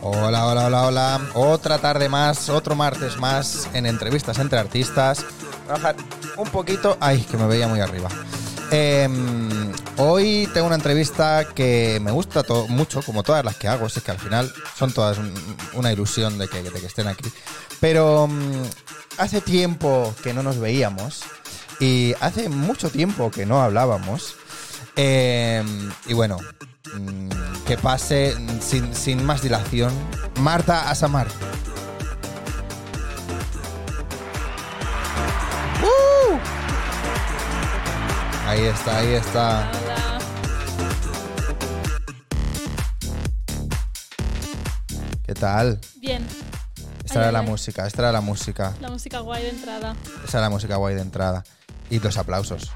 Hola, hola, hola, hola. Otra tarde más, otro martes más en entrevistas entre artistas. Bajar un poquito. Ay, que me veía muy arriba. Em, hoy tengo una entrevista que me gusta to- mucho, como todas las que hago, si es que al final son todas un- una ilusión de que, de que estén aquí. Pero mm, hace tiempo que no nos veíamos y hace mucho tiempo que no hablábamos. Em, y bueno, mm, que pase mm, sin, sin más dilación. Marta Asamar. ¡Uh! Ahí está, ahí está. ¿Qué tal? Bien, Esta era ay, la ay. música, esta era la música. la música guay de entrada. Esa es la música guay de entrada. Y los aplausos.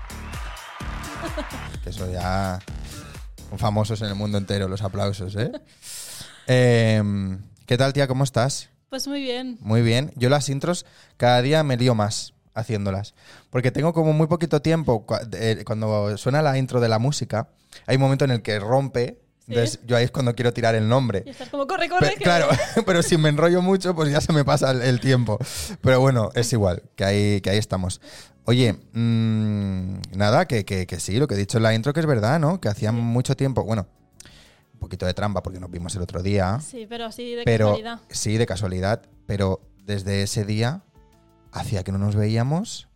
Que eso ya. Son famosos en el mundo entero los aplausos, ¿eh? Em, ¿Qué tal, tía? ¿Cómo estás? Pues muy bien. Muy bien. Yo las intros cada día me lío más haciéndolas. Porque tengo como muy poquito tiempo. Cu- eh, Cuando suena la intro de la música, hay un momento en el que rompe. Sí. Entonces, yo ahí es cuando quiero tirar el nombre. Y estás como, corre, Pe- corre. que- claro, pero si me enrollo mucho, pues ya se me pasa el, el tiempo. Pero bueno, es igual, que ahí, que ahí estamos. Oye, mm, nada, que, que- que sí, lo que he dicho en la intro que es verdad, ¿no? Que hacía mucho tiempo, bueno, un poquito de trampa porque nos vimos el otro día, Sí, pero así de pero casualidad. sí, de casualidad, pero desde ese día, hacía que no nos veíamos,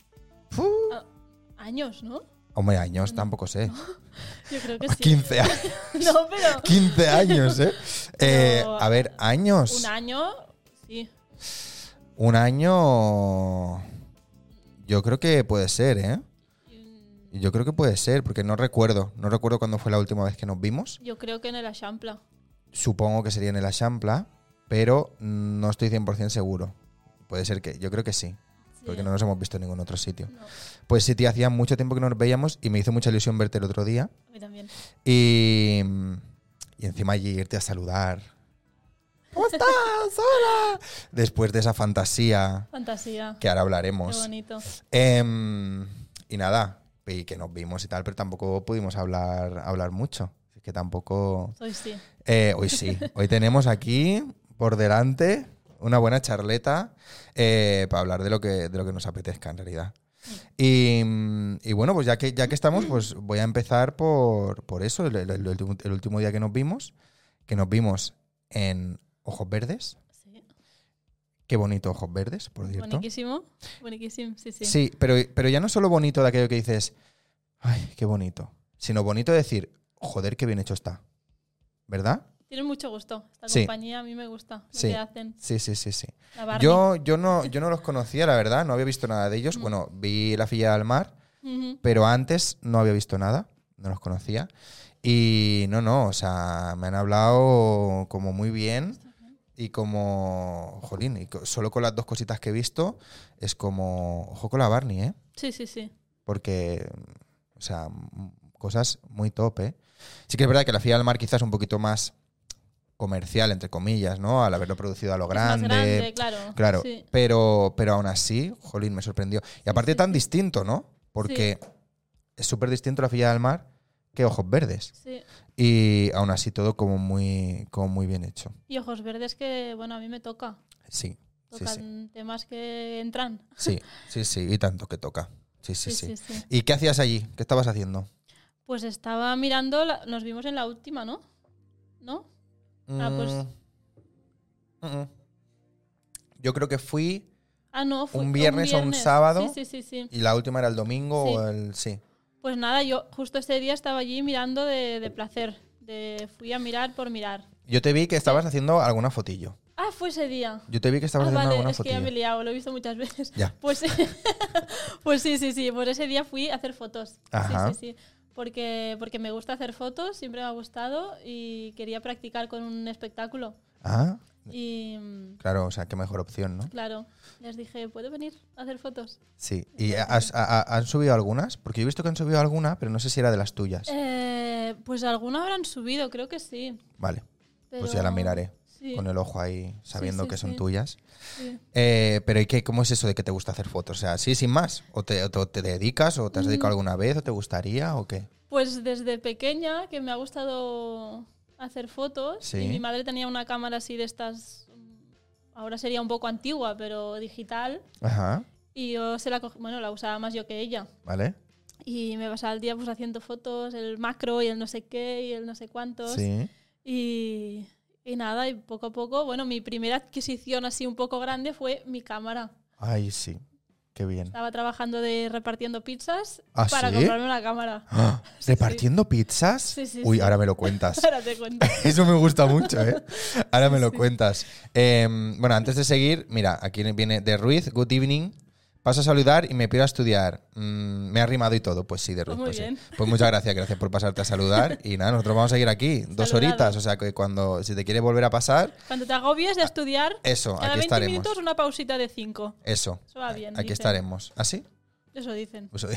Años, ¿no? hombre, años, tampoco sé, Yo creo que sí. 15 años. No, pero 15 años, ¿eh? Eh, Pero, a ver, años. un año, sí. Un año. Yo creo que puede ser, ¿eh? Y- Yo creo que puede ser, porque no recuerdo. No recuerdo cuándo fue la última vez que nos vimos. Yo creo que en el Ashampla. Supongo que sería en el Ashampla, pero no estoy 100% seguro. Puede ser que. Yo creo que sí, Sí. porque no nos hemos visto en ningún otro sitio. No, a Pues sí, tío, hacía mucho tiempo que no nos veíamos y me hizo mucha ilusión verte el otro día. mí también. Y. Y encima allí irte a saludar. ¿Cómo estás? ¡Hola! Después de esa fantasía Fantasía. que ahora Qué hablaremos. bonito. Em, y nada, y que nos vimos y tal, pero tampoco pudimos hablar, hablar mucho. Es que tampoco. Soy sí. Eh, hoy sí, hoy tenemos aquí por delante una buena charleta eh, para hablar de lo, que, de lo que nos apetezca en realidad. Y, mm, y bueno, pues ya que, ya que estamos, pues voy a empezar por, por eso, el, el- el último- el último día que nos vimos, que nos vimos en Ojos Verdes. sí. Qué bonito Ojos Verdes, por cierto. Boniquísimo. Boniquísimo, sí, sí. Sí, pero, pero ya no solo bonito de aquello que dices, ay, qué bonito, sino bonito decir, joder, qué bien hecho está. ¿Verdad? Tienen mucho gusto. Esta Sí. compañía a mí me gusta. Lo Sí. que hacen. Sí, sí, sí, sí. La Barbie. Yo, yo, no, yo no los conocía, la verdad, no había visto nada de ellos. Mm. Bueno, vi La Filla del Mar, Ujú. pero antes no había visto nada, no los conocía. Y no, no, o sea, me han hablado como muy bien y como, jolín, y co- solo con las dos cositas que he visto, es como, ojo con la Barney, ¿eh? Sí, sí, sí. porque, o sea, m- cosas muy top, ¿eh? Sí que es verdad que la Fía del Mar quizás un poquito más comercial, entre comillas, ¿no? Al haberlo producido a lo Es más grande. grande, claro. Claro, Sí. pero, pero aún así, jolín, me sorprendió. Y aparte sí, tan sí. distinto, ¿no? Porque es súper distinto la Filla del Mar que Ojos Verdes. sí. Y aún así todo como muy, como muy bien hecho. Y Ojos Verdes que, bueno, a mí me toca. Sí, sí, Tocan sí. temas que entran. Sí, sí, sí, y tanto que toca. Sí, sí, sí. Sí, sí, sí. ¿Y qué hacías allí? ¿Qué estabas haciendo? Pues estaba mirando, la- nos vimos en la última, ¿no? ¿No? Ah, pues- Mm. Mm, mm. Yo creo que fui Ah, no, fue Un viernes o un sábado. Sí, sí, sí, sí. y la última era el domingo Sí. o el. Sí. Pues nada, yo justo ese día estaba allí mirando de, de placer. De, fui a mirar por mirar. Yo te vi que estabas haciendo alguna fotillo. Ah, fue ese día. Yo te vi que Ah, estabas haciendo vale, alguna es que ya me he fotillo. liado, lo he visto muchas veces. Ya. Pues, pues sí, sí, sí. Por ese día fui a hacer fotos. Sí, Ajá. Sí, sí, Porque, porque me gusta hacer fotos, siempre me ha gustado y quería practicar con un espectáculo. Ah, Y mm, claro, o sea, qué mejor opción, ¿no? claro, les dije, ¿puedo venir a hacer fotos? Sí. ¿Y has- a- a- han subido algunas? Porque yo he visto que han subido alguna, pero no sé si era de las tuyas. Eh, pues alguna habrán subido, creo que sí. Vale, pues ya pero- la miraré Sí, con el ojo ahí, sabiendo sí, que son sí. tuyas. sí. Eh, pero ¿y qué, cómo es eso de que te gusta hacer fotos? O sea, sí, sin más. ¿O te, o te- o te dedicas? ¿O te Mm. has dedicado alguna vez? ¿O te gustaría? ¿O qué? Pues desde pequeña que me ha gustado hacer fotos Sí. y mi madre tenía una cámara así de estas, mm, ahora sería un poco antigua, pero digital, Ajá, y yo se la, cog- bueno, la usaba más yo que ella. ¿vale? Y me pasaba el día pues haciendo fotos, el macro y el no sé qué y el no sé cuántos. Sí. Y, y nada, y poco a poco, bueno, mi primera adquisición así un poco grande fue mi cámara. Ay, sí. Qué bien. Estaba trabajando de repartiendo pizzas ¿Ah, para sí? comprarme una cámara. ¡Ah! Sí, ¿Repartiendo pizzas? Sí, sí, Uy, sí. ahora me lo cuentas. Ahora te cuento. Eso me gusta mucho, ¿eh? Ahora me lo cuentas. Eh, bueno, antes de seguir, mira, aquí viene de Ruiz, good evening. Paso a saludar y me pido a estudiar. Mm, me ha rimado y todo. Pues sí, de Ruiz. Pues muy Pues, sí. bien. Pues muchas gracias, gracias por pasarte a saludar. Y nada, nosotros vamos a seguir aquí, dos Saludado. horitas. O sea, que cuando, si te quieres volver a pasar, Cuando te agobies de estudiar, eso, cada aquí 20 estaremos. minutos una pausita de 5. Eso, Eso va bien, aquí dicen. estaremos. ¿Ah, ¿Así? Eso dicen. Eso, di-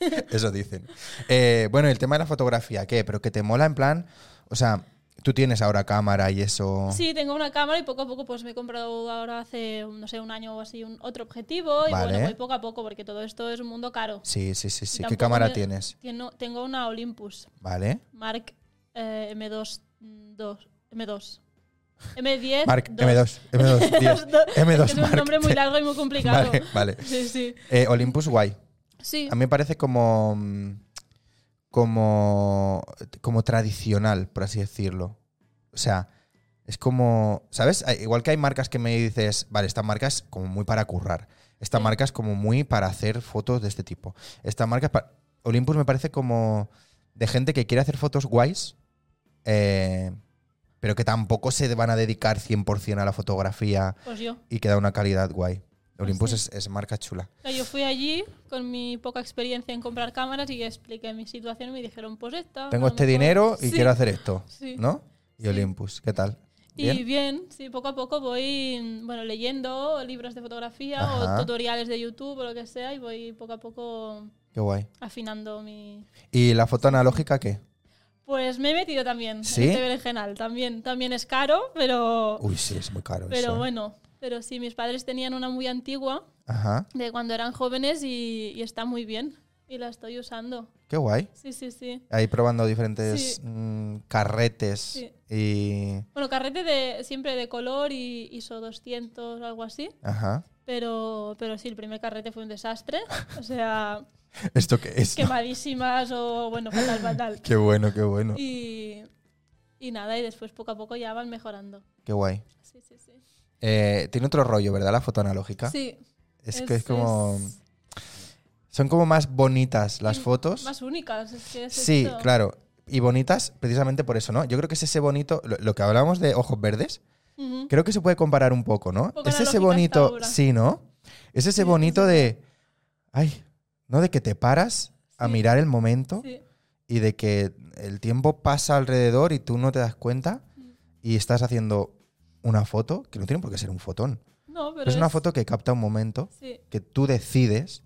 eso dicen. Eh, bueno, el tema de la fotografía, ¿qué? Pero que te mola en plan, o sea, tú tienes ahora cámara y eso. Sí, tengo una cámara y poco a poco pues me he comprado ahora hace, no sé, un año o así un otro objetivo y Vale. bueno, voy poco a poco porque todo esto es un mundo caro. Sí, sí, sí, sí. ¿Qué Tampoco cámara me- tienes? Tengo, tengo una Olympus Vale. Mark eh, M2, mm, 2, M2. M10. Mark dos. M2, M2, 10, M2 Es un Mark. nombre muy largo y muy complicado. Vale, vale. Sí, sí. Eh, Olympus guay. Sí, A mí me parece como mm, como como tradicional, por así decirlo. O sea, es como, ¿sabes? Ah, Igual que hay marcas que me dices, vale, esta marca es como muy para currar. Esta Sí. marca es como muy para hacer fotos de este tipo. Esta marca es pa- Olympus me parece como de gente que quiere hacer fotos guays, eh, pero que tampoco se van a dedicar 100% a la fotografía pues yo. y que da una calidad guay. Olympus Ah, sí. es, es marca chula. O sea, yo fui allí con mi poca experiencia en comprar cámaras y expliqué mi situación y me dijeron, pues esta. Tengo a lo este mejor- dinero y Sí. quiero hacer esto, Sí. ¿no? Y Sí. Olympus, ¿qué tal? Y bien, sí, poco a poco voy mm, bueno, leyendo libros de fotografía Ajá. o tutoriales de YouTube o lo que sea y voy poco a poco Qué guay. afinando mi... ¿Y la foto analógica qué? Pues me he metido también ¿Sí? en este berenjenal. También, también es caro, pero, Uy, sí, es muy caro eso. pero ¿eh? bueno. Pero sí, mis padres tenían una muy antigua Ajá, de cuando eran jóvenes y, y está muy bien. Y la estoy usando. qué guay. Sí, sí, sí. Ahí probando diferentes Sí. mm, carretes Sí. y... Bueno, carrete de, siempre de color y ISO 200 o algo así. Ajá. Pero, pero sí, el primer carrete fue un desastre. O sea, ¿Esto qué es? quemadísimas o bueno, fatal, fatal. Qué bueno, qué bueno. Y, y nada, y después poco a poco ya van mejorando. Qué guay. Sí, sí, sí. Eh, tiene otro rollo, ¿verdad? La foto analógica. Sí, Es, que es como... Son como más bonitas las Mm, fotos. Más únicas, es que es Sí, esto. claro. Y bonitas precisamente por eso, ¿no? Yo creo que es ese bonito, lo, lo que hablábamos de ojos verdes, Ujú. creo que se puede comparar un poco, ¿no? poco es ese analógica hasta bonito, ahora. sí, ¿no? Es ese Sí, sí, bonito sí. de, ay, ¿no? De que te paras a Sí. mirar el momento Sí. y de que el tiempo pasa alrededor y tú no te das cuenta Mm. y estás haciendo una foto, que no tiene por qué ser un fotón, No, pero pero es una foto que capta un momento Sí. que tú decides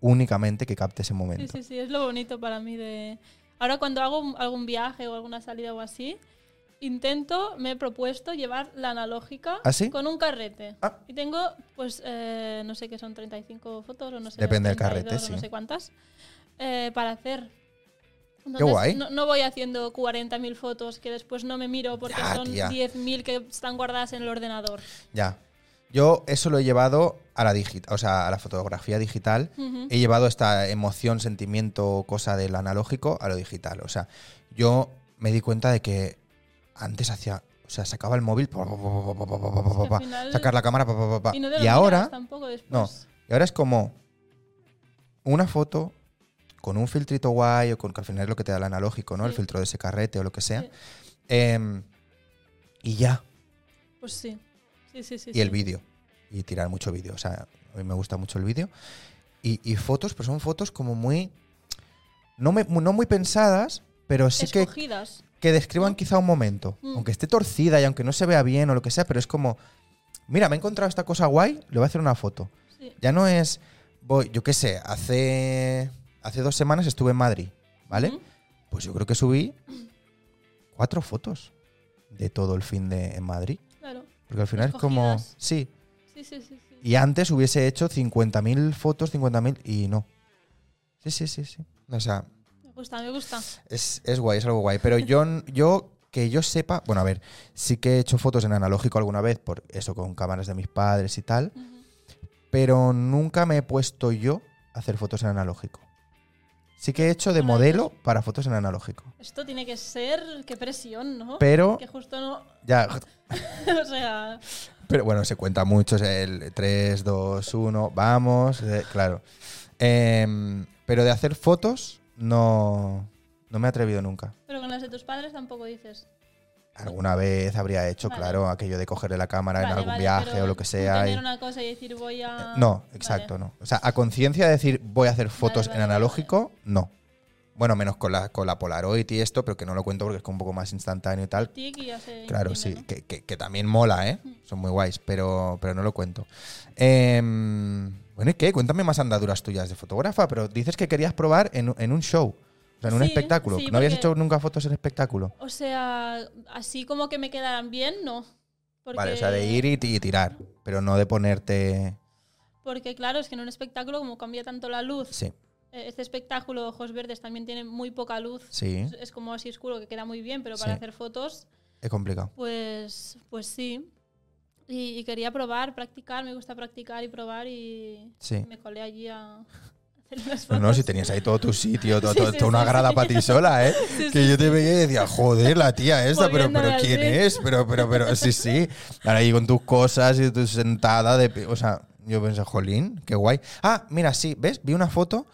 únicamente que capte ese Sí, momento. sí, sí, es lo bonito para mí de... Ahora cuando hago un- algún viaje o alguna salida o así, intento, me he propuesto llevar la analógica ¿Ah, sí? con un carrete. Ah. Y tengo, pues, eh, no sé qué son, 35 fotos o no sé. Depende del 32 carrete, o No sí. sé cuántas, eh, para hacer. Entonces, guay. No, no voy haciendo 40.000 fotos que después no me miro porque Ya, son tía. 10.000 que están guardadas en el ordenador. Ya. Yo eso lo he llevado a la, digi- o sea, a la fotografía digital. Ujú. He llevado esta emoción, sentimiento, cosa del analógico a lo digital. O sea, yo me di cuenta de que antes hacía. O sea, sacaba el móvil, pa, pa, pa, pa, pa, pa, pa, pa, pa, al pa, final- sacar la cámara, pa, pa, pa, pa. Y no te lo y miras ahora. tampoco después. No, y ahora es como una foto con un filtrito guay o con que al final es lo que te da el analógico, ¿no? El Sí. filtro de ese carrete o lo que sea. Sí. Em, y ya. Pues sí. Sí, sí, sí. y el sí. vídeo. Y tirar mucho vídeo. O sea, a mí me gusta mucho el vídeo. Y, y fotos, pero son fotos como muy. No, me- no muy pensadas, pero sí que, Escogidas. que describan quizá un momento. Mm. Aunque esté torcida y aunque no se vea bien o lo que sea, pero es como. Mira, me he encontrado esta cosa guay, le voy a hacer una foto. Sí. Ya no es. Voy, yo qué sé, hace. Hace dos semanas estuve en Madrid, ¿vale? Ujú. Pues yo creo que subí cuatro fotos de todo el fin de en Madrid. Claro. Porque al final es como. Escogidas. Sí, Sí, sí, sí. sí. Y antes hubiese hecho 50.000 fotos, 50.000 y no. Sí, sí, sí, sí. O sea, Me gusta, me gusta. es, es guay, es algo guay. Pero yo, yo que yo sepa, bueno, a ver, sí que he hecho fotos en analógico alguna vez, por eso con cámaras de mis padres y tal, Ujú. pero nunca me he puesto yo a hacer fotos en analógico. Sí que he hecho de modelo para fotos en analógico. Esto tiene que ser. Qué presión, ¿no? Pero que justo no. ya, o sea. pero bueno, se cuenta mucho, es el 3, 2, 1, vamos, eh, claro. Em, pero de hacer fotos no, no me he atrevido nunca. Pero con las de tus padres tampoco dices. Alguna vez habría hecho, Vale. claro, aquello de cogerle la cámara en Vale, algún vale, viaje pero o lo que sea. y- Eh, Tener una cosa y decir voy a. No, exacto, no. O sea, a conciencia de decir voy a hacer fotos vale, en vale, analógico, no. Bueno, menos con la, con la Polaroid y esto, pero que no lo cuento porque es como un poco más instantáneo y tal. Tic y ya se Claro, sí, entiende, que, que- que también mola, ¿eh? Son muy guays, pero, pero no lo cuento. Em, bueno, ¿y qué? Cuéntame más andaduras tuyas de fotógrafa, pero dices que querías probar en, en un show, o sea, en un Sí, espectáculo. sí, ¿No habías porque- hecho nunca fotos en espectáculo? ¿no? O sea, así como que me quedaran bien, no. Porque, Vale, o sea, de ir y, y tirar, pero no de ponerte... Porque claro, es que en un espectáculo, como cambia tanto la luz, Sí, eh, este espectáculo Ojos Verdes también tiene muy poca luz. sí, Es- Es como así oscuro, que queda muy bien, pero para Sí. hacer fotos, es complicado. pues, pues sí. Y, y quería probar, practicar, me gusta practicar y probar y Sí. me colé allí a hacer unas No, fotos. no, si tenías ahí todo tu sitio, todo, Sí, todo- sí, toda una sí, grada sí. para ti sola, ¿eh? Sí, que yo te veía y decía, joder, la tía esta, pero, pero Volviéndome ¿quién así. es? Pero, pero, pero, sí, sí. Ahora ahí con tus cosas y tu sentada de... pi- O sea, yo pensé, jolín, qué guay. Ah, mira, sí, ¿ves? Vi una foto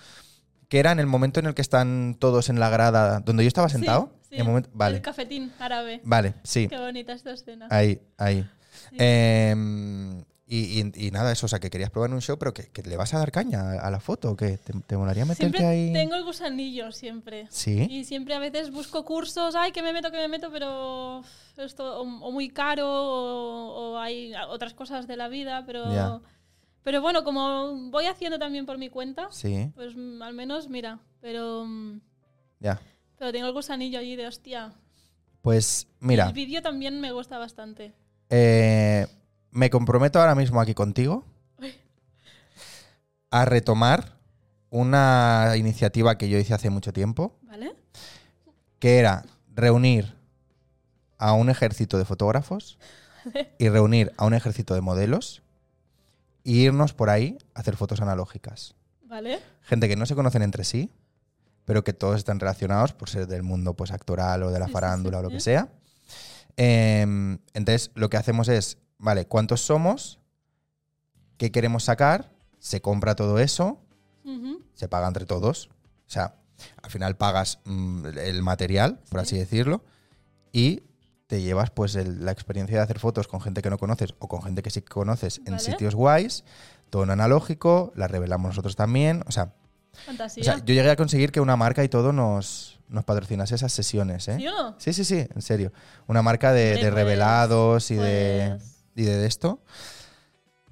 que era en el momento en el que están todos en la grada donde yo estaba Sí, sentado. sí, el momento, vale, El cafetín árabe. vale, sí. Qué bonita esta escena. Ahí, ahí. Sí. Em, y, y- y nada, eso, o sea, que querías probar en un show, pero que, que le vas a dar caña a, a la foto, que te, te molaría meterte Siempre ahí. tengo el gusanillo, siempre. Sí. Y siempre a veces busco cursos, ay, que me meto, que me meto, pero uf, esto o, o muy caro o, o hay otras cosas de la vida, pero Ya. pero bueno, como voy haciendo también por mi cuenta, Sí, pues mm, al menos mira, pero mm, ya. pero tengo el gusanillo allí de hostia. Pues mira, El vídeo también me gusta bastante. eh, me comprometo ahora mismo aquí contigo a retomar una iniciativa que yo hice hace mucho tiempo, ¿Vale? que era reunir a un ejército de fotógrafos y reunir a un ejército de modelos y irnos por ahí a hacer fotos analógicas. ¿Vale? Gente que no se conocen entre sí, pero que todos están relacionados por ser del mundo pues, actoral o de la Sí, sí, farándula sí, o lo sí. que sea. Em, entonces, lo que hacemos es, vale, ¿cuántos somos? ¿Qué queremos sacar? Se compra todo eso, Ujú. se paga entre todos. O sea, al final pagas mm, el material, por Sí. así decirlo, y te llevas pues el- la experiencia de hacer fotos con gente que no conoces o con gente que sí que conoces en Vale. sitios guays, todo en analógico, la revelamos nosotros también. O sea, Fantasía. o sea, yo llegué a conseguir que una marca y todo nos, nos patrocinase esas sesiones, ¿eh? ¿Sí o no? Sí, sí, sí, en serio. Una marca de, Hombre, de pues, revelados y de, pues. y de esto.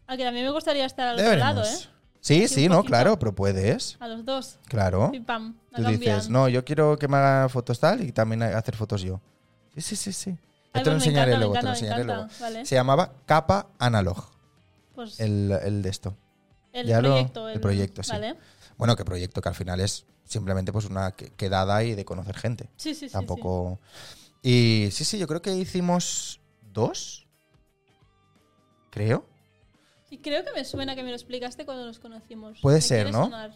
Aunque también me gustaría estar al Ya otro lado, veremos. ¿eh? Sí, Así sí, un no, poquito. claro, pero puedes. A los dos. Claro. Pim pam. a Tú cambiar. dices, no, yo quiero que me haga fotos tal y también hacer fotos yo. Sí, sí, sí, sí. Ay, Ya te lo pues me enseñaré encanta, me luego, te lo encanta, me enseñaré encanta. ¿eh? luego. Vale. Se llamaba Capa Analog, Pues el, el de esto. el ya lo- proyecto. el proyecto, sí. ¿vale? Bueno, que proyecto que al final es simplemente pues una que- quedada y de conocer gente. Sí, sí, sí, Tampoco. Y sí, sí, yo creo que hicimos dos. Creo. sí. Y creo que me suena que me lo explicaste cuando nos conocimos. Puede Me ser, quiere ¿no? sonar.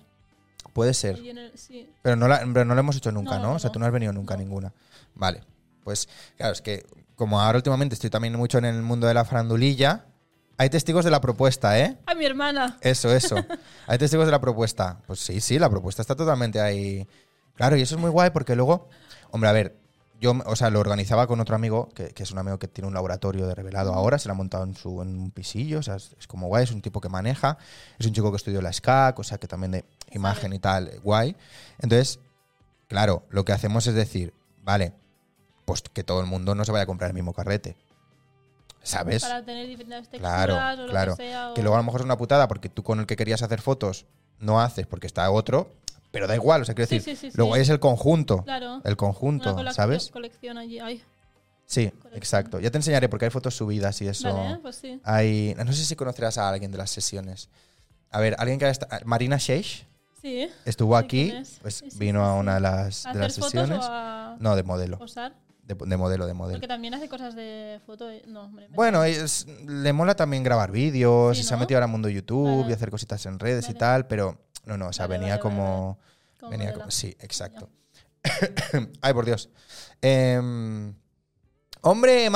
Puede ser. Ahí en el- sí. Pero no, la, pero no lo hemos hecho nunca, No, ¿no? no, O sea, tú no. no has venido nunca a No. ninguna. Vale. Pues claro, es que como ahora últimamente estoy también mucho en el mundo de la farandulilla, hay testigos de la propuesta, ¿eh? A mi hermana. Eso, eso. Hay testigos de la propuesta. Pues sí, sí, la propuesta está totalmente ahí. Claro, y eso es muy guay porque luego, hombre, a ver, yo, o sea, lo organizaba con otro amigo, que, que es un amigo que tiene un laboratorio de revelado ahora, se lo ha montado en, su, en un pisillo, o sea, es, es como guay, es un tipo que maneja, es un chico que estudió la SCAC, o sea, que también de imagen y tal, eh, guay. Entonces, claro, lo que hacemos es decir, vale, pues que todo el mundo no se vaya a comprar el mismo carrete. ¿Sabes? Para tener diferentes texturas Claro, o lo claro. que sea. o- que luego a lo mejor es una putada porque tú con el que querías hacer fotos no haces porque está otro, pero da igual, o sea, quiero Sí, decir, sí, sí, sí. luego es el conjunto, Claro. el una conjunto, colección- ¿sabes? colección allí. Ay, Sí, colección. exacto. Ya te enseñaré porque hay fotos subidas y eso. Vale, ¿eh? pues sí. Hay, no sé si conocerás a alguien de las sesiones. A ver, alguien que ha esta- Marina Sheish Sí. estuvo Sí, aquí, quién es. pues Sí, sí, vino sí, a sí. una de las, ¿A de ¿Hacer las fotos sesiones. o a No, de modelo. posar? De, de modelo, de modelo. Porque también hace cosas de foto. eh, No, hombre. me- Bueno, es- le mola también grabar vídeos Sí, y se ha ¿no? metido ahora al mundo YouTube Vale. y hacer cositas en redes y Vale. tal, pero no, no, o sea, Vale, venía vale, como... como venía modelo. como- sí, exacto. Ay, por Dios. Em, ¡Hombre,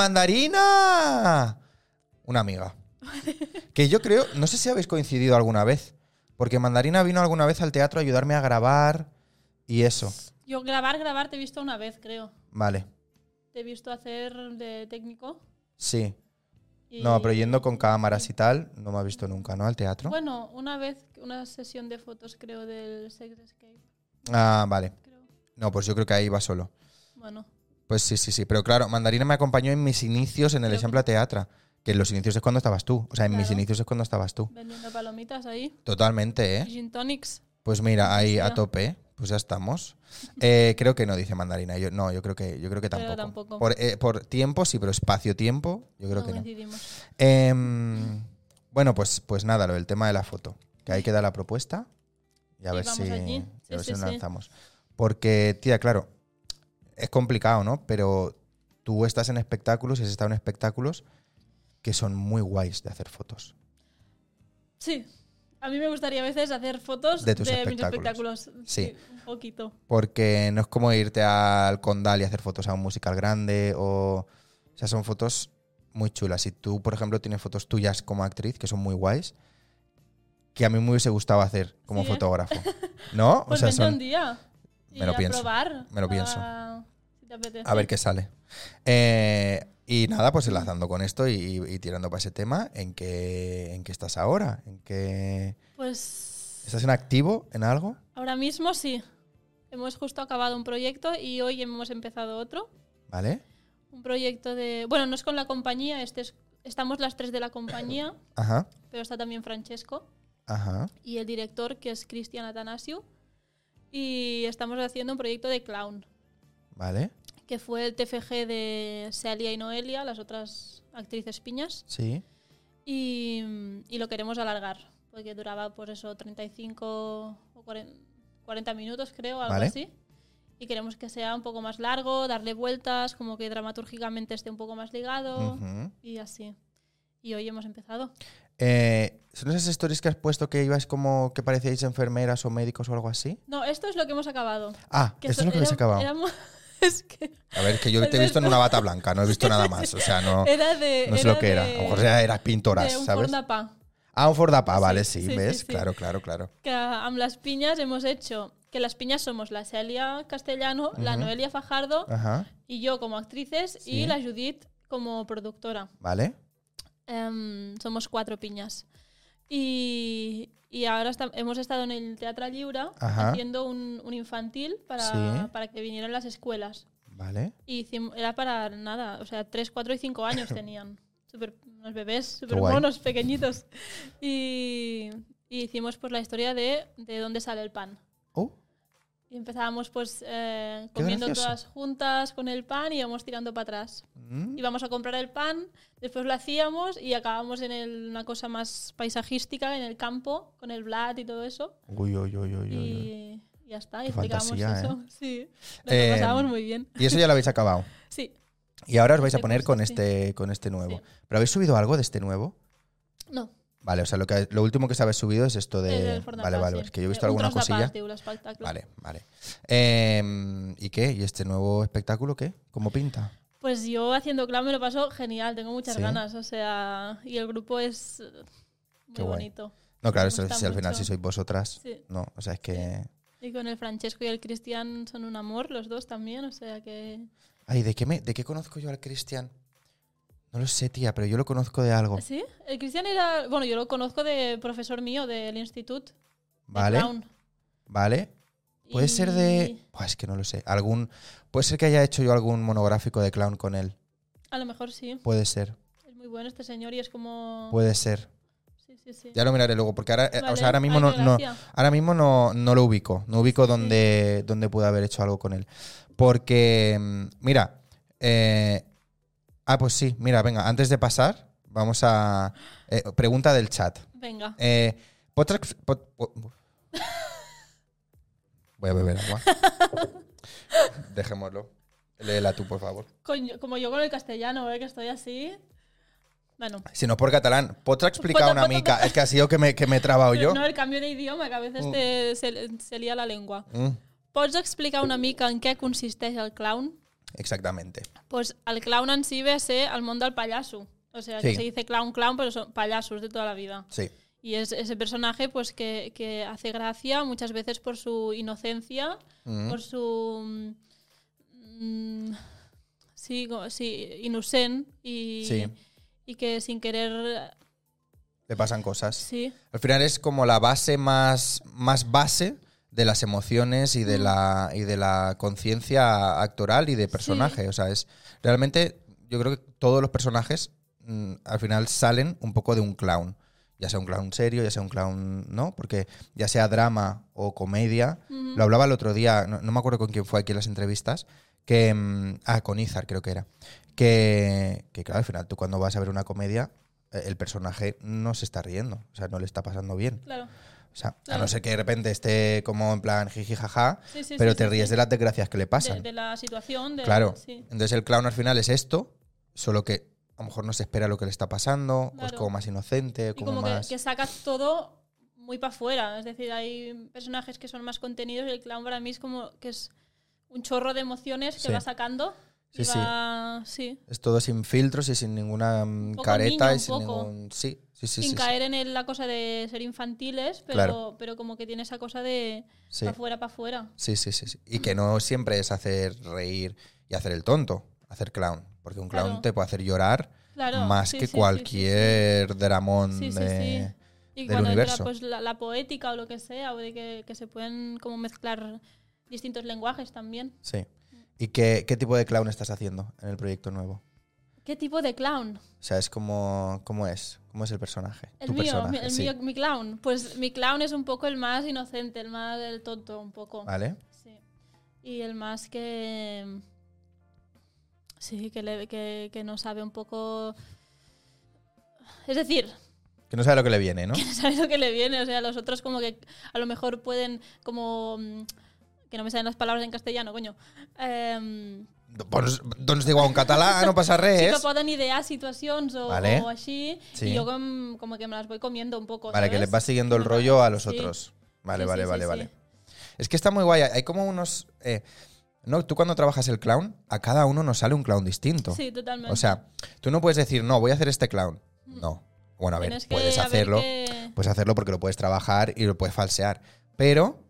mandarina! Una amiga. Que yo creo, no sé si habéis coincidido alguna vez, porque Mandarina vino alguna vez al teatro a ayudarme a grabar y eso. Yo grabar, grabar te he visto una vez, creo. Vale, Te he visto hacer de técnico. sí. y- No, pero yendo con cámaras y tal, no me ha visto nunca, ¿no? Al teatro. Bueno, una vez, una sesión de fotos, creo, del Sex Escape. Ah, vale. Creo. No, pues yo creo que ahí va solo. Bueno, Pues sí, sí, sí. Pero claro, Mandarina me acompañó en mis inicios en el Creo que- Ejemplo Teatra. Que en los inicios es cuando estabas tú. O sea, en mis Claro. inicios es cuando estabas tú. vendiendo palomitas ahí. Totalmente, y ¿eh? Gin tonics. Pues mira, ahí a Hostia. tope. ¿eh? Pues ya estamos. Eh, creo que no dice Mandarina. Yo, no, yo creo que, yo creo que Creo tampoco. tampoco. Por, eh, por tiempo, sí, pero espacio-tiempo, yo creo no que no. coincidimos. Em, bueno, pues, pues nada, lo del tema de la foto. Que ahí queda la propuesta. Y a Y ver vamos si, allí. y a Sí, ver si sí, nos sí. lanzamos. Porque, tía, claro, es complicado, ¿no? Pero tú estás en espectáculos y has estado en espectáculos que son muy guays de hacer fotos. Sí. A mí me gustaría a veces hacer fotos De tus mis espectáculos. espectáculos. Sí. Un poquito. Porque no es como irte al Condal y hacer fotos a un musical grande o... O sea, son fotos muy chulas. Y tú, por ejemplo, tienes fotos tuyas como actriz que son muy guays, que a mí me hubiese gustado hacer como Sí, ¿eh? fotógrafo. ¿No? Pues vente son- un día. y me lo a pienso, probar. me lo pienso. a- si te apetece. A ver qué sale. Eh, y nada, pues enlazando con esto y, y- y tirando para ese tema, ¿en qué, ¿en qué estás ahora? ¿En qué, Pues. ¿Estás en activo en algo? Ahora mismo sí. Hemos justo acabado un proyecto y hoy hemos empezado otro. ¿Vale? Un proyecto de. Bueno, no es con la compañía, este es- estamos las tres de la compañía, Ajá, pero está también Francesco ajá. y el director, que es Cristian Atanasio. Y estamos haciendo un proyecto de clown, ¿Vale? que fue el TFG de Celia y Noelia, las otras actrices piñas. Sí. Y, y lo queremos alargar, porque duraba pues eso 35 o 40, 40 minutos creo, algo Vale. así. Y queremos que sea un poco más largo, darle vueltas, como que dramatúrgicamente esté un poco más ligado Ujú. y así. Y hoy hemos empezado. Eh, ¿Son esas stories que has puesto que ibas como que parecíais enfermeras o médicos o algo así? No, esto es lo que hemos acabado. Ah, Que esto es lo que era- habéis acabado. éramos- es que A ver, que yo te he visto en una bata blanca, no he visto nada más. O sea, no, Eh, era de... no sé lo que era. A lo mejor era- eras pintoras, de un ¿sabes? fondapá. Ah, un Fordapa, vale, sí, sí, sí, ¿ves? sí. Claro, claro, claro. que a am las piñas hemos hecho que las piñas somos la Celia Castellano, la Ujú. Noelia Fajardo Ajá, y yo como actrices Sí. y la Judith como productora. ¿vale? Em, somos cuatro piñas. Y, y ahora esta- hemos estado en el Teatro Lliura Ajá. haciendo un, un infantil para, Sí. para que vinieran las escuelas. Vale. Y hicim- era para nada, o sea, 3, 4 y 5 años tenían. Super, unos bebés súper guay. monos, pequeñitos. Y, y hicimos pues la historia de, de dónde sale el pan. Oh, Y empezábamos pues eh, Qué comiendo gracioso. todas juntas con el pan y íbamos tirando para atrás. mm, Íbamos a comprar el pan, después lo hacíamos y acabamos en el- una cosa más paisajística, en el campo, con el blat y todo eso. Uy, uy, uy, uy, uy, uy. Y ya está, y Qué explicamos fantasía, eso. Sí, nos Eh, lo pasábamos muy bien. Y eso ya lo habéis acabado. Sí, Y ahora os vais a Este poner curso, con sí. este, con este nuevo. Sí. ¿Pero habéis subido algo de este nuevo? no. Vale, o sea, lo, que, lo último que sabéis subido es esto el de. del Fornapá, eh, Vale, vale, sí. es que yo he visto Eh, un alguna tros de cosilla. pasti, un espectacle. Vale, vale. Em, ¿Y qué? ¿Y este nuevo espectáculo qué? ¿Cómo pinta? Pues yo haciendo clown me lo paso genial, tengo muchas Sí. ganas, o sea, y el grupo es eh, muy Qué guay. bonito. No, claro, Me eso, gusta si al final mucho. si sois vosotras. Sí. No, o sea, es que. Y con el Francesco y el Cristian son un amor, los dos también, o sea que... Ay, ¿de qué, me, ¿de qué conozco yo al Cristian? No lo sé, tía, pero yo lo conozco de algo. ¿Sí? El Cristian era, bueno, yo lo conozco de profesor mío del instituto. ¿Vale? ¿Vale? Puede ser de. Buah, es que no lo sé. Algún. Puede ser que haya hecho yo algún monográfico de clown con él. A lo mejor sí, Puede ser. es muy bueno este señor y es como... Puede ser. Sí, sí, sí. Pues Ya lo miraré luego, porque ahora, eh, o Vale, sea, ahora mismo ay, no, qué no- gracia. ahora mismo no, no lo ubico. No ubico dónde, dónde pude haber hecho algo con él. Porque, mm, mira. eh, ah, pues sí, mira, venga, antes de pasar, vamos a. eh, pregunta del chat. Venga, Eh, podcast- pod- po- Voy a beber agua. Dejémoslo. Léela tú, por favor. Coño, como yo con el castellano, ¿eh? que estoy así. Bueno. Si no por catalán, ¿pots explicar Pot- una pot- mica? Es que ha sido que me, que me he trabado yo. Oh. No, el cambio de idioma, que a veces te, se, se lía la lengua. Mm, Pots explicar una mica en què consisteix el clown? exactamente. Pues el clown en sí ve a ser el món del payaso. O sea, Sí. que se dice clown, clown, pero son payasos de toda la vida. Sí. Y es ese personaje pues que, que hace gracia muchas veces por su inocencia, Mm. por su... mm, sí, go- sí, inocente y, Sí. y que sin querer... Le pasan cosas. Sí, Al final es como la base más, más base de las emociones y de la, y de la conciencia actoral y de personaje. O sea, es realmente, yo creo que todos los personajes mm, al final salen un poco de un clown. Ya sea un clown serio, ya sea un clown, ¿no? Porque ya sea drama o comedia. Ujú. Lo hablaba el otro día, no, no me acuerdo con quién fue aquí en las entrevistas, que... mm, ah, con Izar creo que era. Que, que claro, al final tú cuando vas a ver una comedia, eh, el personaje no se está riendo, o sea, no le está pasando bien. claro. O sea, a Claro. no ser que de repente esté como en plan jiji jaja, Sí, sí, pero sí, te sí, ríes sí. de las desgracias que le pasan. De, de la situación. De, claro. sí. Entonces el clown al final es esto, solo que a lo mejor no se espera lo que le está pasando, o es Claro. como más inocente, Y como, como que, más... que sacas todo muy para afuera. Es decir, hay personajes que son más contenidos y el clown para mí es como que es un chorro de emociones que Sí. va sacando. y Sí, sí. va, sí, Es todo sin filtros y sin ninguna mm, poco careta niño, y un sin poco. ningún... Sí, sí, sí. sin sí, sí. caer en el- la cosa de ser infantiles, pero, Claro. pero como que tiene esa cosa de Sí. para afuera, para afuera. Sí, sí, sí, sí. Y que no siempre es hacer reír y hacer el tonto, hacer clown. Porque un clown Claro. te puede hacer llorar Claro, más sí, que sí, sí, cualquier dramón Sí, sí, sí. de... Y del cuando entra, universo. pues, la, la poética o lo que sea, o de que, que se pueden como mezclar distintos lenguajes también. Sí. ¿Y qué, qué tipo de clown estás haciendo en el proyecto nuevo? ¿Qué tipo de clown? O sea, es como... ¿Cómo es? ¿Cómo es el personaje? El tu mío, personaje, mi- el sí. mío, mi clown. Pues mi clown es un poco el más inocente, el más el tonto, un poco. ¿Vale? Sí. Y el más que. Sí, que, le- que, que no sabe un poco. Es decir, Que no sabe lo que le viene, ¿no? no sabe lo que le viene. O sea, los otros, como que a lo mejor pueden, como. mm, Que no me salen las palabras en castellano, coño. Eh, Doncs, doncs diu en català, no passa sí res. que pueden idear situaciones o, Vale. o así. Sí. Y yo, com- como que me las voy comiendo un poco. Vale, que ¿sabes? les vas siguiendo el Sí. rollo a los Sí. otros. Vale, Sí, vale, sí, sí, vale, sí. vale. Es que está muy guay. Hay como unos. eh, no, tú cuando trabajas el clown, a cada uno nos sale un clown distinto. Sí, totalmente. o sea, tú no puedes decir, no, voy a hacer este clown. No. Bueno, a ver, Tienes que puedes a ver hacerlo. qué- Puedes hacerlo porque lo puedes trabajar y lo puedes falsear. Pero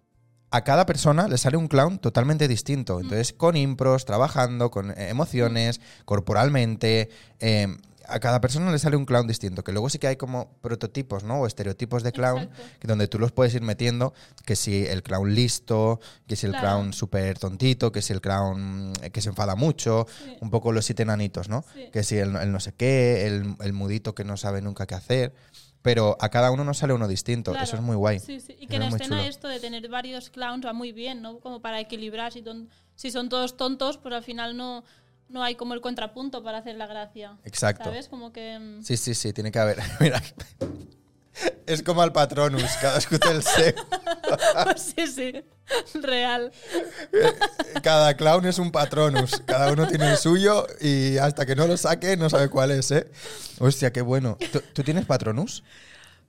a cada persona le sale un clown totalmente Mm. distinto. Entonces, con impros, trabajando, con eh, emociones, corporalmente. eh, a cada persona le sale un clown distinto. Que luego sí que hay como prototipos, ¿no? O estereotipos de clown Exacto. que donde tú los puedes ir metiendo, que si el clown listo, que si el Claro. clown súper tontito, que si el clown eh, que se enfada mucho, Sí. un poco los siete enanitos, ¿no? Sí. Que si el, el no sé qué, el, el mudito que no sabe nunca qué hacer, pero a cada uno nos sale uno distinto, Claro. eso es muy guay. Sí, sí. Y Eso que en es muy escena chulo. esto de tener varios clowns va muy bien, ¿no? Como para equilibrar. Si, ton- si son todos tontos, pues al final no, no hay como el contrapunto para hacer la gracia. Exacto. ¿Sabes? Como que. mm, Sí, sí, sí, tiene que haber. Mira. Es como al Patronus, cada escucha el sep. pues sí, sí. Real. Cada clown es un patronus, cada uno tiene el suyo y hasta que no lo saque no sabe cuál es, ¿eh? Hostia, qué bueno. ¿Tú, tú tienes patronus?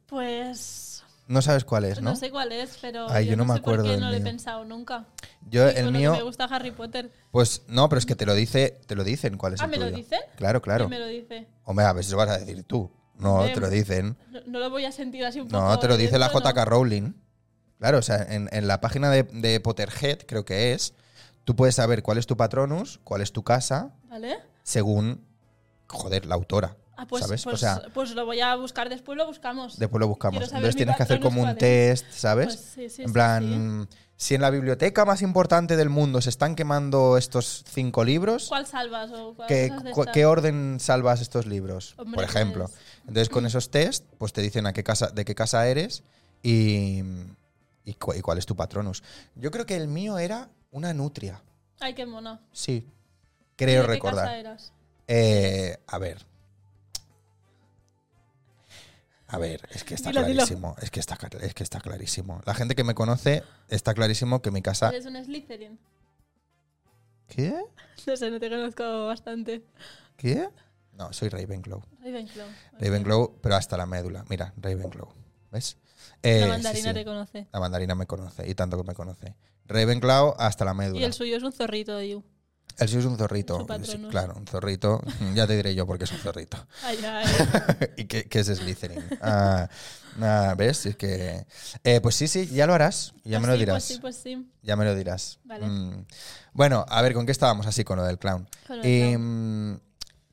Pues. No sabes cuál es, ¿No? ¿no? sé cuál es, pero. Ay, yo no me sé por acuerdo qué del no lo he mío. pensado nunca. Yo, Y el con lo que Me mío, gusta Harry Potter. pues no, pero es que te lo dice, te lo dicen cuál es Ah, el ¿me lo tuyo. dicen? Claro, Y claro. me lo dice. Hombre, a ver si lo vas a decir tú. No, Hombre, te lo dicen. No, no lo voy a sentir así un poco. No, te lo dice la dentro, ¿no? JK Rowling. Claro, o sea, en, en la página de, de Potterhead, creo que es, tú puedes saber cuál es tu patronus, cuál es tu casa, ¿Vale? según, joder, la autora. Ah, pues, ¿Sabes? Pues, o sea, pues lo voy a buscar después, lo buscamos. Después lo buscamos. Quiero saber Entonces mi tienes que hacer patronus como un cuál es. test, ¿sabes? Pues sí, sí, en sí, plan, si en la biblioteca más importante del mundo se están quemando estos cinco libros, ¿Cuál salvas? O cuál- ¿qué, cosas de cu- estas? qué orden salvas estos libros? Hombre, por ejemplo. pues. Entonces con esos test, pues te dicen a qué casa, de qué casa eres y, y, cu- y cuál es tu patronus. Yo creo que el mío era una nutria, Ay, qué mona. sí. Creo ¿De qué recordar. casa eras? Eh, a ver. A ver, es que está Dilo, dilo. clarísimo. Es que está, clar- es que está clarísimo. La gente que me conoce está clarísimo que mi casa. Eres un Slytherin. ¿Qué? No sé, no te conozco bastante. ¿Qué? No, soy Ravenclaw. Ravenclaw. ok. Ravenclaw, pero hasta la médula. Mira, Ravenclaw. ¿Ves? Eh, La sí, mandarina sí. te conoce. La mandarina me conoce y tanto que me conoce. Ravenclaw hasta la médula. Y el suyo es un zorrito de You. El suyo es un zorrito. Su patrono. Sí, claro, un zorrito. Ya te diré yo por qué es un zorrito. Ay, ay. ¿Y qué, qué es Slytherin? Ah, ah, ¿Ves? Es que. eh, pues sí, sí, ya lo harás. Ya me Pues lo sí, dirás. Pues sí, pues sí. Ya me lo dirás. Vale. Mm. Bueno, a ver, ¿con qué estábamos así con lo del clown? Con lo Eh, del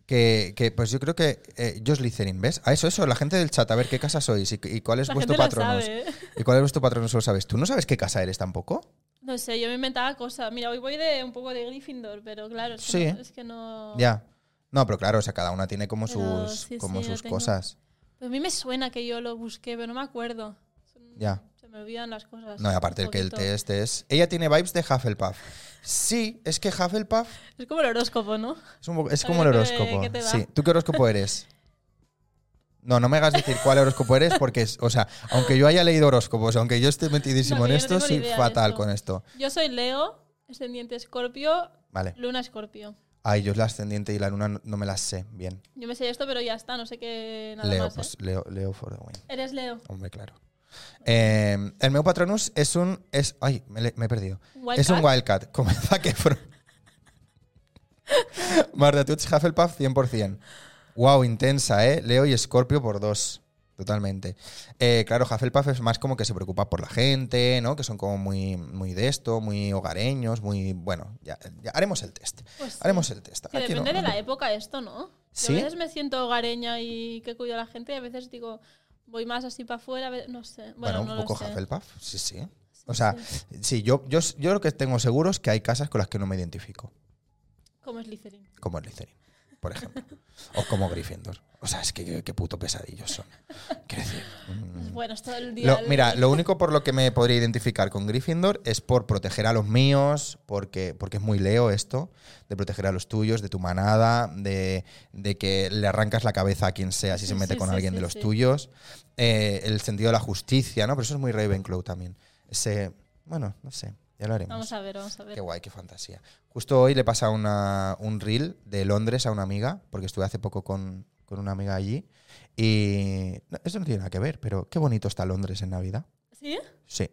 que, que, pues yo creo que eh, yo Slytherin, ¿ves? A eso, eso, la gente del chat, a ver qué casa sois y, y cuál es La vuestro gente lo patrono. sabe, ¿eh? ¿Y cuál es vuestro patrono? Solo sabes. ¿Tú no sabes qué casa eres tampoco? No sé, yo me inventaba cosas. Mira, hoy voy de un poco de Gryffindor, pero claro, es que Sí. no. es que no- Ya. No, pero claro, o sea, cada una tiene como Pero sus, sí, como sí, lo sus tengo. cosas. Pero Pues a mí me suena que yo lo busqué, pero no me acuerdo. Son- Ya. Se me olvidan las cosas. No, y un aparte el que el poquito. test es. Ella tiene vibes de Hufflepuff. Sí, es que Hufflepuff Es como el horóscopo, ¿no? es, un poco- es A como el ver qué- horóscopo. qué te da. Sí. ¿Tú qué horóscopo eres? No, no me hagas decir cuál horóscopo eres, porque, es- o sea, aunque yo haya leído horóscopos, aunque yo esté metidísimo No, en que yo no esto, tengo ni soy idea de fatal esto. con esto. Yo soy Leo, ascendiente Escorpio, Vale. Luna Escorpio. Ay, yo la ascendiente y la luna no, no me las sé bien. Yo me sé esto, pero ya está, no sé qué nada Leo, más. ¿eh? pues Leo, Leo for the win. Eres Leo. Hombre, claro. Eh, el meu patronus es un. Es, ay, me, le- me he perdido. Wildcat. es un wildcat. Comienza que. Fro... Mardatutsch Hufflepuff 100%. Wow, intensa, ¿eh? Leo y Scorpio por dos. Totalmente. Eh, claro, Hufflepuff es más como que se preocupa por la gente, ¿no? Que son como muy, muy de esto, muy hogareños, muy. Bueno, ya, ya haremos el test. Pues sí. Haremos el test. Que Aquí no- depende de no la te- época esto, ¿no? ¿Sí? Yo a veces me siento hogareña y que cuido a la gente y a veces digo, voy más así para afuera, a ve- no sé. Bueno, Bueno, no un poco lo sé. Hufflepuff, sí, sí. O sea, sí, yo, yo, yo lo que tengo seguro es que hay casas con las que no me identifico, Como Slytherin. como el Slytherin, por ejemplo, o como Gryffindor. O sea, es que qué- qué puto pesadillos son. Quiero decir, mm. Pues Bueno, es todo el día. Lo- mira, lo único por lo que me podría identificar con Gryffindor es por proteger a los míos, porque, porque es muy leo esto, de proteger a los tuyos, de tu manada, de, de que le arrancas la cabeza a quien sea si se Sí, mete sí, con sí, alguien sí, de los sí. tuyos, Eh, el sentido de la justicia, ¿no? Pero eso es muy Ravenclaw también. Ese, bueno, no sé, ya lo haremos. Vamos a ver, vamos a ver. Qué guay, qué fantasía. Justo hoy le pasa una, un reel de Londres a una amiga, porque estuve hace poco con, con una amiga allí. Y no, esto no tiene nada que ver, pero qué bonito está Londres en Navidad. ¿Sí? Sí.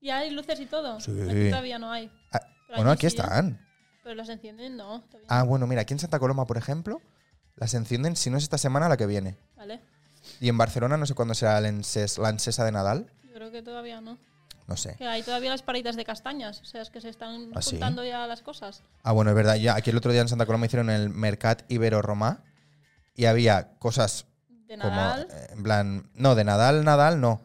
¿Ya hay luces y todo? Sí. Aquí todavía no hay. Ah, Pero bueno, aquí aquí sí. ¿eh? están. Pero las encienden, no. todavía no. Ah, bueno, mira, aquí en Santa Coloma, por ejemplo, las encienden, si no es esta semana, la que viene. Vale. Y en Barcelona, no sé cuándo será la ences- la encesa de Nadal. Yo creo que todavía no. No sé. Que hay todavía las paritas de castañas. O sea, es que se están ¿Ah, sí? juntando ya las cosas. Ah, bueno, es verdad. Ya, aquí el otro día en Santa Coloma hicieron el Mercat Ibero-Romá y había cosas De como, Nadal, eh, en plan, no, de Nadal, Nadal, no.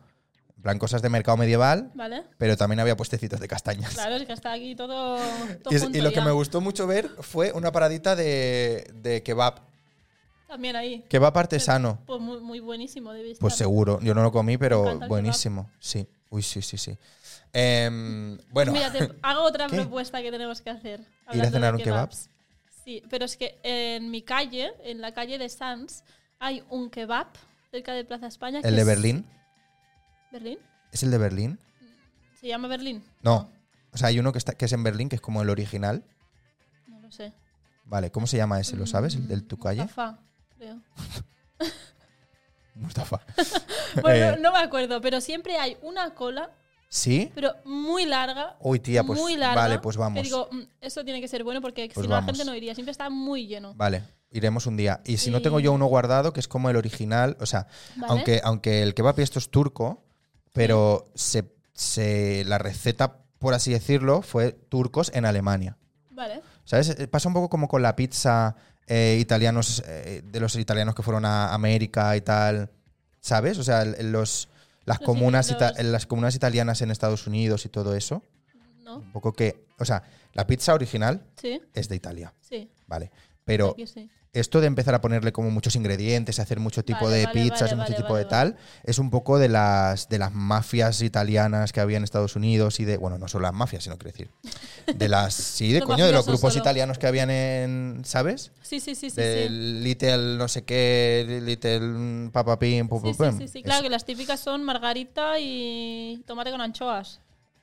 En plan, cosas de mercado medieval, ¿vale? pero también había puestecitos de castañas. Claro, es que está aquí todo, todo Y, es- junto y lo que ya. me gustó mucho ver fue una paradita de, de kebab. También ahí. Kebab artesano. Pues muy, muy buenísimo de visitar. Pues seguro, yo no lo comí, Me pero encanta el buenísimo. Sí, uy, sí, sí, sí. Em, bueno, Pues Mira, te hago otra ¿Qué? propuesta que tenemos que hacer. ir hablando a de cenar un kebab. kebabs. Sí, pero es que en mi calle, en la calle de Sanz, hay un kebab cerca de Plaza España. que ¿El de es- Berlín? ¿Berlín? ¿Es el de Berlín? ¿Se llama Berlín? No. O sea, hay uno que, está, que es en Berlín, que es como el original. No lo sé. Vale, ¿cómo se llama ese? ¿Lo sabes? ¿El de tu calle? Mustafa, creo. Mustafa. Bueno, Eh, no me acuerdo, pero siempre hay una cola, ¿Sí? pero muy larga. Uy, tía, pues muy larga. vale, pues vamos. Que digo, "Mm, esto tiene que ser bueno porque Pues si no la vamos. gente no iría. Siempre está muy lleno. Vale, iremos un día. Y si no tengo Y- yo uno guardado, que es como el original, o sea, ¿Vale? aunque, aunque el kebab y esto es turco, pero se, se- la receta, por así decirlo, fue turcos en Alemania. Vale. ¿Sabes? Eh, Pasa un poco como con la pizza eh, italianos, eh, de los italianos que fueron a América y tal, ¿sabes? O sea, el- los, las, Los comunas ita- italianos. las comunas italianas en Estados Unidos y todo eso. ¿No? Un poco que, o sea, la pizza original Sí, es de Italia, sí. ¿vale? Pero Aquí sí. esto de empezar a ponerle como muchos ingredientes, hacer mucho tipo Vale, de vale, pizzas, vale, mucho vale, tipo vale, de tal, es un poco de las de las mafias italianas que había en Estados Unidos y de, bueno, no solo las mafias, sino quiero decir, de las sí, de Los coño, de los mafiosos grupos solo. italianos que habían en, ¿sabes? Sí, sí, sí, sí. sí. Del Little no sé qué, Little Papa Pim, Sí, pum, sí, pum, sí, sí, pum. claro Eso. que las típicas son margarita y tomate con anchoas.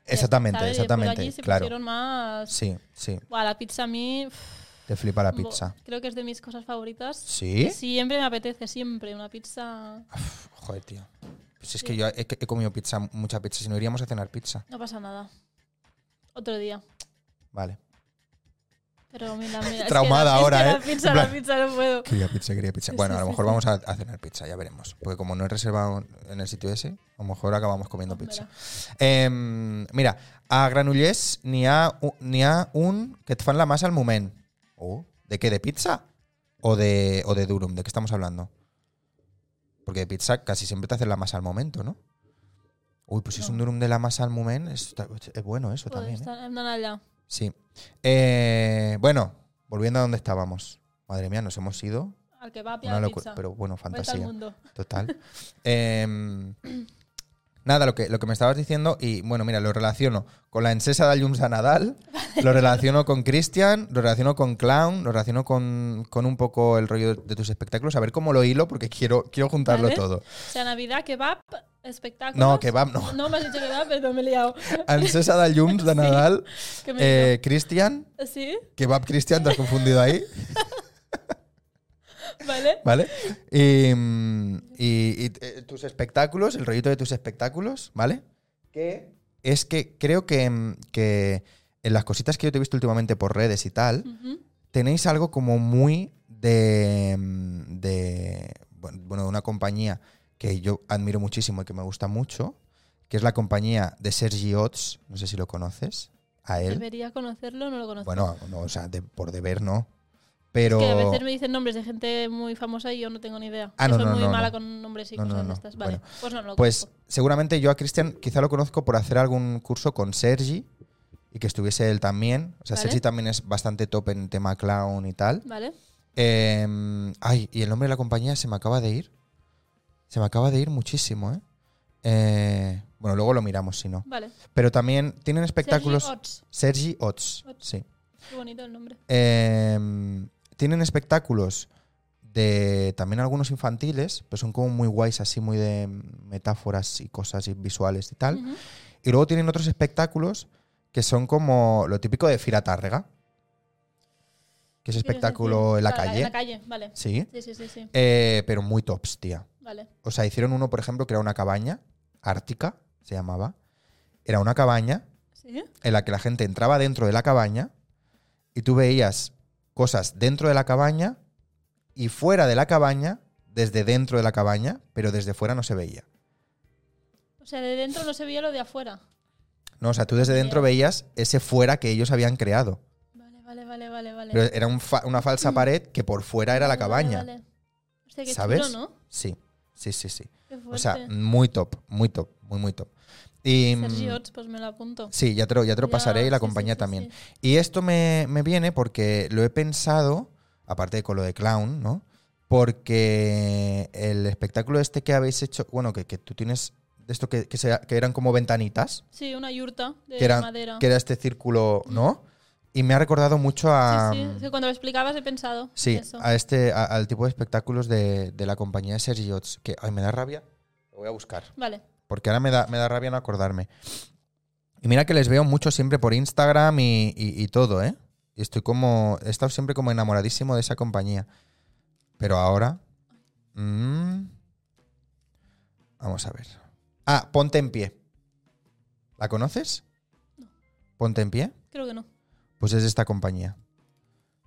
Exactamente, ¿sabes? Y después exactamente, allí se claro. pusieron más... Sí, sí. Buah, la pizza a mí... pff, Te flipa la bo- pizza. creo que es de mis cosas favoritas. ¿Sí? Siempre me apetece, siempre. Una pizza... Uf, joder, tío. Pues es que yo he, he comido pizza, mucha pizza. Si no iríamos a cenar pizza. No pasa nada. Otro día. Vale. Pero mira, mira, es que Traumada la- es que ahora, la ¿eh? pizza, En la plan- pizza no puedo. Quería pizza, quería pizza. Sí, Bueno, sí, a lo sí, mejor sí. vamos a, a cenar pizza, ya veremos. Porque como no he reservado en el sitio ese, a lo mejor acabamos comiendo pizza. Em, mira, a granullers ni a, ni a un que te fan la masa al moment. Oh, ¿De qué? ¿De pizza? ¿O de, ¿O de durum? ¿De qué estamos hablando? Porque de pizza casi siempre te hacen la masa al momento, ¿no? Uy, pues si es No. un durum de la masa al moment, es, es bueno eso Joder, también. ¿eh? está- andan allá. Sí. Eh, bueno, volviendo a donde estábamos. Madre mía, nos hemos ido. Al que va a Una pillar locura, pizza. pero bueno, Vuelta al fantasía. mundo. Total. Em, nada, lo que, lo que me estabas diciendo, y bueno, mira, lo relaciono con la encesa de Allums a Nadal, lo relaciono con Christian, lo relaciono con Clown, lo relaciono con, con un poco el rollo de tus espectáculos, a ver cómo lo hilo, porque quiero, quiero juntarlo Vale. todo. O sea, Navidad, kebab, espectáculo. No, que va, no. No me has dicho kebab, pero me he liado. Encesa de Allums de Nadal, Que me he eh, Christian, liado. ¿Sí? que va Christian, te has confundido ahí. ¿Vale? ¿Vale? Y, mm, y- y, eh, tus espectáculos, el rollito de tus espectáculos, ¿vale? Que es que creo que, mm, que en las cositas que yo te he visto últimamente por redes y tal, Ujú. tenéis algo como muy de, mm, de bueno, bueno, de una compañía que yo admiro muchísimo y que me gusta mucho, que es la compañía de Sergi Ots, no sé si lo conoces, a él. Debería conocerlo, no lo conozco. Bueno, no, o sea, de- por deber no, Es pero... que a veces me dicen nombres de gente muy famosa y yo no tengo ni idea. Ah, Yo no, soy no, muy no, mala no. con nombres y No, no, cosas no. de estas. Vale, Bueno, pues no, no lo Pues conozco. seguramente yo a Cristian quizá lo conozco por hacer algún curso con Sergi y que estuviese él también. O sea, Vale. Sergi también es bastante top en tema clown y tal. ¿Vale? Eh, ay, y el nombre de la compañía se me acaba de ir. Se me acaba de ir muchísimo, ¿eh? Eh, bueno, luego lo miramos si no. Vale. Pero también tienen espectáculos. Sergi Ots. Sergi Ots. Ots. Sí. Qué bonito el nombre. Eh, tienen espectáculos de también algunos infantiles, pero son como muy guays, así muy de metáforas y cosas y visuales y tal. Ujú. Y luego tienen otros espectáculos que son como lo típico de Firatárrega, que es ¿Qué quieres espectáculo decir? en la Vale, calle. En la calle, vale. Sí. Sí, sí, sí, sí. Eh, pero muy tops, tía. Vale. O sea, hicieron uno, por ejemplo, que era una cabaña, ártica se llamaba. Era una cabaña ¿Sí? en la que la gente entraba dentro de la cabaña y tú veías cosas dentro de la cabaña y fuera de la cabaña, desde dentro de la cabaña, pero desde fuera no se veía. O sea, de dentro no se veía lo de afuera. No, o sea, tú desde dentro veías ese fuera que ellos habían creado. Vale, vale, vale, vale, vale. Pero era un fa- una falsa pared que por fuera era la Vale, vale, cabaña. vale. Hostia, qué ¿Sabes? chulo, ¿no? Sí, sí, sí, sí. Qué fuerte. O sea, muy top, muy top, muy, muy top. Y, mm, Sergi Ots, pues me lo apunto. Sí, ya te lo, ya te lo Ya, pasaré y sí, la sí, compañía sí, también. sí. Y esto me, me viene porque lo he pensado, aparte de con lo de clown, ¿no? Porque el espectáculo este que habéis hecho, bueno, que, que tú tienes, de esto que, que, sea- que eran como ventanitas, Sí, una yurta de que, eran, madera. que era este círculo, ¿no? Y me ha recordado mucho a... sí, sí. Es que cuando lo explicabas he pensado. Sí, eso. a este, a- al tipo de espectáculos de, de la compañía de Sergi Ots, que ay, me da rabia, lo voy a buscar, Vale. porque ahora me da, me da rabia no acordarme. Y mira que les veo mucho siempre por Instagram y, y- y todo, ¿eh? Y estoy como, he estado siempre como enamoradísimo de esa compañía. Pero ahora... mm, vamos a ver. Ah, Ponte en Pie. ¿La conoces? Ponte en Pie Creo que no. pues es de esta compañía.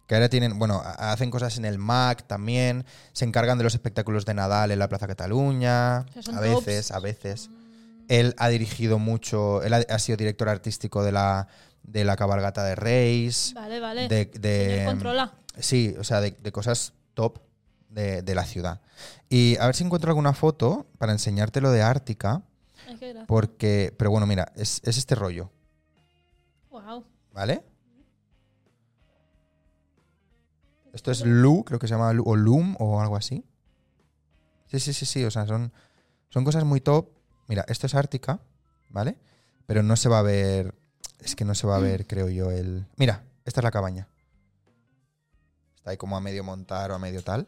Que ahora tienen, bueno, ha- hacen cosas en el MAC también, se encargan de los espectáculos de Nadal en la Plaza Cataluña, O sea, son a veces, tops. a veces. Mm, Él ha dirigido mucho, él ha, ha sido director artístico de la, de la cabalgata de Reis, Vale, vale. de, em, de- Señor controla. sí, o sea, de, de cosas top de, de la ciudad. Y a ver si encuentro alguna foto para enseñarte lo de Ártica, Ay, qué gracia. porque, pero bueno, mira, es, es este rollo, Guau. ¿vale? Esto es Lu, creo que se llama Lu, o Loom o algo así. Sí, sí, sí, sí. O sea, son, son cosas muy top. Mira, esto es Ártica, ¿vale? Pero no se va a ver. Es que no se va a ver, creo yo, el. Mira, esta es la cabaña. Está ahí como a medio montar o a medio tal.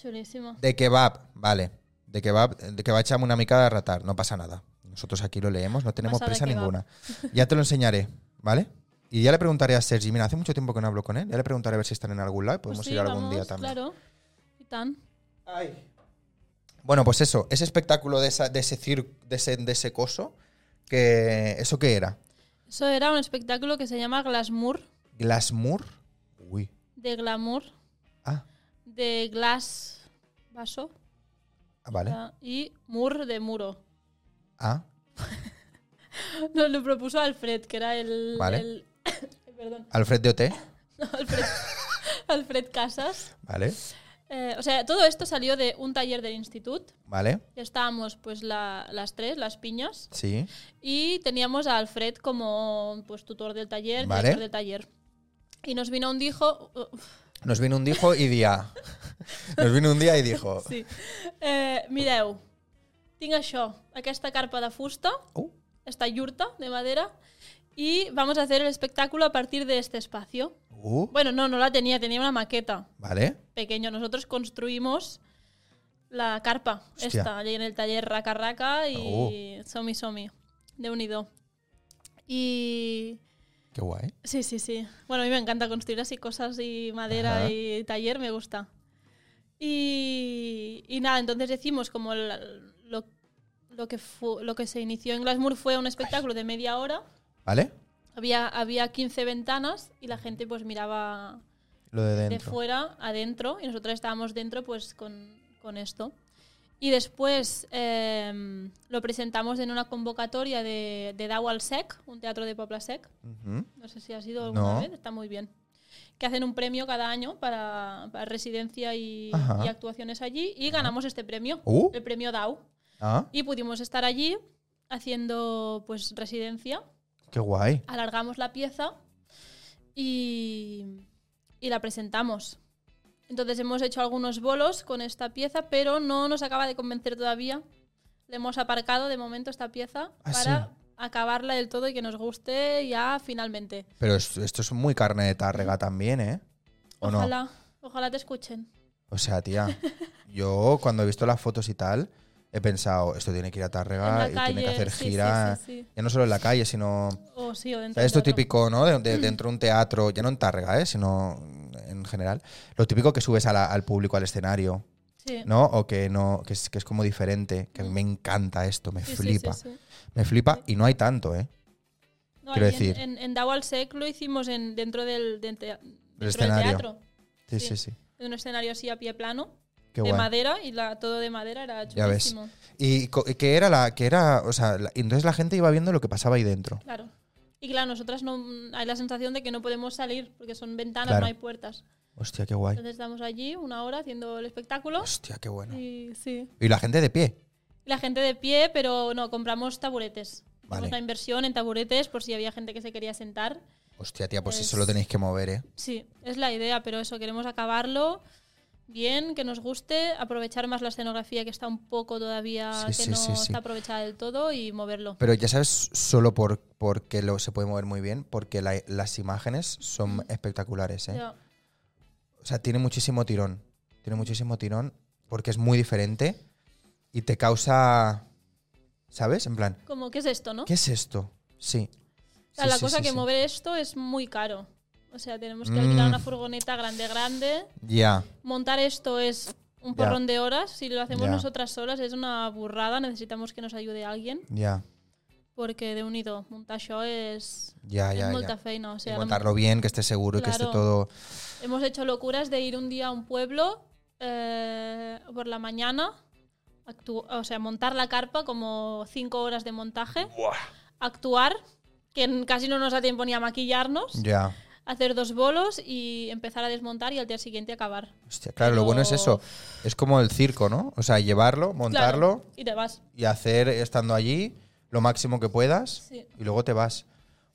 Chulísimo. De kebab, vale. De kebab, de kebab echamos una mica de ratar, no pasa nada. Nosotros aquí lo leemos, no tenemos Pasada prisa que va. ninguna. Ya te lo enseñaré, ¿vale? Y ya le preguntaré a Sergi, mira, hace mucho tiempo que no hablo con él, ya le preguntaré a ver si están en algún lado y Pues podemos sí, ir algún vamos, día también. Claro. Y tan. Bueno, pues eso, ese espectáculo de, esa- de ese circo, de ese, de ese coso, que, ¿eso qué era? Eso era un espectáculo que se llama Glassmoor, ¿Glasmur? Uy. de glamour, Ah, de glass, vaso, vale. ah, y mur de muro. Ah, Nos lo propuso Alfred, que era el... Vale. el- Ay, perdón, Alfred de OT, no, Alfred, Alfred Casas. ¿vale? Eh, o sea, todo esto salió de un taller del instituto. Vale, Estábamos pues la- las tres, las piñas, sí. y teníamos a Alfred como pues tutor del taller, Vale. director del taller. Y nos vino un dijo, uh, Nos vino un dijo y día. Nos vino un día y dijo. Sí. Eh, mireu, tinc això, aquesta carpa de fusta, "Uh, esta yurta de madera, y vamos a hacer el espectáculo a partir de este espacio. uh, Bueno, no, no la tenía, tenía una maqueta vale. pequeña. Nosotros construimos la carpa, Hostia. esta, allí en el taller Raca Raca y Oh. Somi Somi, de unido. Y... Qué guay. Sí, sí, sí. Bueno, a mí me encanta construir así cosas y madera Ajá. y taller, me gusta. Y, y nada, entonces decimos como el- lo, lo que fu- lo que se inició en Glassmoor fue un espectáculo de media hora. ¿Vale? Había, había 15 ventanas y la gente pues miraba Lo de de dentro. fuera adentro y nosotros estábamos dentro pues con, con esto. Y después em, lo presentamos en una convocatoria de, de Dau al Sec, un teatro de Pobla Sec. Ujú. No sé si ha sido alguna No. vez, está muy bien. Que hacen un premio cada año para, para residencia y, Ajá. y actuaciones allí y ganamos este premio, Uh. el premio DAO. Ah, Y pudimos estar allí haciendo pues residencia, qué guay. alargamos la pieza y, y la presentamos. Entonces hemos hecho algunos bolos con esta pieza, pero no nos acaba de convencer todavía. Le hemos aparcado de momento esta pieza Ah, para sí. acabarla del todo y que nos guste ya finalmente. Pero es- esto es muy carne de tárrega también, ¿eh? ¿O no? Ojalá, ojalá te escuchen. O sea, tía, yo cuando he visto las fotos y tal, he pensado, esto tiene que ir a tárrega en Ah, y la calle. tiene que hacer sí, gira. Sí, sí, sí. Ya no solo en la calle, sino. O sí, o o sea, dentro de Esto otro. típico, ¿no? De, de- dentro de un teatro, ya no en tárrega, ¿eh? Sino en general. Lo típico que subes a la- al público al escenario. Sí. ¿no? O que no, que es, que es como diferente, que a mí me encanta esto, me Sí, sí, sí, flipa. sí. Me flipa y no hay tanto, ¿eh? No, Quiero allí en- decir- En, en Dao al Sec lo hicimos en, dentro del, del tea- dentro escenario. del teatro. Sí, sí, Sí. sí. En un escenario así a pie plano, Qué de guay. madera, y la, todo de madera era Ya ves. chulísimo. Y co- y que era la, que era, o sea, la- y entonces la gente iba viendo lo que pasaba ahí dentro. Claro. Y claro, nosotras no, hay la sensación de que no podemos salir, porque son ventanas, Claro. no hay puertas. Hostia, qué guay. Entonces estamos allí una hora haciendo el espectáculo. Hostia, qué bueno. Y sí. Y la gente de pie. La gente de pie, pero no, compramos taburetes. Vale. Hicimos la inversión en taburetes por si había gente que se quería sentar. Hostia, tía, pues Pues- eso lo tenéis que mover, ¿eh? Sí, es la idea, pero eso, queremos acabarlo bien, que nos guste, aprovechar más la escenografía que está un poco todavía, Sí, que sí, no sí, sí. está aprovechada del todo y moverlo. Pero ya sabes, solo por porque lo se puede mover muy bien, porque la- las imágenes son espectaculares, ¿eh? Ya. O sea, tiene muchísimo tirón. Tiene muchísimo tirón porque es muy diferente y te causa. ¿Sabes? En plan, Como, ¿qué es esto, no? ¿qué es esto? Sí. O sea, Sí, la sí, cosa sí, que sí. mover esto es muy caro. O sea, tenemos que alquilar Mm. una furgoneta grande, grande. Ya. Montar esto es Ya. un porrón de horas. Si lo hacemos Ya. nosotras solas es una burrada. Necesitamos que nos ayude alguien. Ya, Porque de unido, muntar això és... Ah, ya, és ya. molta ya. feina. O Y sea, la- montarlo bien, que esté seguro y que esté Claro. todo. Hemos hecho locuras de ir un día a un pueblo eh, por la mañana, actu- o sea, montar la carpa como cinco horas de montaje, actuar, que n- casi no nos da tiempo ni a maquillarnos, Ya. hacer dos bolos y empezar a desmontar y al día siguiente acabar. Hostia, claro, lo bueno es Pero- eso. Es como el circo, ¿no? O sea, llevarlo, montarlo Claro, y te vas. y hacer estando allí lo máximo que puedas Sí. y luego te vas.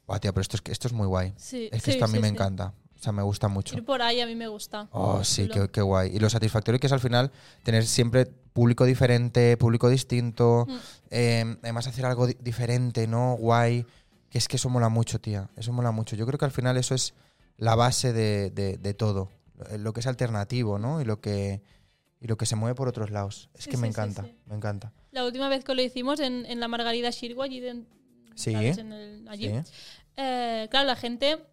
Buah, tía, pero esto es, que- esto es muy guay. Sí, es que sí, esto a mí sí, me sí. encanta. O sea, me gusta mucho. Ir por ahí a mí me gusta. Oh, sí, Chulo. qué, qué guay. Y lo satisfactorio que es al final tener siempre público diferente, público distinto, Mm. eh, además hacer algo di- diferente, ¿no? Guay. Que es que eso mola mucho, tía. Eso mola mucho. Yo creo que al final eso es la base de, de- de todo. Eh, Lo que es alternativo, ¿no? Y lo que, y y lo que se mueve por otros lados. Es Sí, que me sí, sí, encanta, sí. me encanta. La última vez que lo hicimos en, en la Margarida Shirgo, allí, de- Sí, ¿sabes? En el- allí. sí. Eh, claro, la gente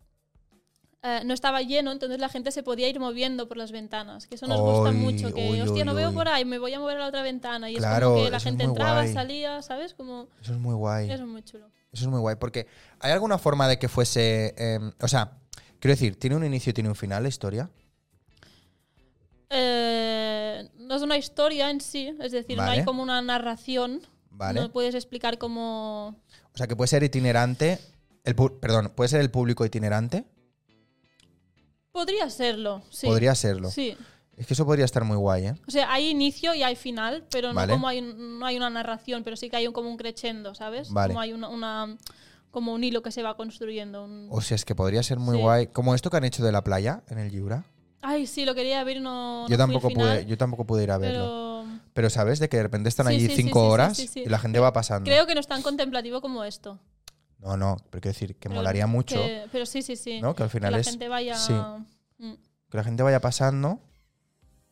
eh, no estaba lleno, entonces la gente se podía ir moviendo por las ventanas, que eso nos gusta Oy, mucho, que uy, hostia, uy, no veo uy. por ahí, me voy a mover a la otra ventana. Y Claro, es como que la eso es gente muy entraba, guay. salía, ¿sabes? Como Eso es muy guay. eso es muy chulo. Eso es muy guay, porque ¿hay alguna forma de que fuese... eh, o sea, quiero decir, ¿tiene un inicio y tiene un final la historia? Eh, no es una historia en sí, es decir, no Vale. hay como una narración. Vale. No puedes explicar cómo. O sea, que puede ser itinerante... El, pu- perdón, ¿puede ser el público itinerante? Podría serlo, sí. Podría serlo. Sí. Es que eso podría estar muy guay, ¿eh? O sea, hay inicio y hay final, pero Vale. no como hay, un- no hay una narración, pero sí que hay un, como un crescendo, ¿sabes? Vale. Como hay una, una- como un hilo que se va construyendo. un- O sea, es que podría ser muy Sí. guay. Como esto que han hecho de la playa en el Yura. Ay, sí, lo quería ver y no. yo, no fui al tampoco pude, final, yo tampoco pude ir a verlo. Pero Pero sabes, de que de repente están Sí, allí sí, sí, cinco sí, sí, horas sí, sí. y la gente va pasando. creo que no es tan contemplativo como esto. No, no, pero quiero decir que Pero molaría mucho que- pero sí, sí, sí. ¿no? que al que final la es gente vaya. sí. Mm. que la gente vaya pasando.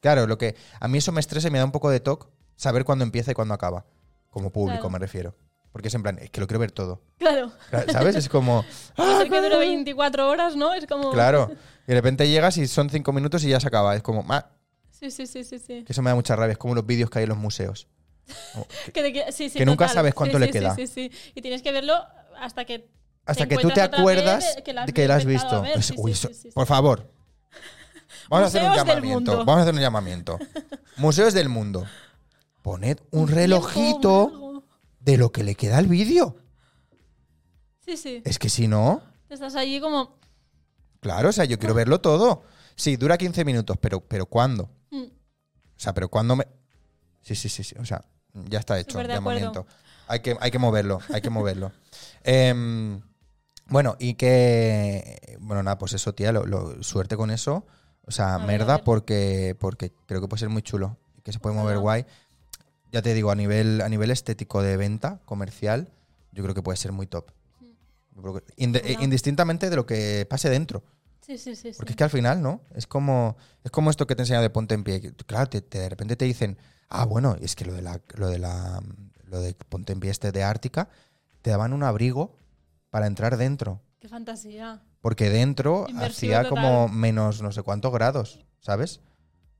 Claro, lo que a mí eso me estresa y me da un poco de toque saber cuándo empieza y cuándo acaba. Como público Claro. me refiero. Porque es en plan, es que lo quiero ver todo. Claro. Claro, ¿Sabes? Es como, A no ser que dure 24 horas, ¿no? Es como. Ah, claro. Y de repente llegas y son cinco minutos y ya se acaba. Es como, "Ah", Sí, sí, sí, sí. sí. que eso me da mucha rabia. Es como los vídeos que hay en los museos. Como, Que, te que- sí, sí, que nunca total. sabes cuánto Sí, le sí, queda. Sí, sí, sí. Y tienes que verlo hasta que. Hasta Te que tú te encuentras otra vez acuerdas que la has de que la has empezado visto. a ver, Es- sí, uy, sí, eso- sí, sí, sí. Por favor. Vamos a hacer un Museos del llamamiento. mundo. Vamos a hacer un llamamiento. Museos del mundo. Poned un relojito Tiempo, algo. de lo que le queda al vídeo. Sí, sí. Es que si no, Estás allí como. claro, o sea, yo quiero verlo todo. Sí, dura 15 minutos, pero, pero ¿cuándo? O mm, sea, pero ¿cuándo me...? Sí, sí, sí, sí, o sea, ya está hecho, Súper de llamamiento. acuerdo. Hay que, hay que moverlo, hay que moverlo. Em, bueno, y que... Bueno, nada, pues eso, tía, lo- lo- suerte con eso. O sea, A ver, a merda, ver. porque, porque creo que puede ser muy chulo, y que se puede mover Ojalá. guay. Ya te digo, a nivel, a nivel estético de venta, comercial, yo creo que puede ser muy top. Mm. Yo creo que- inde- Ojalá. Indistintamente de lo que pase dentro. Sí, sí, sí. sí. Porque es que al final, ¿no? Es como, es como esto que te enseña de ponte en pie. que, Claro, te- te- de repente te dicen, ah, bueno, es que lo de la, lo de la lo de ponte en pie este de Ártica, te daban un abrigo para entrar dentro. Qué fantasía. Porque dentro Inversión hacía total. como menos no sé cuántos grados, ¿sabes?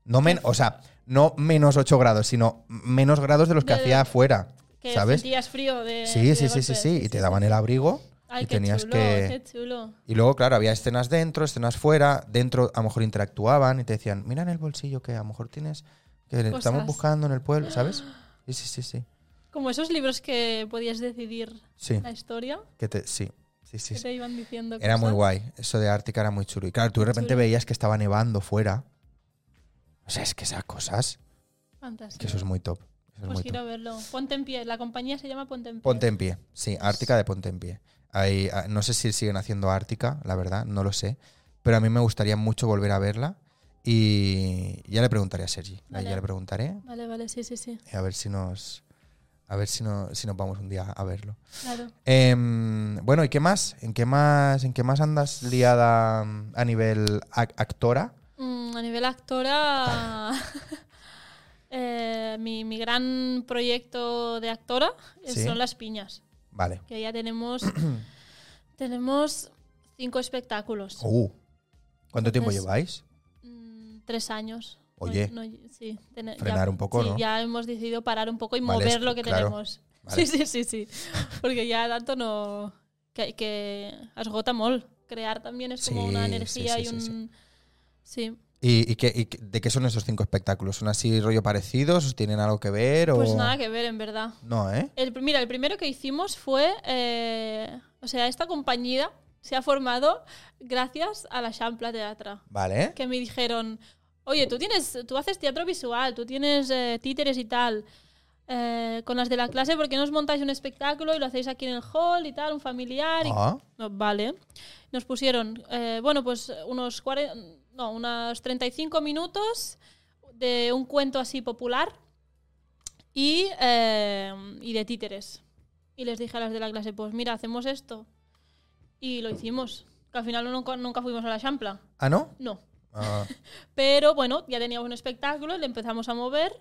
No men o sea, no menos 8 grados, sino menos grados de los que De- hacía afuera, Que ¿sabes? sentías frío de. Sí, sí, sí, sí, sí. Y te daban el abrigo Ay, y qué tenías chulo, que... qué chulo. Y luego, claro, había escenas dentro, escenas fuera. Dentro, a lo mejor interactuaban y te decían, mira en el bolsillo que a lo mejor tienes, que le estamos Cosas. buscando en el pueblo, ¿sabes? Sí, sí, sí, sí. Como esos libros que podías decidir Sí, la historia, que te, sí, sí, sí. que sí. te iban diciendo Era muy cosas. guay. Eso de Ártica era muy chulo. Y claro, tú de repente Chulo. veías que estaba nevando fuera. O sea, es que esas cosas, Fantasía. que eso es muy top. Eso es Pues muy quiero top. verlo. Ponte en pie. La compañía se llama Ponte en pie. Ponte en pie, sí, Ártica de Ponte en pie. Ahí, ah, no sé si siguen haciendo Ártica, la verdad, no lo sé. Pero a mí me gustaría mucho volver a verla. Y ya le preguntaré a Sergi. Vale. Ya le preguntaré. eh, Vale, vale, sí, sí, sí. A ver si nos. A ver si, no, si nos vamos un día a verlo. Claro. Em, bueno, ¿y qué más? ¿En qué más, en qué más andas liada mm, a nivel ac- actora? Mm, a nivel actora, eh, mi, mi gran proyecto de actora es- Sí. son las piñas, Vale. que ya tenemos, tenemos cinco espectáculos, Uh, ¿Cuánto tiempo Entonces, lleváis? Mm, tres años. No- Oye. no- sí, tene- Frenar ya, un poco, sí, ¿no? ya hemos decidido parar un poco y Vale, es- mover lo que claro. tenemos. Vale. Sí, sí, sí, sí. Porque ya tanto no... Que, que esgota molt. Crear también es como Sí, una sí, energía sí, y sí, un... sí. sí. ¿Y, y qué- y qué- de qué son esos cinco espectáculos? ¿Son así rollo parecidos? ¿Tienen algo que ver? O... Pues nada que ver, en verdad. No, ¿eh? El, pr- mira, el primero que hicimos fue. eh, o sea, esta compañía se ha formado gracias a la Champla Teatra. Vale. Que me dijeron: Oye, tú, tienes, tú haces teatro visual, tú tienes eh, títeres y tal. eh, con las de la clase, ¿por qué no os montáis un espectáculo y lo hacéis aquí en el hall y tal, un familiar? y- Ah, No, vale. Nos pusieron, eh, bueno, pues unos, 40, no, unos 35 minutos de un cuento así popular y, eh, y de títeres. Y les dije a las de la clase, pues mira, hacemos esto. Y lo hicimos. Que al final nunca, nunca fuimos a la champla. ¿Ah, no? No. Ah, Pero bueno, ya teníamos un espectáculo, le empezamos a mover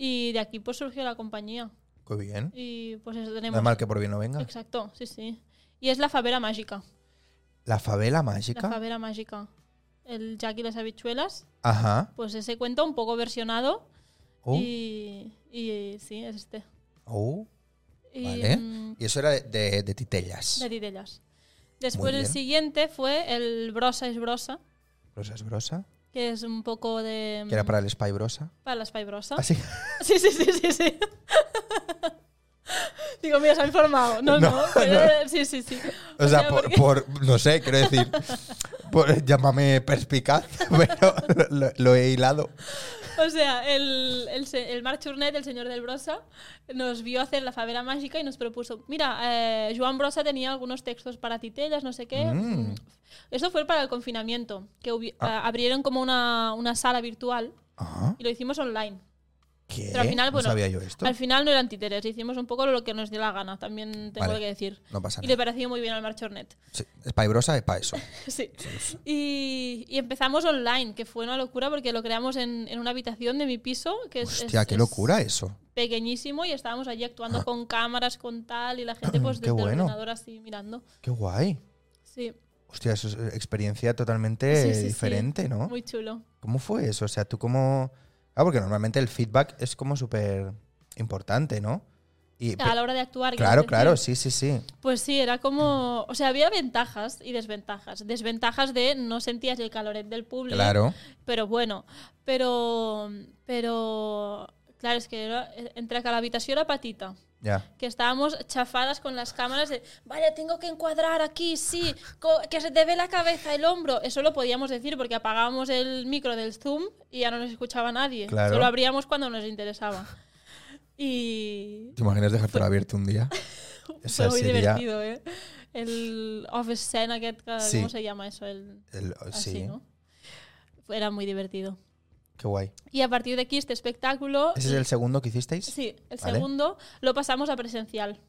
y de aquí pues surgió la compañía. qué bien. Y pues eso No tenemos. es mal que por bien no venga. Exacto, sí, sí. Y es la favela mágica. La favela La mágica. favela mágica. El Jack y las habichuelas, Ajá. pues ese cuento un poco versionado. Oh, Y, y sí, es este. oh. Y, Vale. mm, Y eso era de, de- de titellas. de titellas. Después el bien. siguiente fue el Brosa es Brosa, Brosa es brosa. que es un poco de... Que era Ah, mm, para el Spy Brosa. para las fibrosa. Así. Sí, sí, sí, sí, sí. Digo, mira, se ha informado. No, No, no. no. pero- Sí, sí, sí. O sea, sea, por, porque- por- no sé, quiero decir, por- llámame perspicaz, pero lo, lo he hilado. O sea, el, el, se- el Marc Churnet, el señor del Brosa, nos vio hacer la favela mágica y nos propuso, mira, eh, Joan Brosa tenía algunos textos para titellas, no sé qué. Mm. Eso fue para el confinamiento, que hubi- eh, abrieron como una, una sala virtual Ah, y lo hicimos online. ¿Qué? Pero al final, no bueno, sabía yo esto. Al final no eran títeres, hicimos un poco lo que nos dio la gana, también tengo Vale. que decir. No pasa Y le nada. pareció muy bien al Marc Churnet. Sí, Spy Brosa es para eso. Sí. Y, y empezamos online, que fue una locura porque lo creamos en, en una habitación de mi piso, que es, Hostia, es- qué es locura eso. pequeñísimo y estábamos allí actuando Ah. con cámaras, con tal, y la gente pues Qué desde el bueno. ordenador así mirando. Qué guay. Sí, Hostia, eso es eh, experiencia totalmente Sí, eh, sí, sí. diferente, ¿no? muy chulo. ¿Cómo fue eso? O sea, tú cómo... Ah, porque normalmente el feedback es como súper importante, ¿no? Y, A la hora de actuar. quiero claro, decir. claro, sí, sí, sí. Pues sí, era como... O sea, había ventajas y desventajas. Desventajas de no sentías el caloret del público. Claro. Pero bueno, pero... Pero... Claro, es que era, eh, entre que la habitación era patita. Ya. que estábamos chafadas con las cámaras de, vaya, tengo que encuadrar aquí, sí, co- que se te ve la cabeza, el hombro. Eso lo podíamos decir porque apagábamos el micro del Zoom y ya no nos escuchaba nadie. Claro. Solo abríamos cuando nos interesaba. Y ¿Te imaginas dejártelo abierto un día? O sea, fue muy sería- divertido, ¿eh? El off-scene, aquest, que- Sí. ¿cómo se llama eso? El, El- oh, así, sí, ¿no? Era muy divertido. qué guay. Y a partir de aquí, este espectáculo... ¿Ese es el segundo que hicisteis? Sí, el Vale. Ah. segundo lo pasamos a presencial.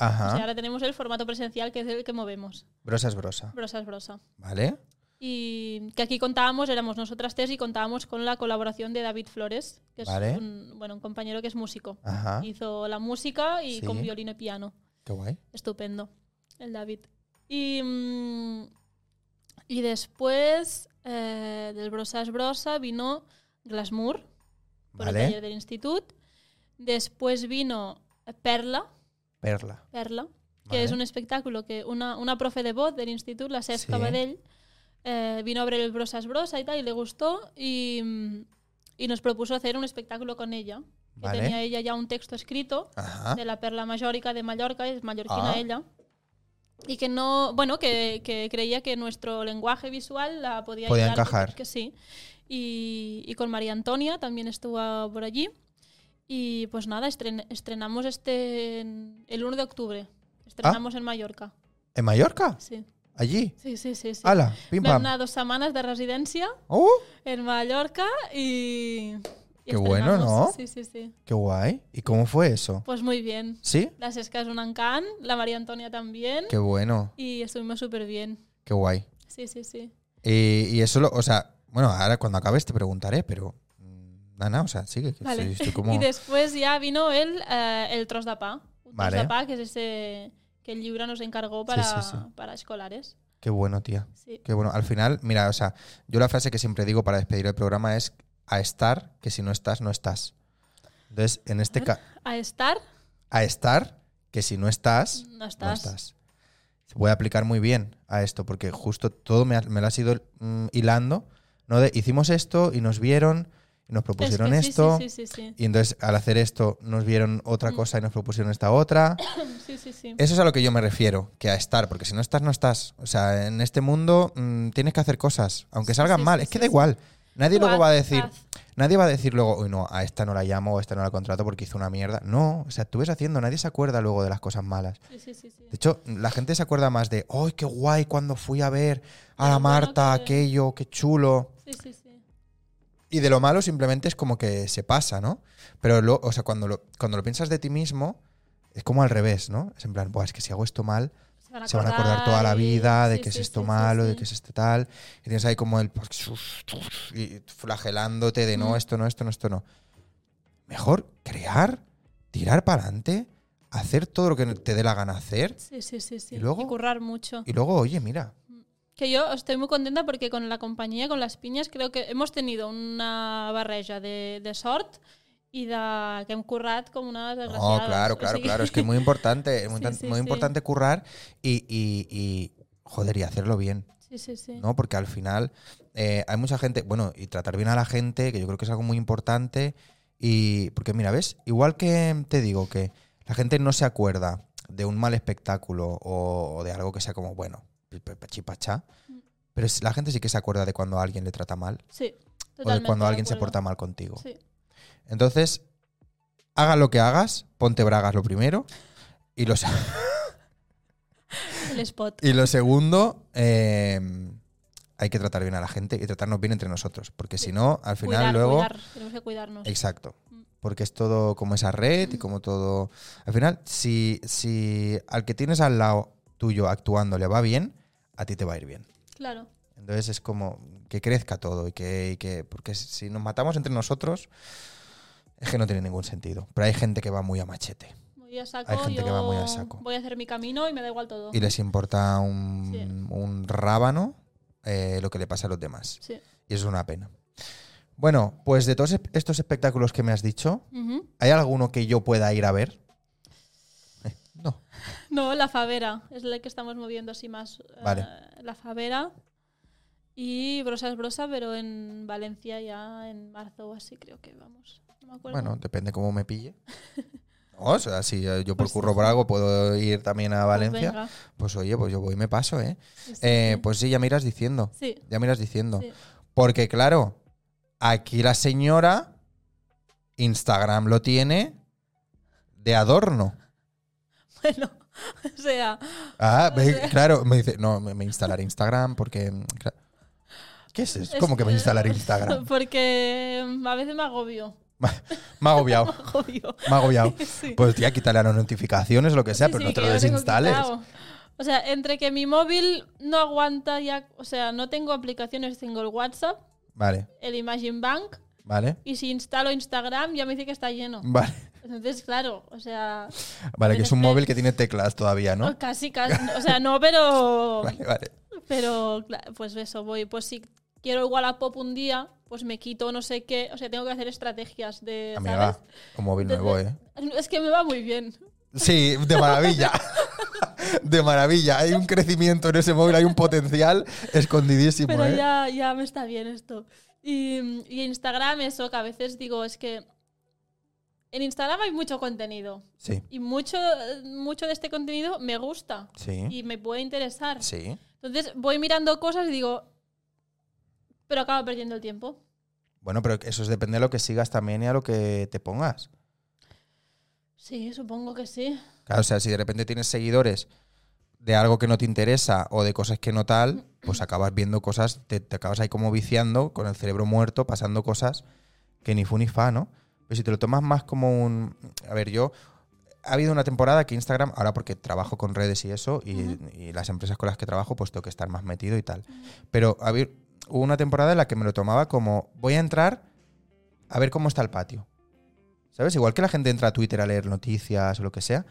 O Ajá. sea, ahora tenemos el formato presencial que es el que movemos. brosa es brosa. Brosa es brosa. ¿Vale? Y que aquí contábamos, éramos nosotras tres y contábamos con la colaboración de David Flores, que Vale. es un, bueno, un compañero que es músico. Ajá. Hizo la música y Sí. con violín y piano. Qué guay. Estupendo, el David. Y, mm, y después eh, del Brosas Brosa vino Glasmur, por el taller Vale. del instituto. Después vino Perla, Perla. Perla, que Vale. es un espectáculo que una, una profe de voz del instituto, la Sef Sí. Cabadell, eh, vino a ver el Brosas Brosa y tal, y le gustó, y, mm, y nos propuso hacer un espectáculo con ella. Que Vale. tenía ella ya un texto escrito Ajá. de la perla mayórica de Mallorca, es mallorquina Ah. ella. Y que no, bueno, que, que creía que nuestro lenguaje visual la podía, Podía ayudar, encajar. Que sí. Y, y con María Antonia también estuvo por allí. Y pues nada, estren- estrenamos este en- el 1 de octubre. Ah. Estrenamos en Mallorca. ¿En Mallorca? Sí, ¿Allí? sí, sí, sí. sí. ¡Hala! ¡Pim Vam pam! anar dos semanas de residencia ¡Oh! en Mallorca y... y Qué bueno, estrenamos. ¿no? Sí, sí, sí. ¡Qué guay! ¿Y cómo fue eso? Pues muy bien. ¿Sí? Las Escas un encant, la María Antonia también. ¡Qué bueno! Y estuvimos súper bien. ¡Qué guay! Sí, sí, sí. Y, y eso, lo, o sea, bueno, ahora cuando acabes te preguntaré, pero. mm, Nada, nada, o sea, sigue. que Vale. estoy- estoy como- I després ja vino el, eh, el tros de pa. Un Vale. tros de pa, que es ese que el llibre nos encargó para, sí, sí. para escolares. Qué bueno, tía. Sí. Qué bueno. Al final, mira, o sea, yo la frase que siempre digo para despedir el programa es a estar, que si no estás, no estás. Entonces, en este caso, A estar, a estar, que si no estás, no estás. no estás. Se puede aplicar muy bien a esto, porque justo todo me, ha- me lo has ido mm, hilando, ¿no? De, hicimos esto y nos vieron, y nos Es que propusieron sí, esto, Sí, sí, sí. y entonces al hacer esto nos vieron otra Mm. cosa y nos propusieron esta otra. Sí, sí, sí. Eso es a lo que yo me refiero, que a estar, porque si no estás, no estás. O sea, en este mundo mm, tienes que hacer cosas, aunque Sí, salgan sí, mal, sí, es que sí, da sí. igual. Nadie Tú luego va a haz, decir, haz. nadie va a decir luego, uy, no, a esta no la llamo, a esta no la contrato porque hizo una mierda. No, o sea, tú ves haciendo, nadie se acuerda luego de las cosas malas. Sí, sí, sí, sí. De hecho, la gente se acuerda más de, ¡ay, qué guay cuando fui a ver a De la lo bueno Marta, que- aquello, qué chulo! Sí, sí, sí. Y de lo malo simplemente es como que se pasa, ¿no? Pero, lo, o sea, cuando lo, cuando lo piensas de ti mismo, es como al revés, ¿no? Es en plan, Buah, es que si hago esto mal, Se van a se van a acordar toda la vida de que es esto malo, de que es este tal. Y tienes ahí como el. "Pues, y flagelándote de Mm. no, esto no, esto no, esto no. Mejor crear, tirar para adelante, hacer todo lo que te dé la gana hacer. Sí, sí, sí, sí. ¿Y luego? currar mucho. Y luego, oye, mira, Que yo estoy muy contenta porque con la compañía, con las piñas, creo que hemos tenido una barreja de, de sort i de que hem currat com una desgraciada. No, Oh, claro, claro, claro. Es que es muy importante, es muy, Sí, tan- sí, muy sí. importante currar y, y- y, joder, y hacerlo bien, Sí, sí, sí. ¿no? Porque al final eh, hay mucha gente, bueno, y tratar bien a la gente, que yo creo que es algo muy importante. Y porque mira, ves, igual que te digo que la gente no se acuerda de un mal espectáculo o, o de algo que sea como bueno, pi- pi- pachi, pachá, Mm. pero es- la gente sí que se acuerda de cuando alguien le trata mal Sí, o de totalmente. cuando de alguien se acuerdo. porta mal contigo. Sí, Entonces, haga lo que hagas, ponte bragas lo primero. Y lo, se- el spot. y lo segundo, eh, hay que tratar bien a la gente y tratarnos bien entre nosotros. Porque si no, al final cuidar, luego. cuidar. Tenemos que cuidarnos. Exacto. Mm. Porque es todo como esa red y como todo. Al final, si, si al que tienes al lado tuyo actuando le va bien, a ti te va a ir bien. Claro. Entonces es como que crezca todo y que, y que. Porque si nos matamos entre nosotros, es que no tiene ningún sentido. Pero hay gente que va muy a machete. Voy a saco, Hay gente yo que va muy a saco. Voy a hacer mi camino y me da igual todo. y les importa un, Sí. un rábano eh, lo que le pasa a los demás. Sí. Y eso es una pena. Bueno, pues de todos esp- estos espectáculos que me has dicho, Ujú. ¿hay alguno que yo pueda ir a ver? Eh, no. No, la favera. Es la que estamos moviendo así más. eh, Vale. la favera. Y Brosa es Brosa, pero en Valencia ya en marzo o así creo que vamos. No me acuerdo. Bueno, depende cómo me pille. No, o sea, si eh, yo por Pues curro por algo puedo ir también a Pues Valencia, pues, venga. oye, pues yo voy y me paso, ¿eh? Sí, sí, Eh, sí. Pues sí, ya me irás diciendo. Sí, Ya me irás diciendo. sí. Porque claro, aquí la señora Instagram lo tiene de adorno. Bueno, o sea, Ah, ve- claro, me dice, no, me, me instalaré Instagram porque... mm, cla- ¿Qué es eso? ¿Cómo que me Este- instalaré Instagram? porque mm, a veces me agobio. Me ha agobiado, Me agobio. me ha agobiado. Sí. Pues tía, quítale las notificaciones o lo que sea, Sí, pero sí, no te que lo yo tengo desinstales. quitado. O sea, entre que mi móvil no aguanta ya, o sea, no tengo aplicaciones, tengo el WhatsApp, Vale, el Imagine Bank, vale, y si instalo Instagram ya me dice que está lleno. vale. Entonces, claro, o sea, Vale, que es un Entonces, móvil que tiene teclas todavía, ¿no? casi, casi, o sea, no, pero, Vale, vale. pero, cla- pues eso, voy, pues si quiero igual a pop un día, pues me quito no sé qué, o sea, tengo que hacer estrategias de, ¿sabes? Amiga, un móvil nuevo, ¿eh? Es que me va muy bien. Sí, de maravilla. De maravilla. Hay un crecimiento en ese móvil, hay un potencial escondidísimo, Pero ¿eh? ya, ya me está bien esto. Y, y Instagram, eso que a veces digo, es que en Instagram hay mucho contenido. Sí, Y mucho, mucho de este contenido me gusta. sí, Y me puede interesar. sí. Entonces voy mirando cosas y digo, pero acabo perdiendo el tiempo. Bueno, pero eso es depende de lo que sigas también y a lo que te pongas. Sí, supongo que sí. Claro, o sea, si de repente tienes seguidores de algo que no te interesa o de cosas que no tal, pues acabas viendo cosas, te, te acabas ahí como viciando, con el cerebro muerto, pasando cosas que ni fu ni fa, ¿no? Pero si te lo tomas más como un... A ver, yo... Ha habido una temporada que Instagram, ahora porque trabajo con redes y eso, y, Ujú. y las empresas con las que trabajo, pues tengo que estar más metido y tal. Pero a ver, hubo una temporada en la que me lo tomaba como, voy a entrar a ver cómo está el patio. ¿Sabes? Igual que la gente entra a Twitter a leer noticias o lo que sea,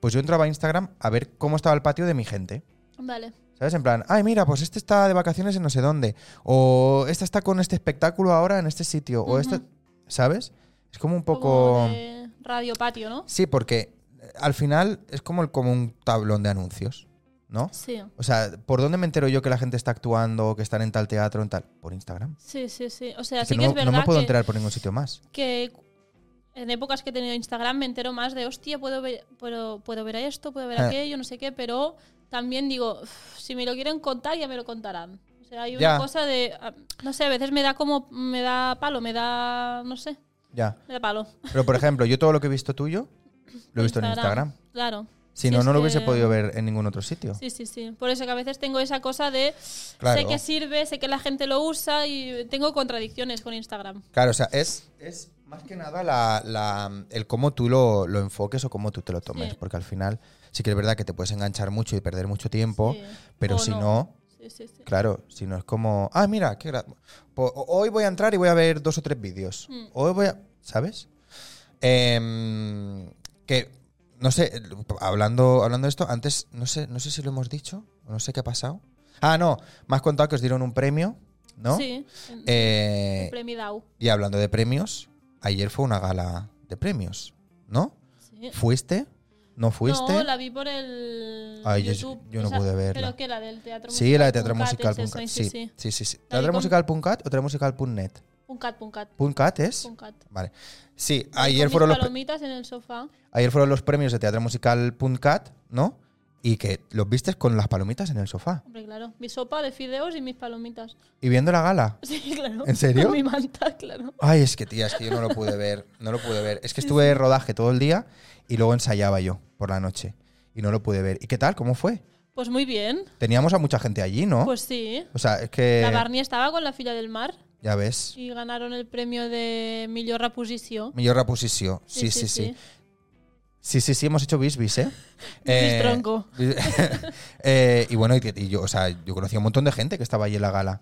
pues yo entraba a Instagram a ver cómo estaba el patio de mi gente. Vale. ¿Sabes? En plan, ay, mira, pues este está de vacaciones en no sé dónde. O esta está con este espectáculo ahora en este sitio. O esta. Ujú. ¿Sabes? Es como un Como poco. de radio patio, ¿no? Sí, porque eh, al final es como, el- como un tablón de anuncios, ¿no? Sí. O sea, ¿por dónde me entero yo que la gente está actuando, que están en tal teatro, en tal? Por Instagram. Sí, sí, sí. O sea, Es sí que que, no, es me- verdad no me puedo que, enterar por ningún sitio más. que en épocas que he tenido Instagram me entero más de, hostia, puedo ver, puedo, puedo ver esto, puedo ver Ah. aquello, no sé qué, pero también digo, "Uf, si me lo quieren contar, ya me lo contarán. O sea, hay Ya. una cosa de, ah, no sé, a veces me da como, me da palo, me da, no sé, Ya. me da palo. Pero por ejemplo, yo todo lo que he visto tuyo, lo he visto en Instagram. Claro. Si Sí, no, es no lo hubiese que- podido ver en ningún otro sitio. Sí, sí, sí. Por eso que a veces tengo esa cosa de, sé Claro. que sirve, sé que la gente lo usa y tengo contradicciones con Instagram. Claro, o sea, es, es Más que nada la- la- el cómo tú lo, lo enfoques o cómo tú te lo tomes, Sí. porque al final sí que es verdad que te puedes enganchar mucho y perder mucho tiempo, Sí. pero O si no. Sí, sí, sí. claro, si no es como, ah, mira, qué gra- po- hoy voy a entrar y voy a ver dos o tres vídeos. Mm. Hoy voy a, ¿sabes? Em, que no sé, hablando hablando de esto, antes no sé, no sé si lo hemos dicho, no sé qué ha pasado. Ah, no, me has contado que os dieron un premio, ¿no? Sí. en- Eh, en Premi Dau. y hablando de premios, ayer fue una gala de premios, ¿no? Sí. ¿Fuiste? ¿No fuiste? No, la vi por el Ay, yo- YouTube. yo no pude verla. Pero que la del teatro sí, la de teatro Puncat, musical es esa, Puncat. Sí, Sí, sí. sí, sí. sí. La vi ¿Teatro con- musical Puncat o teatro musical Punnet? Puncat, puncat, Puncat es. puncat. Vale. Sí, Con ayer mis fueron, los, pre- palomitas en el sofá. ayer fueron los premios de teatro musical Puncat, ¿no? Y que los viste con las palomitas en el sofá. Hombre, claro. Mi sopa de fideos y mis palomitas. Y viendo la gala. Sí, claro. ¿En serio? Con mi manta, claro. Ay, es que tía, es que yo no lo pude ver. No lo pude ver. Es que estuve de rodaje todo el día y luego ensayaba yo por la noche. Y no lo pude ver. ¿Y qué tal? ¿Cómo fue? Pues muy bien. Teníamos a mucha gente allí, ¿no? Eh. Pues sí. o sea, es que. La Barney estaba con la filla del mar Ya ves. y ganaron el premio de millor reposició. Millor reposició. Sí, sí, sí. Sí, sí, sí, hemos hecho bisbis, ¿eh? Eh, tronco. bis- eh, y bueno, y, y yo, o sea, yo conocí a un montón de gente que estaba allí en la gala.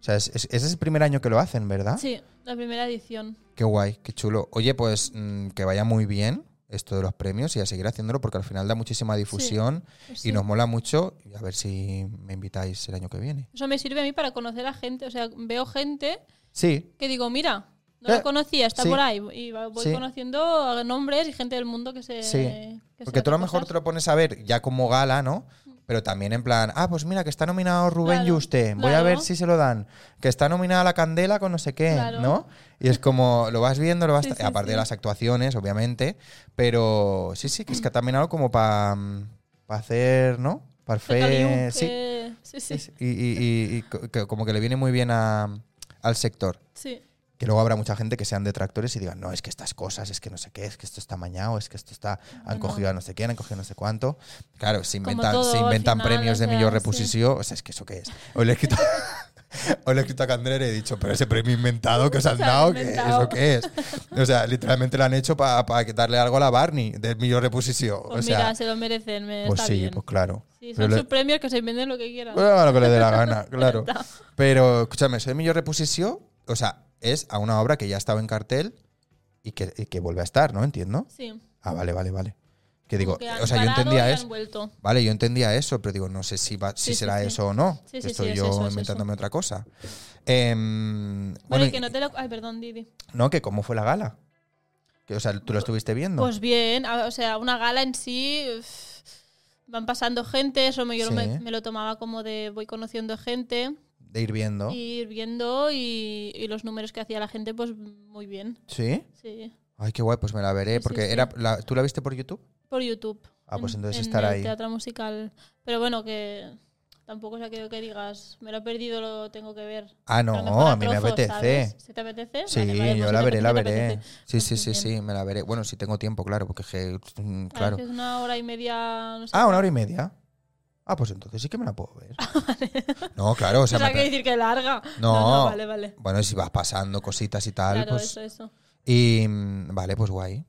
O sea, es, es- ese es el primer año que lo hacen, ¿verdad? Sí, la primera edición. Qué guay, qué chulo. Oye, pues mm, que vaya muy bien esto de los premios y a seguir haciéndolo porque al final da muchísima difusión Pues y sí. nos mola mucho. Y a ver si me invitáis el año que viene. Eso me sirve a mí para conocer a gente. O sea, veo gente Sí, que digo, mira, no Eh, la conocía, está sí. por ahí. Y va- voy Sí. conociendo nombres y gente del mundo que se. Sí. que Porque se tú a lo hace mejor te cosas. Mm. lo pones a ver ya como gala, ¿no? Pero también en plan, ah, pues mira que está nominado Rubén Claro, Yuste, voy a ver claro. si se lo dan. Que está nominada La Candela con no sé qué, Claro. ¿no? Y es como, lo vas viendo, lo vas... Sí, tra- sí, aparte de sí. las actuaciones, obviamente, pero sí, sí, que es que también algo como para hacer, ¿no? Para Recaliú, hacer... Sí, que- sí, sí, sí, sí. Y, y- y- y co- que como que le viene muy bien a- al sector. sí. Que luego habrá mucha gente que sean detractores y digan, no, es que estas cosas, es que no sé qué, es que esto está mañado, es que esto está. Han Bueno. cogido a no sé quién, han cogido a no sé cuánto. Claro, se Como inventan, todo, se al inventan final, premios o de sea, millor sí. reposición. O sea, es que eso qué es. Hoy le he escrito, hoy le he escrito a Candela y he dicho, pero ese premio inventado que os han Se han dado, ¿qué- inventado. ¿eso qué es? O sea, literalmente lo han hecho para quitarle algo a la Barney del millor reposición. Pues o sea, mira, se lo merecen, me pues está sí, bien. pues claro. Sí, Pero son le- sus premios que se inventen lo que quieran. bueno, haga lo que le dé la gana, claro. Ya está. Pero, escúchame, soy millor reposició, o sea, es a una obra que ya estaba en cartel y que, y que vuelve a estar, ¿no? Entiendo. Sí. Ah, vale, vale, vale. Que digo, Como que han o sea, yo parado entendía y eso. Han vuelto. Vale, yo entendía eso, pero digo, no sé si, va, si Sí, sí, será sí. eso o no. Sí, sí, Estoy sí, es yo eso, es inventándome otra cosa. Em, Bueno, bueno, y que no te lo... Ay, perdón, Didi. no, que cómo fue la gala. Que, o sea, tú lo estuviste viendo. Pues bien, a- o sea, una gala en sí... uf, van pasando gente, eso me, yo Sí. me, me lo tomaba como de voy conociendo gente, de ir viendo. y ir viendo y, y los números que hacía la gente, pues muy bien. ¿Sí? Sí. Ay, qué guay, pues me la veré, Sí, sí, porque sí. era la- ¿tú la viste por YouTube? Por YouTube. Ah, pues en- entonces en estará el ahí. Teatro musical. Pero bueno, que tampoco es aquello que digas, me lo he perdido, lo tengo que ver. Ah, no, lo mejor a mí me trozos, apetece. ¿sabes? ¿Se te apetece? Sí, Vale, vale, pues yo si la te veré, la apetece, te veré. apetece. Sí, sí, Pues sí, muy bien. sí, me la veré. Bueno, si tengo tiempo, claro, porque es que, mm, A ver, claro. que es una hora y media, no sé. Ah, una hora y media. Ah, pues entonces sí que me la puedo ver. No, claro, o Ah, o sea, sea, me que tra- decir que larga. No. vale, vale. bueno, y si vas pasando cositas y tal, Claro, pues eso, eso. y mm, vale, pues guay.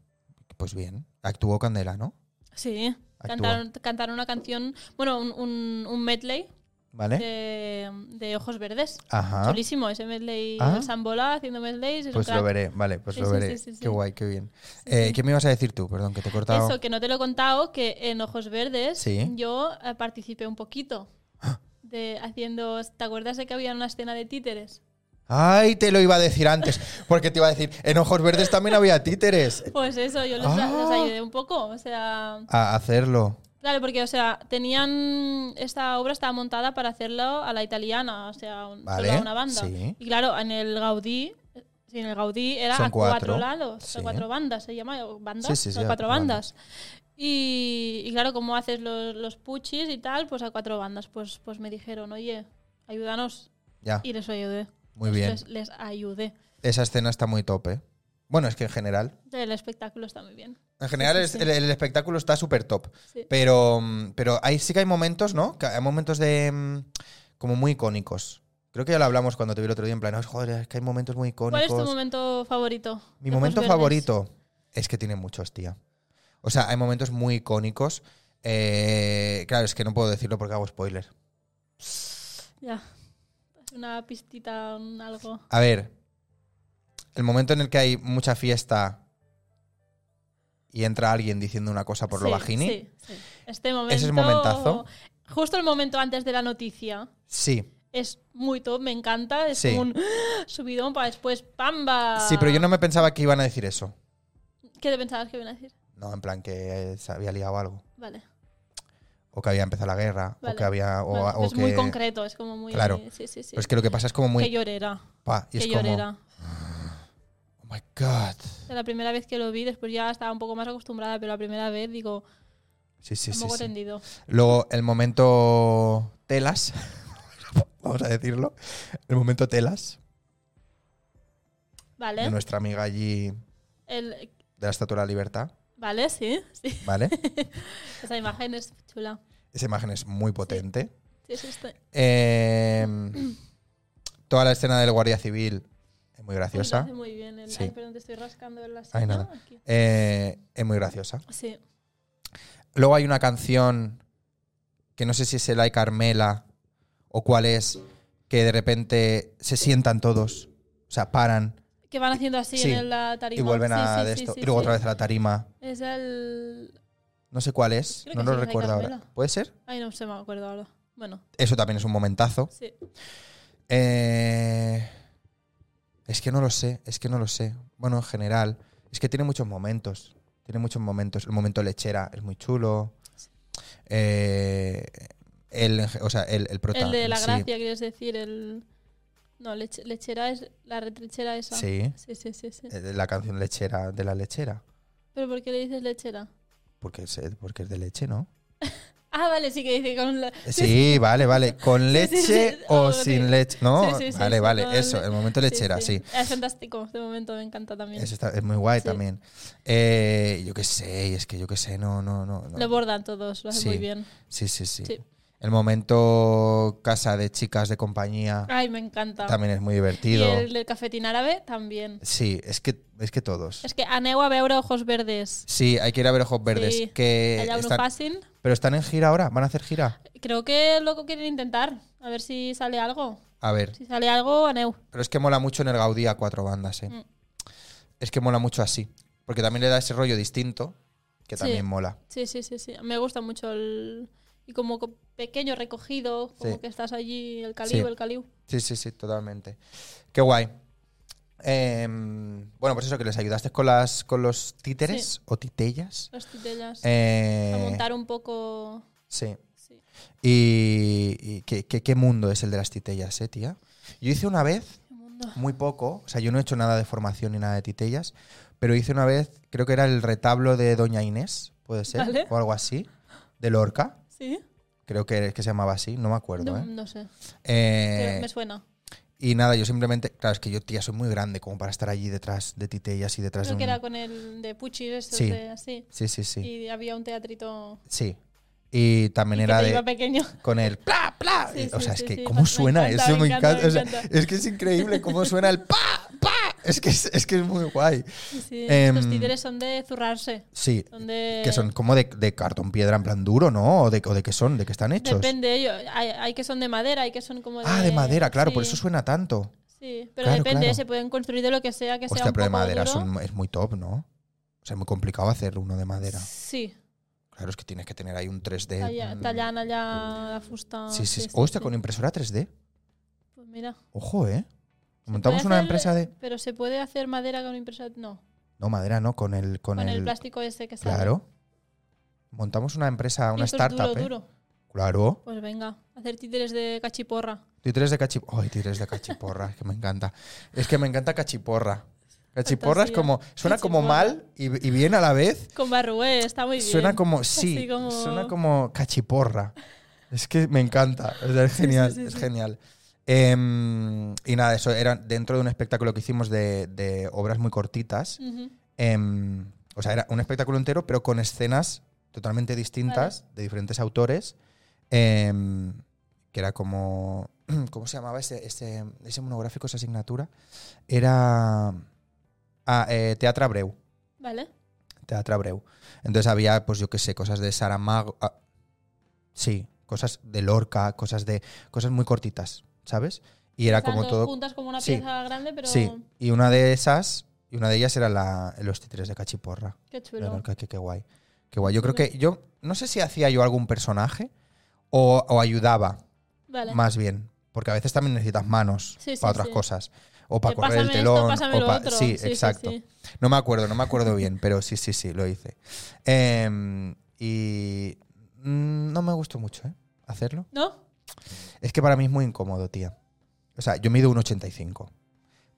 Pues bien, actuó Candela, ¿no? Sí. Actúa. Cantaron, cantaron una canción, bueno, un, un, un medley ¿Vale? de, de Ojos Verdes. Ajá. Chulísimo, ese medley Ah. el Sambola haciendo medleys. es Pues un lo crack. veré, vale, pues Sí, lo sí, veré. sí, sí, sí. Qué guay, qué bien. Eh, sí. ¿Qué me ibas a decir tú? Perdón, que te he cortado. Eso, que no te lo he contado, que en Ojos Verdes Sí. yo eh, participé un poquito de haciendo. ¿Te acuerdas de que había una escena de títeres? Ay, te lo iba a decir antes, porque te iba a decir, en Ojos Verdes también había títeres. Pues eso, yo los, Eh, Ah. los ayudé un poco. O sea. A hacerlo. Claro, porque, o sea, tenían. Esta obra estaba montada para hacerlo a la italiana, o sea, un- Vale, solo a una banda. sí. Y claro, en el Gaudí. sí, en el Gaudí era Son a cuatro, cuatro, lados, sí. a cuatro bandas, se llama, ¿O bandas, Sí, sí, sí, Son a cuatro cuatro bandas. Y, y claro, como haces los, los puchis y tal, pues a cuatro bandas, pues, pues me dijeron, oye, ayúdanos. Ya, Y les ayudé. muy bien. Les, les ayudé. Esa escena está muy tope. Bueno, es que en general. El espectáculo está muy bien. En general Sí, es- sí, sí. El, el espectáculo está súper top. Sí. Pero, mm, pero ahí sí que hay momentos, ¿no? Que hay momentos de. mm, como muy icónicos. Creo que ya lo hablamos cuando te vi el otro día en plan, "Ay, joder, es que hay momentos muy icónicos. ¿Cuál es tu momento favorito? Mi de momento Posverdes? favorito es que tiene muchos, tía. O sea, hay momentos muy icónicos. Eh, claro, es que no puedo decirlo porque hago spoiler. Ya. Una pistita, un algo. A ver, el momento en el que hay mucha fiesta y entra alguien diciendo una cosa por lo Sí, bajini. Sí. Sí, sí. Este momento. es momentazo. Justo el momento antes de la noticia. sí. Es muy top, me encanta. Es Sí. como un ¡ah! subidón para después ¡pamba! pero yo no me pensaba que iban a decir eso. ¿Qué te pensabas que iban a decir? No, en plan que eh, se había liado algo. Vale. O que había empezado la guerra. O Vale. que había. O, Vale, o es que, muy concreto, es como muy. Claro. Sí, sí, sí. Pero es que lo que pasa es como muy. Qué llorera. pa, y Qué es como. llorera. Oh my god. La primera vez que lo vi, después ya estaba un poco más acostumbrada, pero la primera vez digo, Sí, sí, un sí. poco sí. tendido. Luego, el momento telas. Vamos a decirlo. El momento telas. Vale. ¿Eh? De nuestra amiga allí El- de la Estatua de la Libertad. vale, sí, sí. ¿Vale? Esa imagen es chula. Esa imagen es muy potente. Sí, sí, está- Eh, toda la escena del guardia civil es muy Uy, lo graciosa. hace muy bien. el- Sí. Ay, perdón, te estoy rascando en la Ay, silla, nada. aquí. Eh, es muy graciosa. Sí. Luego hay una canción que no sé si es el Ay Carmela o cuál es, que de repente se sientan todos, o sea, paran Que van haciendo así Sí, en la tarima. y vuelven Sí, a sí, de sí, esto. sí, y luego sí. otra vez a la tarima. Es el. No sé cuál es, Creo no que lo sí es Ay recuerdo ahora. Carmela. ¿Puede ser? Ay, no se me acuerdo ahora. Bueno, Eso también es un momentazo. sí. Eh, es que no lo sé, es que no lo sé. Bueno, en general, es que tiene muchos momentos. Tiene muchos momentos. El momento lechera es muy chulo. Eh, el, en ge- o sea, el, el prota El de en la sí. gracia, quieres decir. el No, lech- lechera es. La retrechera esa. Sí. Sí, sí, sí. sí. eh, de La canción lechera de la lechera. ¿Pero por qué le dices lechera? Porque es, eh, porque es de leche, ¿no? Ah, vale, sí que dice con la. Sí, vale, vale. ¿Con leche sí, sí, sí. o Ah, sin sí. leche? No, Sí, sí, sí, vale, sí, vale. con Eso, le- el momento lechera, sí. Es fantástico, de momento me encanta también. Eso está- es muy guay Sí. también. Eh, yo qué sé, y es que yo qué sé, no, no, no. no. Lo bordan todos, lo hacen Sí. muy bien. Sí, sí, sí, Sí. El momento casa de chicas de compañía Ay, me encanta. también es muy Ah, y divertido. el del cafetín árabe también. Sí, es que, es que todos. Es que aneu a veure ojos verdes. Sí, hay que ir a ver Ojos Verdes. Sí. Que Allá uno están- fácil. pero están en gira ahora, van a hacer gira. Creo que lo que quieren intentar. A ver si sale algo. A ver, Si sale algo, aneu. pero es que mola mucho en el Gaudí a cuatro bandas, ¿eh? Mm. Es que mola mucho así, porque también le da ese rollo distinto que Sí. también mola. Sí, sí, sí, sí. Me gusta mucho el... Y como co- pequeño recogido, como Sí. que estás allí, el Sí. caliu, el caliu. Sí, sí, sí, totalmente. Qué guay. Em, bueno, pues eso, que les ayudaste con, las, con los títeres o titellas. Las titellas. Eh, A montar un poco... Sí. Sí. Y, y qué, qué- qué mundo es el de las titellas, eh, tía. Yo hice una vez, El mundo. muy poco, o sea, yo no he hecho nada de formación ni nada de titellas, pero hice una vez, creo que era el retablo de Doña Inés, puede ser, Vale. o algo así, de Lorca, ¿Sí? creo que, que se llamaba así, no me acuerdo. No, ¿eh? no sé. Eh, Pero me suena. y nada, yo simplemente, claro, es que yo, tía, soy muy grande como para estar allí detrás de titellas y detrás Creo de que un... era con el de Pucci, esos Sí. de así. Sí, sí, sí. Y había un teatrito Sí. Y y también que era te de... iba pequeño. con el pla, pla. Sí, o sí, sea, es sí, que sí. cómo Me suena encanta, eso, me me encanta. encanta, me o sea, encanta. es que es increíble cómo suena el pa, pa. Es que es, es que es muy guay. Sí, sí. Em, Los títeres son de zurrarse. Sí, Son de... que son como de, de cartón piedra en plan duro, ¿no? O de, o de qué son, de qué están hechos. Depende, yo- hay, hay que son de madera, hay que son como de... Ah, de madera, claro, por sí, eso suena tanto. Sí, pero Claro, depende, claro. se pueden construir de lo que sea, que sea Hostia, un poco pero de madera duro. son- es muy top, ¿no? O sea, es muy complicado hacer uno de madera. Sí, Claro, es que tienes que tener ahí un 3D. talla- mm, tallan allá la fusta. Sí, sí, sí. Hostia, con impresora 3D. Pues mira. Ojo, ¿eh? se Montamos puede una hacer- empresa de. Pero se puede hacer madera con impresa. No, No, madera, no, con el. Con, con, el, el plástico ese que sale. Claro. Montamos una empresa, una Y esto es startup. Duro, ¿eh? duro. Claro. Pues venga, hacer títeres de cachiporra. Títeres de cachiporra. Ay, títeres de cachiporra, es que me encanta. Es que me encanta cachiporra. Cachiporra es Fantasía. como. Suena como Cachiporra. mal y, y bien a la vez. Con barrué, está muy bien. Suena como. Sí, Así como- suena como cachiporra. Es que me encanta. o sea, es genial, sí, es sí. genial. Em, y nada, eso era dentro de un espectáculo que hicimos de, de obras muy cortitas. Ujú. em, o sea, era un espectáculo entero, pero con escenas totalmente distintas de diferentes autores. em, que era como ¿Cómo se llamaba ese, ese, ese monográfico, esa asignatura? Era ah, eh, Teatro Abreu. ¿Vale? Teatro Abreu. Entonces había, pues yo qué sé, cosas de Saramago. ah, sí, cosas de Lorca, cosas de. cosas muy cortitas, ¿sabes? Y era Estaban como todas todo. juntas como una sí. pieza grande, pero Sí. Y una de esas. Y una de ellas era la, los títeres de Cachiporra. qué De chulo. Lorca, que qué guay. Qué guay. Yo creo que. Yo no sé si hacía yo algún personaje o, o ayudaba, Vale. más bien. Porque a veces también necesitas manos Sí, sí, para otras sí. cosas. O para Eh, correr el pásame esto, telón. pásame o lo pa- otro. Sí, Sí, sí, exacto. sí. No me acuerdo, no me acuerdo bien, pero sí, sí, sí, lo hice. Em, y mm, no me gustó mucho, ¿eh? Hacerlo. ¿No? Es que para mí es muy incómodo, tía. O sea, yo mido 1,85.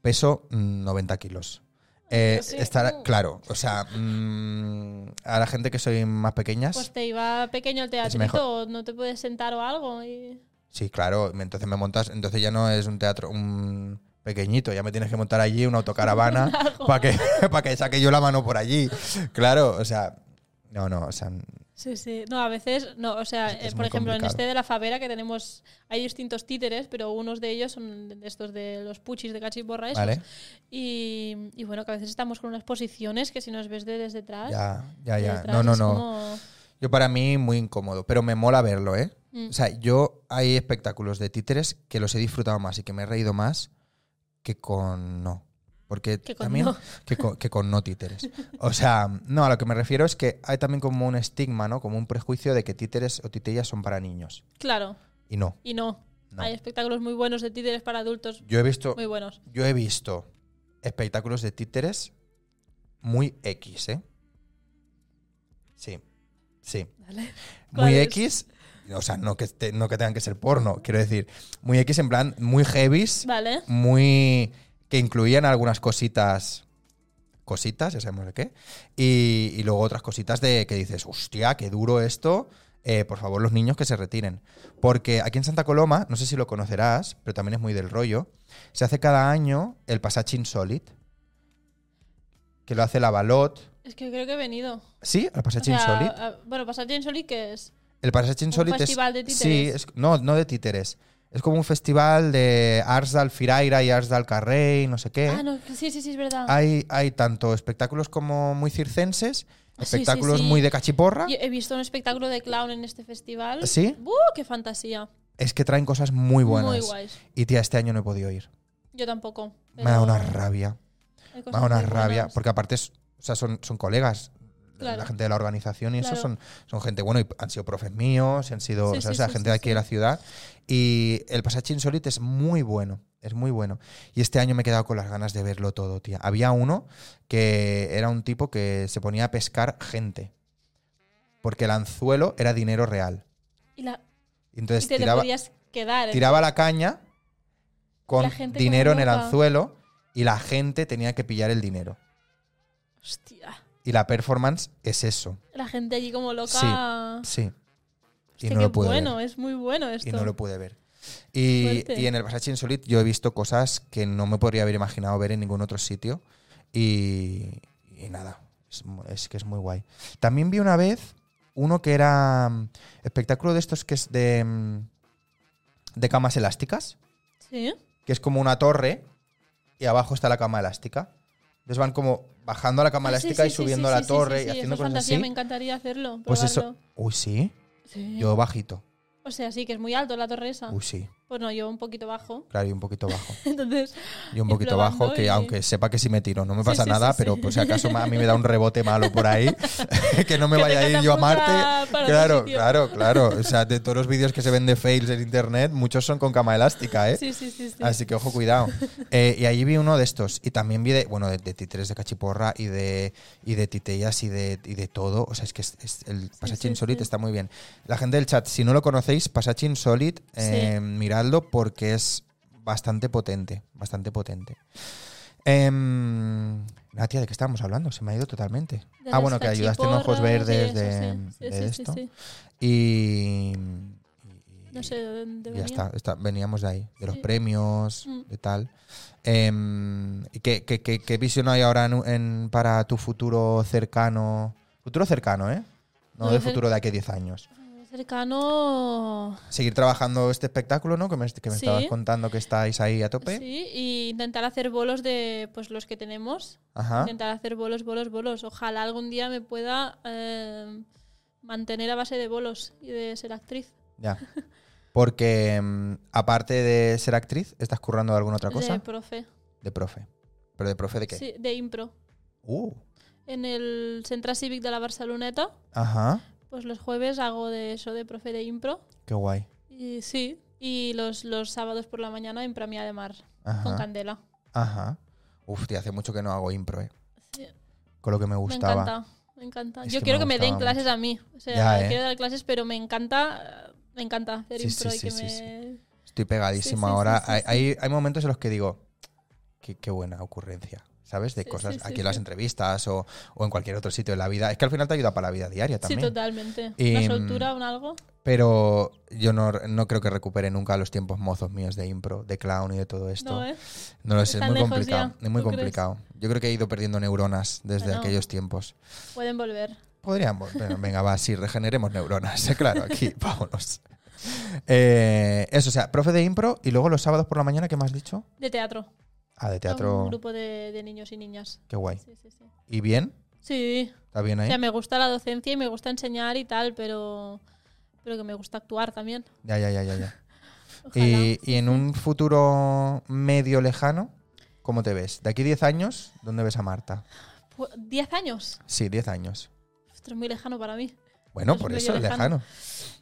Peso mm, 90 kilos. Eh, Yo sí. estar, Uh. claro, o sea, mm, a la gente que soy más pequeñas, Pues te iba pequeño el mejor. teatrito, o no te puedes sentar o algo. y- sí, claro, me- entonces me montas, entonces ya no es un teatro un pequeñito, ya me tienes que montar allí una autocaravana para que, pa' que saque yo la mano por allí. Claro, o sea, no, no, o sea, Sí, sí. No, a veces, no, o sea, Es- es eh, por muy ejemplo, en complicado. este de la Favera que tenemos, hay distintos títeres, pero unos de ellos son de estos de los puchis de cachiporra esos. vale, Y, y bueno, que a veces estamos con unas posiciones que si nos ves de desde atrás... ya, ya, desde ya. atrás No, no, es no. como- Yo para mí muy incómodo, pero me mola verlo, ¿eh? Mm. O sea, yo hay espectáculos de títeres que los he disfrutado más y que me he reído más que con no. Porque Que con también no. Que, con, que con no títeres. O sea, no, a lo que me refiero es que hay también como un estigma, ¿no? Como un prejuicio de que títeres o titellas son para niños. Claro, Y no. y no. no. Hay espectáculos muy buenos de títeres para adultos, Yo he visto, muy buenos. yo he visto espectáculos de títeres muy X, ¿eh? Sí. Sí. Vale. ¿Cuál muy es? X, o sea, no que, te- no que tengan que ser porno, quiero decir, muy X en plan, muy heavies, Vale. muy. que incluían algunas cositas, cositas, ya sabemos de qué, y, y luego otras cositas de que dices, hostia, qué duro esto, eh, por favor, los niños que se retiren. Porque aquí en Santa Coloma, no sé si lo conocerás, pero también es muy del rollo, se hace cada año el Pasachín Solid, que lo hace la Balot. Es que creo que he venido. ¿Sí? ¿El O Pasachín sea, Solid? a- bueno, pasar Jane Solid, que es? El Passage ¿Un Solid es. festival de títeres? Sí, es- no, no de títeres. Es como un festival de Arsdal Firaira y Arsdal Carrey, no sé qué. Ah, no, sí, sí, sí, es verdad. hay, hay tanto espectáculos como muy circenses, Ah, Sí, sí, espectáculos sí. muy de cachiporra. Yo he visto un espectáculo de clown en este festival. Ah. ¿Sí? ¡Buh, ¡Qué fantasía! Es que traen cosas muy buenas. Muy guays. Y tía, este año no he podido ir. Yo tampoco. Me da pero una rabia. hay Me cosas da una muy rabia. buenas. Porque aparte es- o sea, son, son colegas. Claro. La gente de la organización y eso Claro. son, son gente, bueno, y han sido profes míos, y han sido Sí, o sea, o sí, sea, sí, gente sí, de aquí de sí. la ciudad. Y el Pasachín Solid es muy bueno, es muy bueno. Y este año me he quedado con las ganas de verlo todo, tía. Había uno que era un tipo que se ponía a pescar gente. Porque el anzuelo era dinero real. Y, la, Entonces y te tiraba, le podías quedar. tiraba la caña con La gente como dinero en el loca. anzuelo y la gente tenía que pillar el dinero. Hostia. Y la performance es eso. La gente allí como loca. Sí. Sí. Y Hostia, no qué lo pude ver. bueno, es muy bueno esto. Y no lo pude ver. Y, fuerte. y en el Versace Insolite yo he visto cosas que no me podría haber imaginado ver en ningún otro sitio. Y, y nada, es, mu- es que es muy guay. También vi una vez uno que era mm, espectáculo de estos que es de, mm, de camas elásticas, Sí. que es como una torre y abajo está la cama elástica. Entonces van como bajando a la cama Ah, sí, elástica sí, y sí, subiendo sí, a la sí, sí, torre sí, y sí, haciendo eso es cosas fantasía, así. Me encantaría hacerlo. Pues eso. probarlo. Eh. Uy, sí. Sí. Yo bajito. O sea, sí, que es muy alto la torre esa. Uy, sí. Pues no, yo un poquito bajo. Claro, y un poquito bajo. Entonces, Y un Y poquito probando bajo, que y- aunque sepa que si me tiro no me Sí, pasa sí, nada, sí, pero sí. por si acaso a mí me da un rebote malo por ahí, que no me Que te vaya a ir yo a catapulta Marte. para otro Claro, sitio. claro, claro. O sea, de todos los vídeos que se ven de fails en internet, muchos son con cama elástica, ¿eh? sí, sí, sí. sí. Así que ojo, cuidado. Eh, y allí vi uno de estos. Y también vi de, bueno, de, de títeres de cachiporra y de, y de titellas y de, y de todo. O sea, es que es- es el Pasachín sí, Solid sí. está muy bien. La gente del chat, si no lo conocéis, Pasachín Solid, eh, miradlo porque es bastante potente. Bastante potente. Em, ah, tía, ¿de qué estábamos hablando? Se me ha ido totalmente. De ah, bueno, las que ayudaste en Ojos cachiporras y Verdes eso, de, sí. Sí, de sí, sí, esto. sí. Y, No sé de dónde ya venía. está, está- veníamos de ahí, de los Sí. premios, Mm. de tal. Em, ¿y qué, qué- qué- qué visión hay ahora en- en- para tu futuro cercano? Futuro cercano, ¿eh? No No de sé. futuro de aquí a 10 años. Cercano. Seguir trabajando este espectáculo, ¿no? Que me, que me Sí. estabas contando que estáis ahí a tope. Sí, y intentar hacer bolos de pues los que tenemos. Ajá. Intentar hacer bolos, bolos, bolos. Ojalá algún día me pueda eh, mantener a base de bolos y de ser actriz. Ya. Porque mm, aparte de ser actriz, ¿estás currando de alguna otra cosa? De profe. De profe. ¿Pero de profe de qué? Sí, de impro. Uh, En el Centro Cívic de la Barceloneta, ajá. pues los jueves hago de eso, de profe de impro. Qué guay. Y sí, y los, los sábados por la mañana en Premia de Mar, con Ajá. Candela. Ajá. Uf, tío, hace mucho que no hago impro, eh. Sí. Con lo que me Me gustaba. encanta, me encanta. Es Yo que quiero me que me den gustaba clases a mí. O sea, Ya, eh. quiero dar clases, pero me encanta, eh, me encanta hacer Sí, impro sí, y sí, que sí, me... Estoy pegadísimo Sí, sí, ahora. sí, sí, hay, sí. Hay, hay momentos en los que digo, qué, qué buena ocurrencia, ¿sabes? De Sí, cosas sí, sí, aquí en las sí. entrevistas o, o en cualquier otro sitio de la vida. Es que al final te ayuda para la vida diaria Sí, también. totalmente. Y, mm, Una soltura, un algo. Pero yo no, no creo que recupere nunca los tiempos mozos míos de impro, de clown y de todo esto. No, ¿eh? No lo sé, es Están muy lejos complicado. ya, es muy ¿tú crees? complicado. Yo creo que he ido perdiendo neuronas desde Bueno. aquellos tiempos. Pueden volver. Podríamos. Bueno, venga, va, sí, regeneremos neuronas. Claro, aquí, vámonos. Eh, eso, o sea, profe de impro y luego los sábados por la mañana, ¿qué me has dicho? De teatro. Ah, de Un teatro. grupo de, de niños y niñas. Qué guay. Sí, sí, sí. ¿Y bien? Sí, ¿Está bien o ahí? sea, me gusta la docencia y me gusta enseñar y tal, pero, pero que me gusta actuar también. Ya, ya, ya, ya. ya. Ojalá. Y, y en un futuro medio lejano, ¿cómo te ves? De aquí 10 años, ¿dónde ves a Marta? Pu- ¿Diez años? Sí, 10 años. Esto es muy lejano para mí. Bueno, Pues por medio eso es lejano. lejano.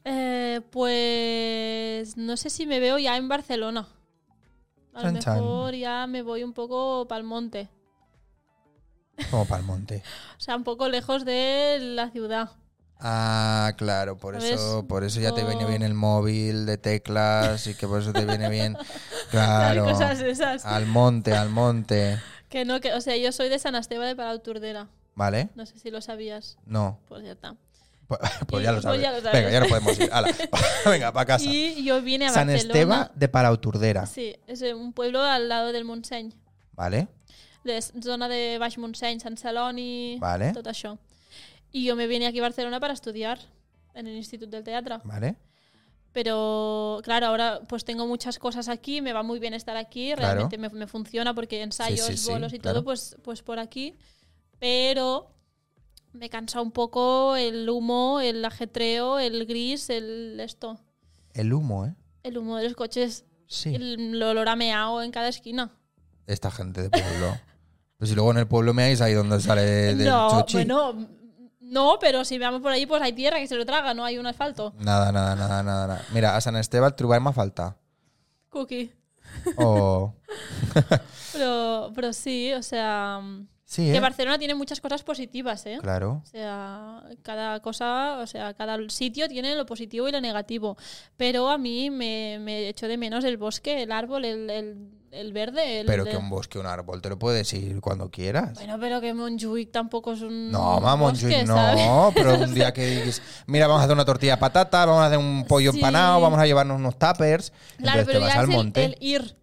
Eh, pues no sé si me veo ya en Barcelona. A lo Chan, chan. mejor ya me voy un poco para el monte. Como para el monte. O sea, un poco lejos de la ciudad. Ah, claro, por ¿Sabes? eso, por eso ya te viene Como- bien el móvil de teclas y que por eso te viene bien. Claro. Ah. Cosas de esas. Al monte, al monte. Que no, que, o sea, yo soy de San Esteban de Palauturdera. ¿Vale? No sé si lo sabías. No. Pues ya está. Pues, Y- ya, lo pues ya lo sabes. sabes. Venga, ya no podemos ir. Ala. Venga, para casa. Y yo vine a San ah. Barcelona. Esteba de Parauturdera. Sí, es un pueblo al lado del Montseny. ¿Vale? de s- zona de Baix Montseny, Sant Celoni, Vale. tot això. I jo me vine aquí a Barcelona para estudiar en el Institut del Teatro. ¿Vale? Pero, claro, ahora pues tengo muchas cosas aquí, me va muy bien estar aquí, Claro. realmente me, me funciona porque ensayos, sí, sí, bolos y claro. todo, pues, pues por aquí. Pero me cansa un poco el humo, el ajetreo, el gris, el esto. El humo, ¿eh? El humo de los coches, Sí. el, el olor a meao en cada esquina. Esta gente de pueblo. Pues si luego en el pueblo me meáis ahí donde sale del no, chochi. bueno, no, pero si vamos por allí, pues hay tierra que se lo traga, no hay un asfalto. Nada, nada, nada, nada, nada. Mira, a San Esteban trobar me falta. Cookie. O... Pero, pero sí, o sea. Sí, Que ¿eh? Barcelona tiene muchas cosas positivas, ¿eh? Claro. O sea, cada cosa, o sea, cada sitio tiene lo positivo y lo negativo. Pero a mí me, me echo de menos el bosque, el árbol, el, el- el verde. El, Pero el- que un bosque, un árbol, te lo puedes ir cuando quieras. Bueno, pero que Montjuic tampoco es un. No, mamón, yo- bosque, Mm, ¿sabes? no, pero un día que digas, mira, vamos a hacer una tortilla de patata, vamos a hacer un pollo Sí. empanado, vamos a llevarnos unos tuppers, Claro, entonces te pero vas ya al es el- monte. el, ir.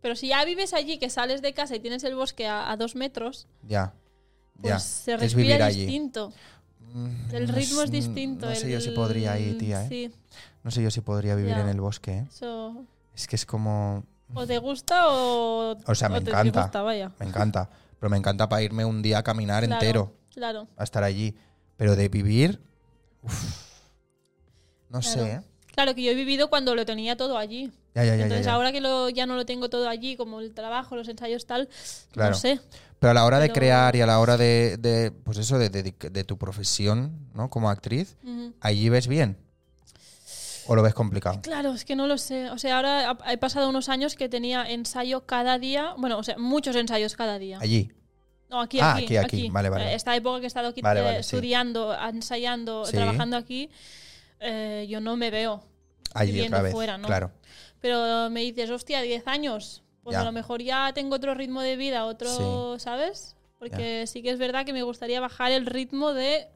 Pero si ya vives allí, que sales de casa y tienes el bosque a, a dos metros, Ya, pues ya, se es vivir respira allí. distinto. Mm, El no ritmo es sé- distinto. No sé yo si el- mm, podría ir, tía, ¿eh? Sí, No sé yo si podría vivir Ya. en el bosque, ¿eh? eso. Es que es como... O te gusta o. O sea, me te encanta. disgusta, vaya. Me encanta, pero me encanta para irme un día a caminar Claro, entero, Claro. a estar allí. Pero de vivir... uf, no Claro. sé, ¿eh? Claro que yo he vivido cuando lo tenía todo allí. Ya, ya, ya, ya, Entonces ya. ahora que lo, ya no lo tengo todo allí, como el trabajo, los ensayos, tal, Claro. no sé. Pero a la hora de Pero- crear y a la hora de, de, pues eso, de, de- de tu profesión, ¿no? Como actriz, Ujú. ¿allí ves bien? ¿O lo ves complicado? Claro, es que no lo sé. O sea, ahora ha- he pasado unos años que tenía ensayo cada día. Bueno, o sea, muchos ensayos cada día. Allí. No, aquí, Ah, aquí, aquí, aquí. Vale, vale. Eh, Esta época que he estado aquí Vale, eh, vale, sí. estudiando, ensayando, Sí. trabajando aquí, eh, yo no me veo. Allí Viviendo otra vez. fuera, ¿no? Claro. Pero me dices, hostia, 10 años. Pues Ya. a lo mejor ya tengo otro ritmo de vida, otro, ¿sabes? Porque sí que es verdad que me gustaría bajar el ritmo de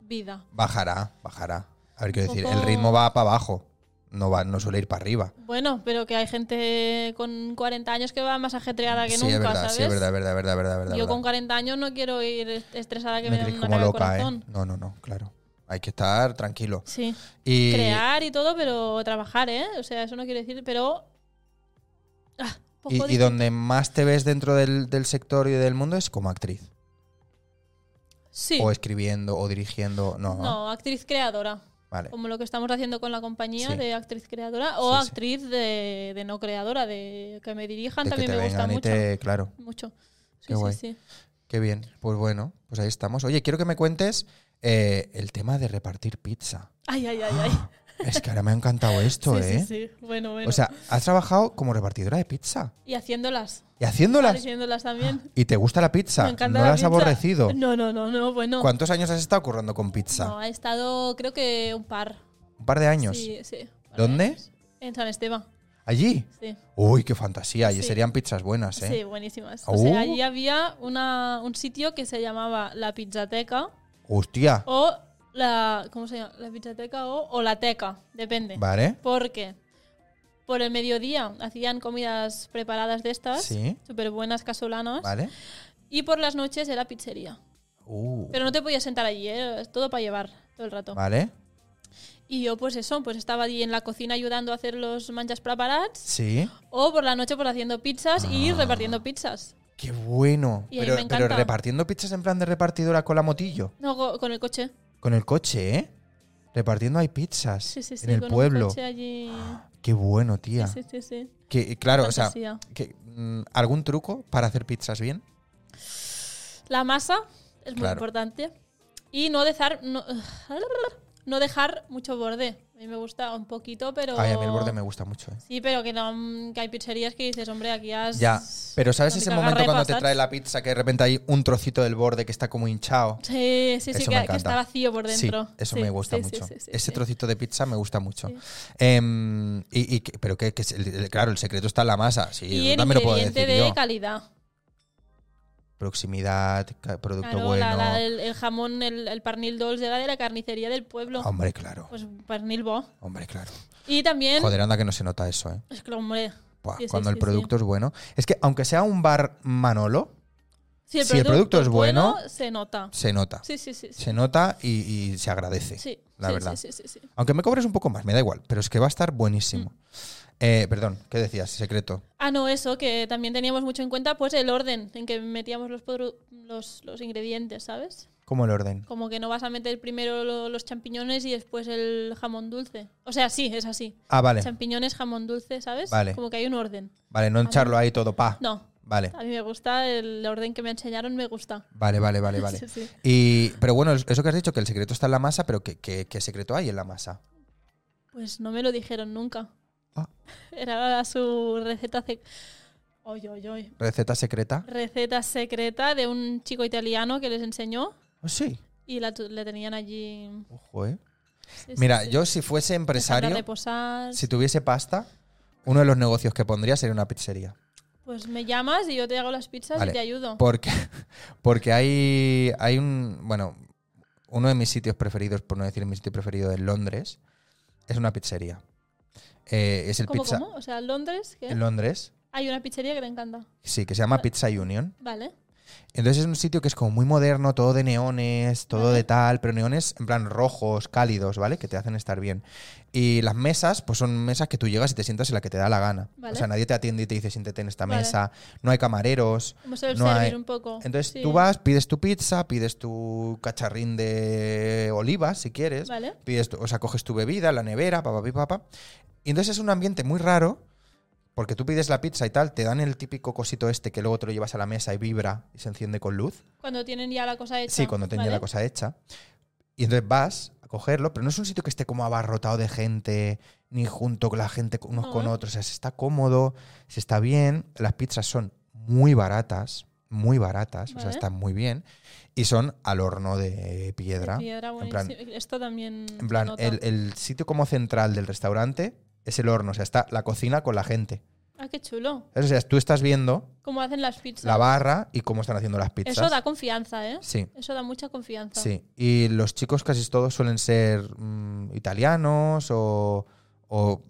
vida. Bajará, bajará. A ver, quiero Un decir, el poco- ritmo va para abajo. No, va, no suele ir para arriba. Bueno, pero que hay gente con 40 años que va más ajetreada que sí, nunca, es verdad, ¿sabes? sí, es verdad, es verdad, verdad, verdad, verdad. Yo con 40 años no quiero ir est- estresada que Me me den tenéis un como ataque al loca, ¿eh? corazón. No, no, no, claro. Hay que estar tranquilo. Sí. Y Crear y todo, pero trabajar, ¿eh? O sea, eso no quiere decir, pero... Ah, poco Y, y difícil. donde más te ves dentro del, del sector y del mundo es como actriz. Sí. O escribiendo, o dirigiendo. pues No. No, actriz creadora. Vale. Como lo que estamos haciendo con la compañía Sí. de actriz creadora o Sí, sí. actriz De, de no creadora, de que me dirijan, De que también te me gusta vengan y mucho. te- Claro, Mucho. Sí, Qué sí, guay. sí. qué bien. Pues bueno, pues ahí estamos. Oye, quiero que me cuentes eh, el tema de repartir pizza. Ay, ay, ay, ay. Es que ahora me ha encantado esto, sí, ¿eh? sí, sí. Bueno, bueno. O sea, has trabajado como repartidora de pizza y haciéndolas. y haciéndolas. Haciéndolas también. Y te gusta la pizza. Me no encanta la la has pizza. aborrecido. No, no, no, no, bueno. ¿Cuántos años has estado currando con pizza? No, ha estado creo que un par. Un par de años. Sí, sí. ¿Dónde? Años. En San Esteban, ¿Allí? sí. Uy, qué fantasía. Y Sí. serían pizzas buenas, ¿eh? Sí, buenísimas. Uh. O sea, allí había una, un sitio que se llamaba La Pizzateca Hostia. o la. ¿Cómo se llama? La Pizzateca o, o La Teca, depende. Vale. Porque por el mediodía hacían comidas preparadas de estas, Sí. súper buenas casolanas, Vale. y por las noches era pizzería. Uh, Pero no te podías sentar allí, ¿eh? Es todo para llevar todo el rato. Vale. Y yo, pues eso, pues estaba allí en la cocina ayudando a hacer los manchas preparats Sí. o por la noche por haciendo pizzas Ah. y repartiendo pizzas. Qué bueno. Y a mí Pero, me pero encanta. repartiendo pizzas en plan de repartidora con la motillo. No, co- con el coche. Con el coche, ¿eh? Repartiendo hay pizzas. Sí, sí, sí. en el con pueblo. Ah, Un coche allí. Qué bueno, tía. Sí, sí, sí. Que, claro, o sea, Fantasía. que, mm, ¿algún truco para hacer pizzas bien? La masa es muy Claro. importante. Y no dejar, no, no dejar mucho borde. A mí me gusta un poquito, pero. Ay, a mí el borde me gusta mucho. ¿eh? Sí, pero que, no, que hay pizzerías que dices, hombre, aquí has. Ya, pero ¿sabes no pues te ese cagas momento cuando repas, te trae la pizza que de repente hay un trocito del borde que está como hinchado? Sí, sí, sí, Eso me que, que está encanta. vacío por dentro. Sí, eso Sí, me gusta sí, sí, mucho. sí, sí, Ese sí. trocito de pizza me gusta mucho. Sí. Em, y, y que- pero que, que es el- el- claro, el secreto está en la masa. Sí, Y eso el también lo puedo ingrediente decir de yo. calidad. Proximidad, ca- producto Claro, bueno. la- la- el, el jamón, el, el pernil dolç era de la carnicería del pueblo. Hombre, claro. Pues pernil bo. Hombre, claro. Y también. Joder, anda que no se nota eso, ¿eh? Es que, hombre. Buah, Sí, sí, cuando el sí, producto es bueno. Es que aunque sea un bar Manolo, Si si el producto es bueno, se nota. se nota. Sí, sí, sí. sí. Se nota y, y se agradece. Sí, la sí, verdad. Sí, sí, sí, sí. Aunque me cobres un poco más, me da igual, pero es que va a estar buenísimo. Mm. Eh, perdón, ¿qué decías? Secreto. Ah, no, eso, que también teníamos mucho en cuenta, pues el orden en que metíamos los, produ- los, los ingredientes, ¿sabes? ¿Cómo el orden? Como que no vas a meter primero lo- los champiñones y después el jamón dulce. O sea, sí, es así. Ah, vale. Champiñones, jamón dulce, ¿sabes? Vale. Como que hay un orden. Vale, no echarlo ahí todo, pa. No, Vale, a mí me gusta, el orden que me enseñaron me gusta. vale, vale, vale, vale. Sí, sí. Y, pero bueno, eso que has dicho, que el secreto está en la masa, pero ¿qué, qué, qué secreto hay en la masa? Pues no me lo dijeron nunca. Ah. Era su receta... sec- Oy, oy, oy. ¿Receta secreta? receta secreta de un chico italiano que les enseñó Oh, sí. y la, tu- la tenían allí. Ojo, eh. Sí, sí, Mira, sí. Pues yo si fuese Dejarla empresario, reposar. si tuviese pasta, uno de los negocios que pondría sería una pizzería. Pues me llamas y yo te hago las pizzas Vale. pues y te ayudo. Porque, porque hay, hay un. Bueno, uno de mis sitios preferidos, por no decir mi sitio preferido, en Londres, es una pizzería. Eh, es el ¿Cómo, pizza. cómo? O sea, en Londres ¿qué? Ah. En Londres, hay una pizzería que te encanta. sí, que se llama Pizza Union. Vale. Entonces es un sitio que es como muy moderno, todo de neones, todo Vale. de tal, pero neones en plan rojos, cálidos, ¿vale? Que te hacen estar bien. Y las mesas, pues son mesas que tú llegas y te sientas en la que te da la gana. Vale. O sea, nadie te atiende y te dice siéntete en esta Vale. mesa, no hay camareros. Vamos a ver No servir hay- un poco. Entonces Sí. tú vas, pides tu pizza, pides tu cacharrín de olivas, si quieres. Vale. Pides tu- o sea, coges tu bebida, la nevera, papá, papá, papá. Y entonces es un ambiente muy raro, porque tú pides la pizza y tal, te dan el típico cosito este que luego te lo llevas a la mesa y vibra y se enciende con luz. Cuando tienen ya la cosa hecha. Sí, cuando tenía ¿vale? la cosa hecha. Y entonces vas a cogerlo, pero no es un sitio que esté como abarrotado de gente, ni junto con la gente con- unos con No. otros. O sea, se está cómodo, se está bien. Las pizzas son muy baratas, muy baratas, o sea, Vale. están muy bien. Y son al horno de De piedra. piedra, en plan- buenísimo. Esto también. En plan, el, el sitio como central del restaurante es el horno, o sea, está la cocina con la gente. Ah, qué chulo. O sea, tú estás viendo Cómo hacen las pizzas. la barra y cómo están haciendo las pizzas. Eso da confianza, ¿eh? Sí. Eso da mucha confianza. Sí, y los chicos casi todos suelen ser mm, italianos o, o-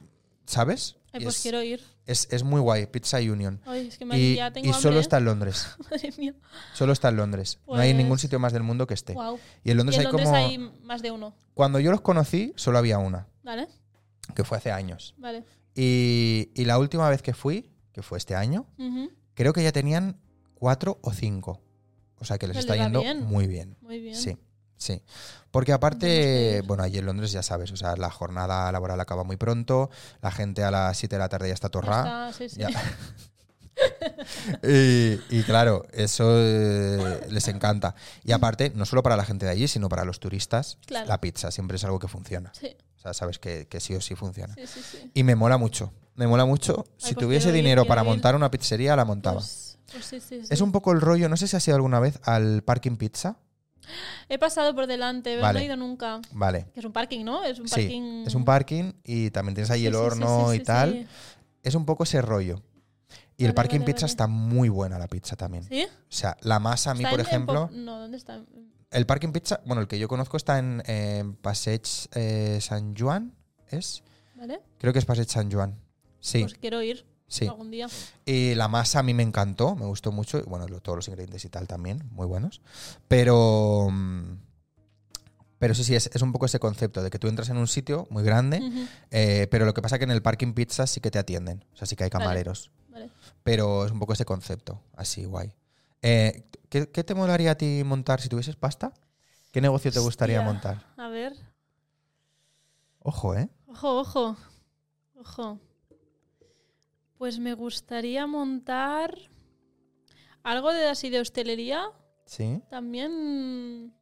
¿Sabes? Ay, Y pues es- quiero ir. Es, es muy guay, Pizza Union. Ay, es que me Y, ya tengo y hambre, solo ¿eh? está en Londres. Madre mía. Solo está en Londres. No hay Pues- ningún sitio más del mundo que esté. Guau. Y en Y Londres en hay Londres como. hay más de uno. Cuando yo los conocí, solo había una, Vale, que fue hace años. vale. Y, y la última vez que fui, que fue este año, Ujú, creo que ya tenían cuatro o cinco. O sea que les Pues está les va yendo bien. muy bien. Muy bien. Sí, sí. Porque Tendremos que aparte, ir. bueno, allí en Londres ya sabes, o sea, la jornada laboral acaba muy pronto, la gente a las 7 de la tarde ya está Ya torrada. está, sí, sí. Ya. y, y claro, eso eh, les encanta. Y aparte, no solo para la gente de allí, sino para los turistas, Claro. la pizza siempre es algo que funciona. Sí, O sea, sabes que, que sí o sí funciona. sí, sí, sí. Y me mola mucho. Me mola mucho. Ay, si pues tuviese quiero ir, dinero quiero para ir. montar una pizzería, la montaba. Pues- pues sí, sí, sí. es un poco el rollo, no sé si has ido alguna vez al parking pizza. He pasado por delante, pero Vale. no he ido nunca. Vale. Que es un parking, ¿no? Es un sí, parking. es un parking y también tienes ahí Sí, el sí, sí, horno sí, y sí, tal. sí. Es un poco ese rollo. Y Vale, el parking vale, pizza vale. está muy buena la pizza también. ¿Sí? O sea, la masa a mí, ¿Está por en- en ejemplo, Pop- no, ¿dónde está? el parking pizza, bueno, el que yo conozco está en eh, Passage eh, San Juan, ¿es? ¿Vale? Creo que es Passage San Juan. Sí, Pues quiero ir sí. algún día. Y la masa a mí me encantó, me gustó mucho. Y bueno, lo- todos los ingredientes y tal también, muy buenos. Pero. mm, Pero sí, sí, es, es un poco ese concepto de que tú entras en un sitio muy grande, Ujú, eh, pero lo que pasa es que en el parking pizza sí que te atienden. O sea, sí que hay Vale. camareros. Vale. Pero es un poco ese concepto, así guay. Eh, ¿qué, qué te molaría a ti montar si tuvieses pasta? ¿Qué negocio te gustaría Hostia. montar? A ver. Ojo, ¿eh? Ojo, ojo. Ojo. Pues me gustaría montar algo de así de hostelería Sí. también.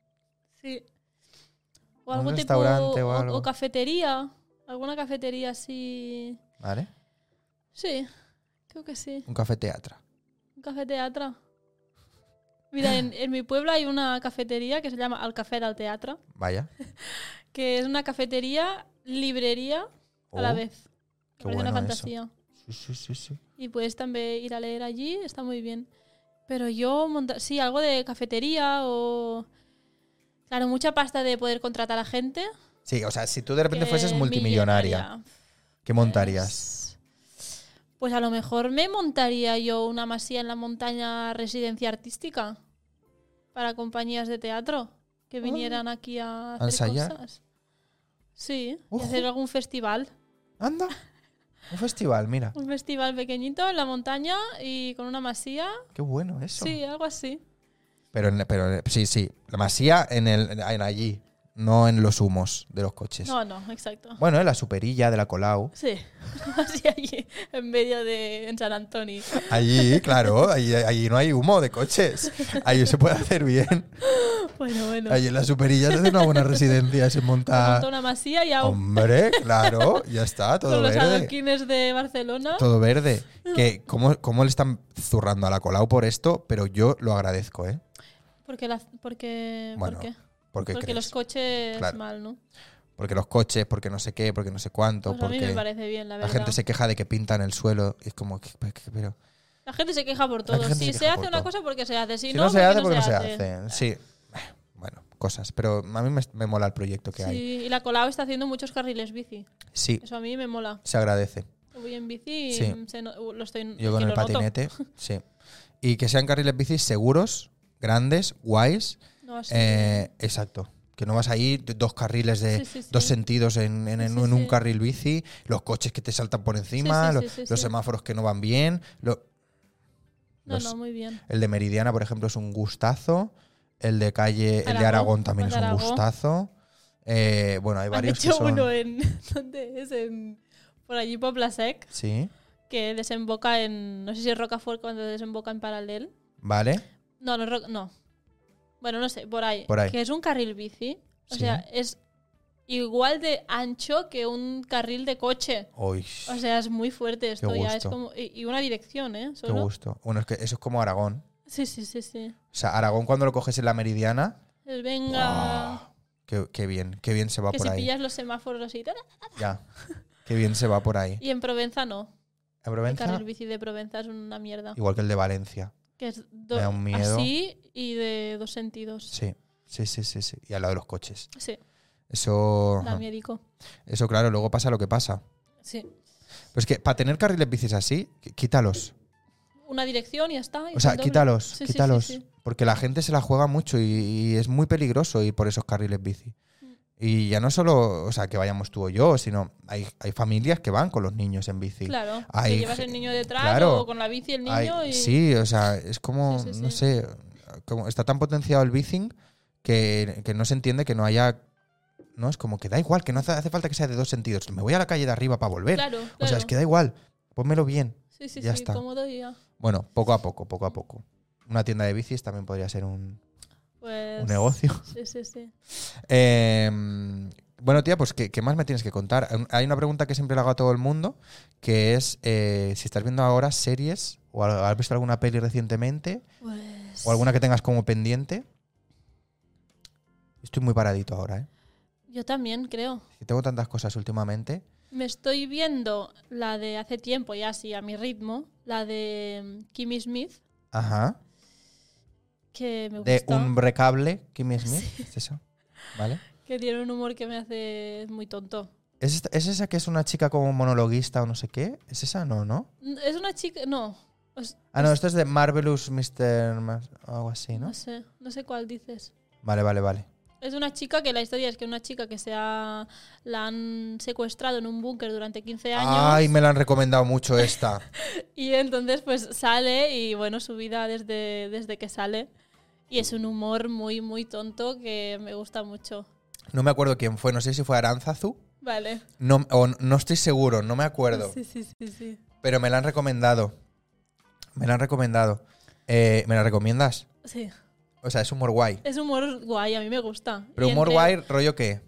Sí. O Un algo tipo. restaurante o algo. o cafetería. Alguna cafetería así. Vale. Sí. Creo que sí. Un café teatra. Un café teatro. Mira, en, en mi pueblo hay una cafetería que se llama Al Café del Teatro, Vaya. que es una cafetería, librería a la Oh, vez. qué Me parece bueno una eso. fantasía. Sí, sí, sí, sí. Y puedes también ir a leer allí, está muy bien. Pero yo, monta- sí, algo de cafetería o... Claro, mucha pasta de poder contratar a gente. Sí, o sea, si tú de repente que fueses multimillonaria, Eh, millonaria. ¿qué montarías? Pues- Pues a lo mejor me montaría yo una masía en la montaña residencia artística para compañías de teatro que vinieran aquí a hacer ensayar? cosas. Sí, y Ojo. hacer algún festival. Anda. Un festival, mira. Un festival pequeñito en la montaña y con una masía. Qué bueno eso. Sí, algo así. Pero, en- pero sí, sí. La masía en, el, en allí, no en los humos de los coches. No, no, exacto. Bueno, en la superilla de la Colau. Sí, así allí, en medio de en San Antonio. Allí, claro, allí, allí no hay humo de coches. Allí se puede hacer bien. Bueno, bueno. Allí en la superilla se hace una buena residencia, se Monto monta. una masía y aún Hombre, claro, ya está, todo con los verde. adoquines de Barcelona. Todo verde. Que cómo, cómo le están zurrando a la Colau por esto, pero yo lo agradezco, ¿eh? Porque la, porque, Bueno, ¿por qué? Porque, porque crees? los coches Claro. mal, ¿no? porque los coches, porque no sé qué, porque no sé cuánto, Pues a mí me porque parece bien, la la verdad. gente se queja de que pintan el suelo. Y es como, ¿qué- qué- qué- pero queja por todo. gente Si se se, queja hace por una todo. cosa, porque se hace. Si, si no, se hace, porque no se hace. hace. Sí, bueno, cosas. Pero a mí me, me mola el proyecto que Sí, hay. y la Colau está haciendo muchos carriles bici. Sí, Eso a mí me mola. se agradece. Yo Voy en bici y Sí. se no- uh, lo estoy Yo con que el lo noto. patinete, sí. Y que sean carriles bicis seguros, grandes, guays. No, así. Eh, exacto. Que no vas ahí d- dos carriles de Sí, sí, sí. dos sentidos en, en- en Sí, sí, un sí. carril bici, los coches que te saltan por encima, sí, lo- sí, sí, los sí. semáforos que no van bien. lo- no, los- no, muy bien. el de Meridiana, por ejemplo, es un gustazo. El de calle, el de Aragón, Aragón también es el de un Aragón. gustazo. Eh, bueno, hay Han varios hecho que son- uno en. ¿Dónde es? En, por allí, por Plasec, Sí, que desemboca en. No sé si es Rocafort cuando desemboca en Paralel. vale. No, no, Ro- no. Bueno, no sé, por ahí. Por ahí. Que es un carril bici. O Sí. sea, es igual de ancho que un carril de coche. Uy, O sea, es muy fuerte esto ya. Es gusto. como, y, y una dirección, ¿eh? qué Solo. gusto. Bueno, es que eso es como Aragón. Sí, sí, sí, sí. O sea, Aragón cuando lo coges en la Meridiana, El venga. ¡guau! qué, qué bien, qué bien se va que por si ahí. pillas los semáforos así. ¡tara! Ya, qué bien se va por ahí. Y en Provenza no. En El Provenza, carril bici de Provenza es una mierda. igual que el de Valencia. Que es do- Me da un miedo. así y de dos sentidos. Sí, sí, sí, sí, sí. Y al lado de los coches. Sí, Eso, da miedico. eso claro, luego pasa lo que pasa. Sí. Pues que para tener carriles bicis así, qu- quítalos. Una dirección y ya está. y O sea, el doble. quítalos, Sí, sí, sí, quítalos. sí. Porque la gente se la juega mucho y, y es muy peligroso ir por esos carriles bici. Mm. Y ya no solo, o sea, que vayamos tú o yo, sino hay, hay familias que van con los niños en bici. Claro. Hay que llevas ge- el niño detrás claro. o con la bici el Ay, niño y. Sí, o sea, es como, Sí, sí, no sí. sé, como está tan potenciado el bicing que, que no se entiende que no haya... No, es como que da igual, que no hace, hace falta que sea de dos sentidos. Me voy a la calle de arriba para volver. Claro, claro. O sea, es que da igual, pónmelo bien. sí, sí, ya sí, está. cómodo y ya. Bueno, poco a poco, poco a poco. Una tienda de bicis también podría ser un, Pues. un negocio. Sí, sí, sí. Eh, bueno, tía, pues ¿qué, qué más me tienes que contar? Hay una pregunta que siempre le hago a todo el mundo, que es eh, si estás viendo ahora series o al- has visto alguna peli recientemente Pues. o alguna que tengas como pendiente. Estoy muy paradito ahora, ¿eh? Yo también creo. Que tengo tantas cosas últimamente. Me estoy viendo la de hace tiempo, ya así a mi ritmo, la de mm, Kimmy Smith, Ajá. que me De gusta. Umbrecable, Kimmy Smith. ¿Es eso? ¿Vale? Que tiene un humor que me hace muy tonto. ¿Es, esta- es esa que es una chica como monologuista o no sé qué? ¿Es esa? No, ¿no? N- Mm, Es una chica. No. os- Ah, no, esto es de Marvelous Mr. Mas- o algo así, ¿no? ¿no? sé, no sé cuál dices. Vale, vale, vale. Es una chica que la historia es que una chica que se ha, la han secuestrado en un búnker durante 15 años Ay, me la han recomendado mucho esta. y entonces pues sale y bueno, su vida desde, desde que sale y es un humor muy muy tonto que me gusta mucho. No me acuerdo quién fue, no sé si fue Aranzazu. Vale. No, o no estoy seguro, no me acuerdo. Sí, sí, sí, sí. Pero me la han recomendado. Me la han recomendado. Eh, ¿Me la recomiendas? Sí. O sea, es humor guay. Es humor guay, a mí me gusta. Pero Y humor entre- guay, rollo qué?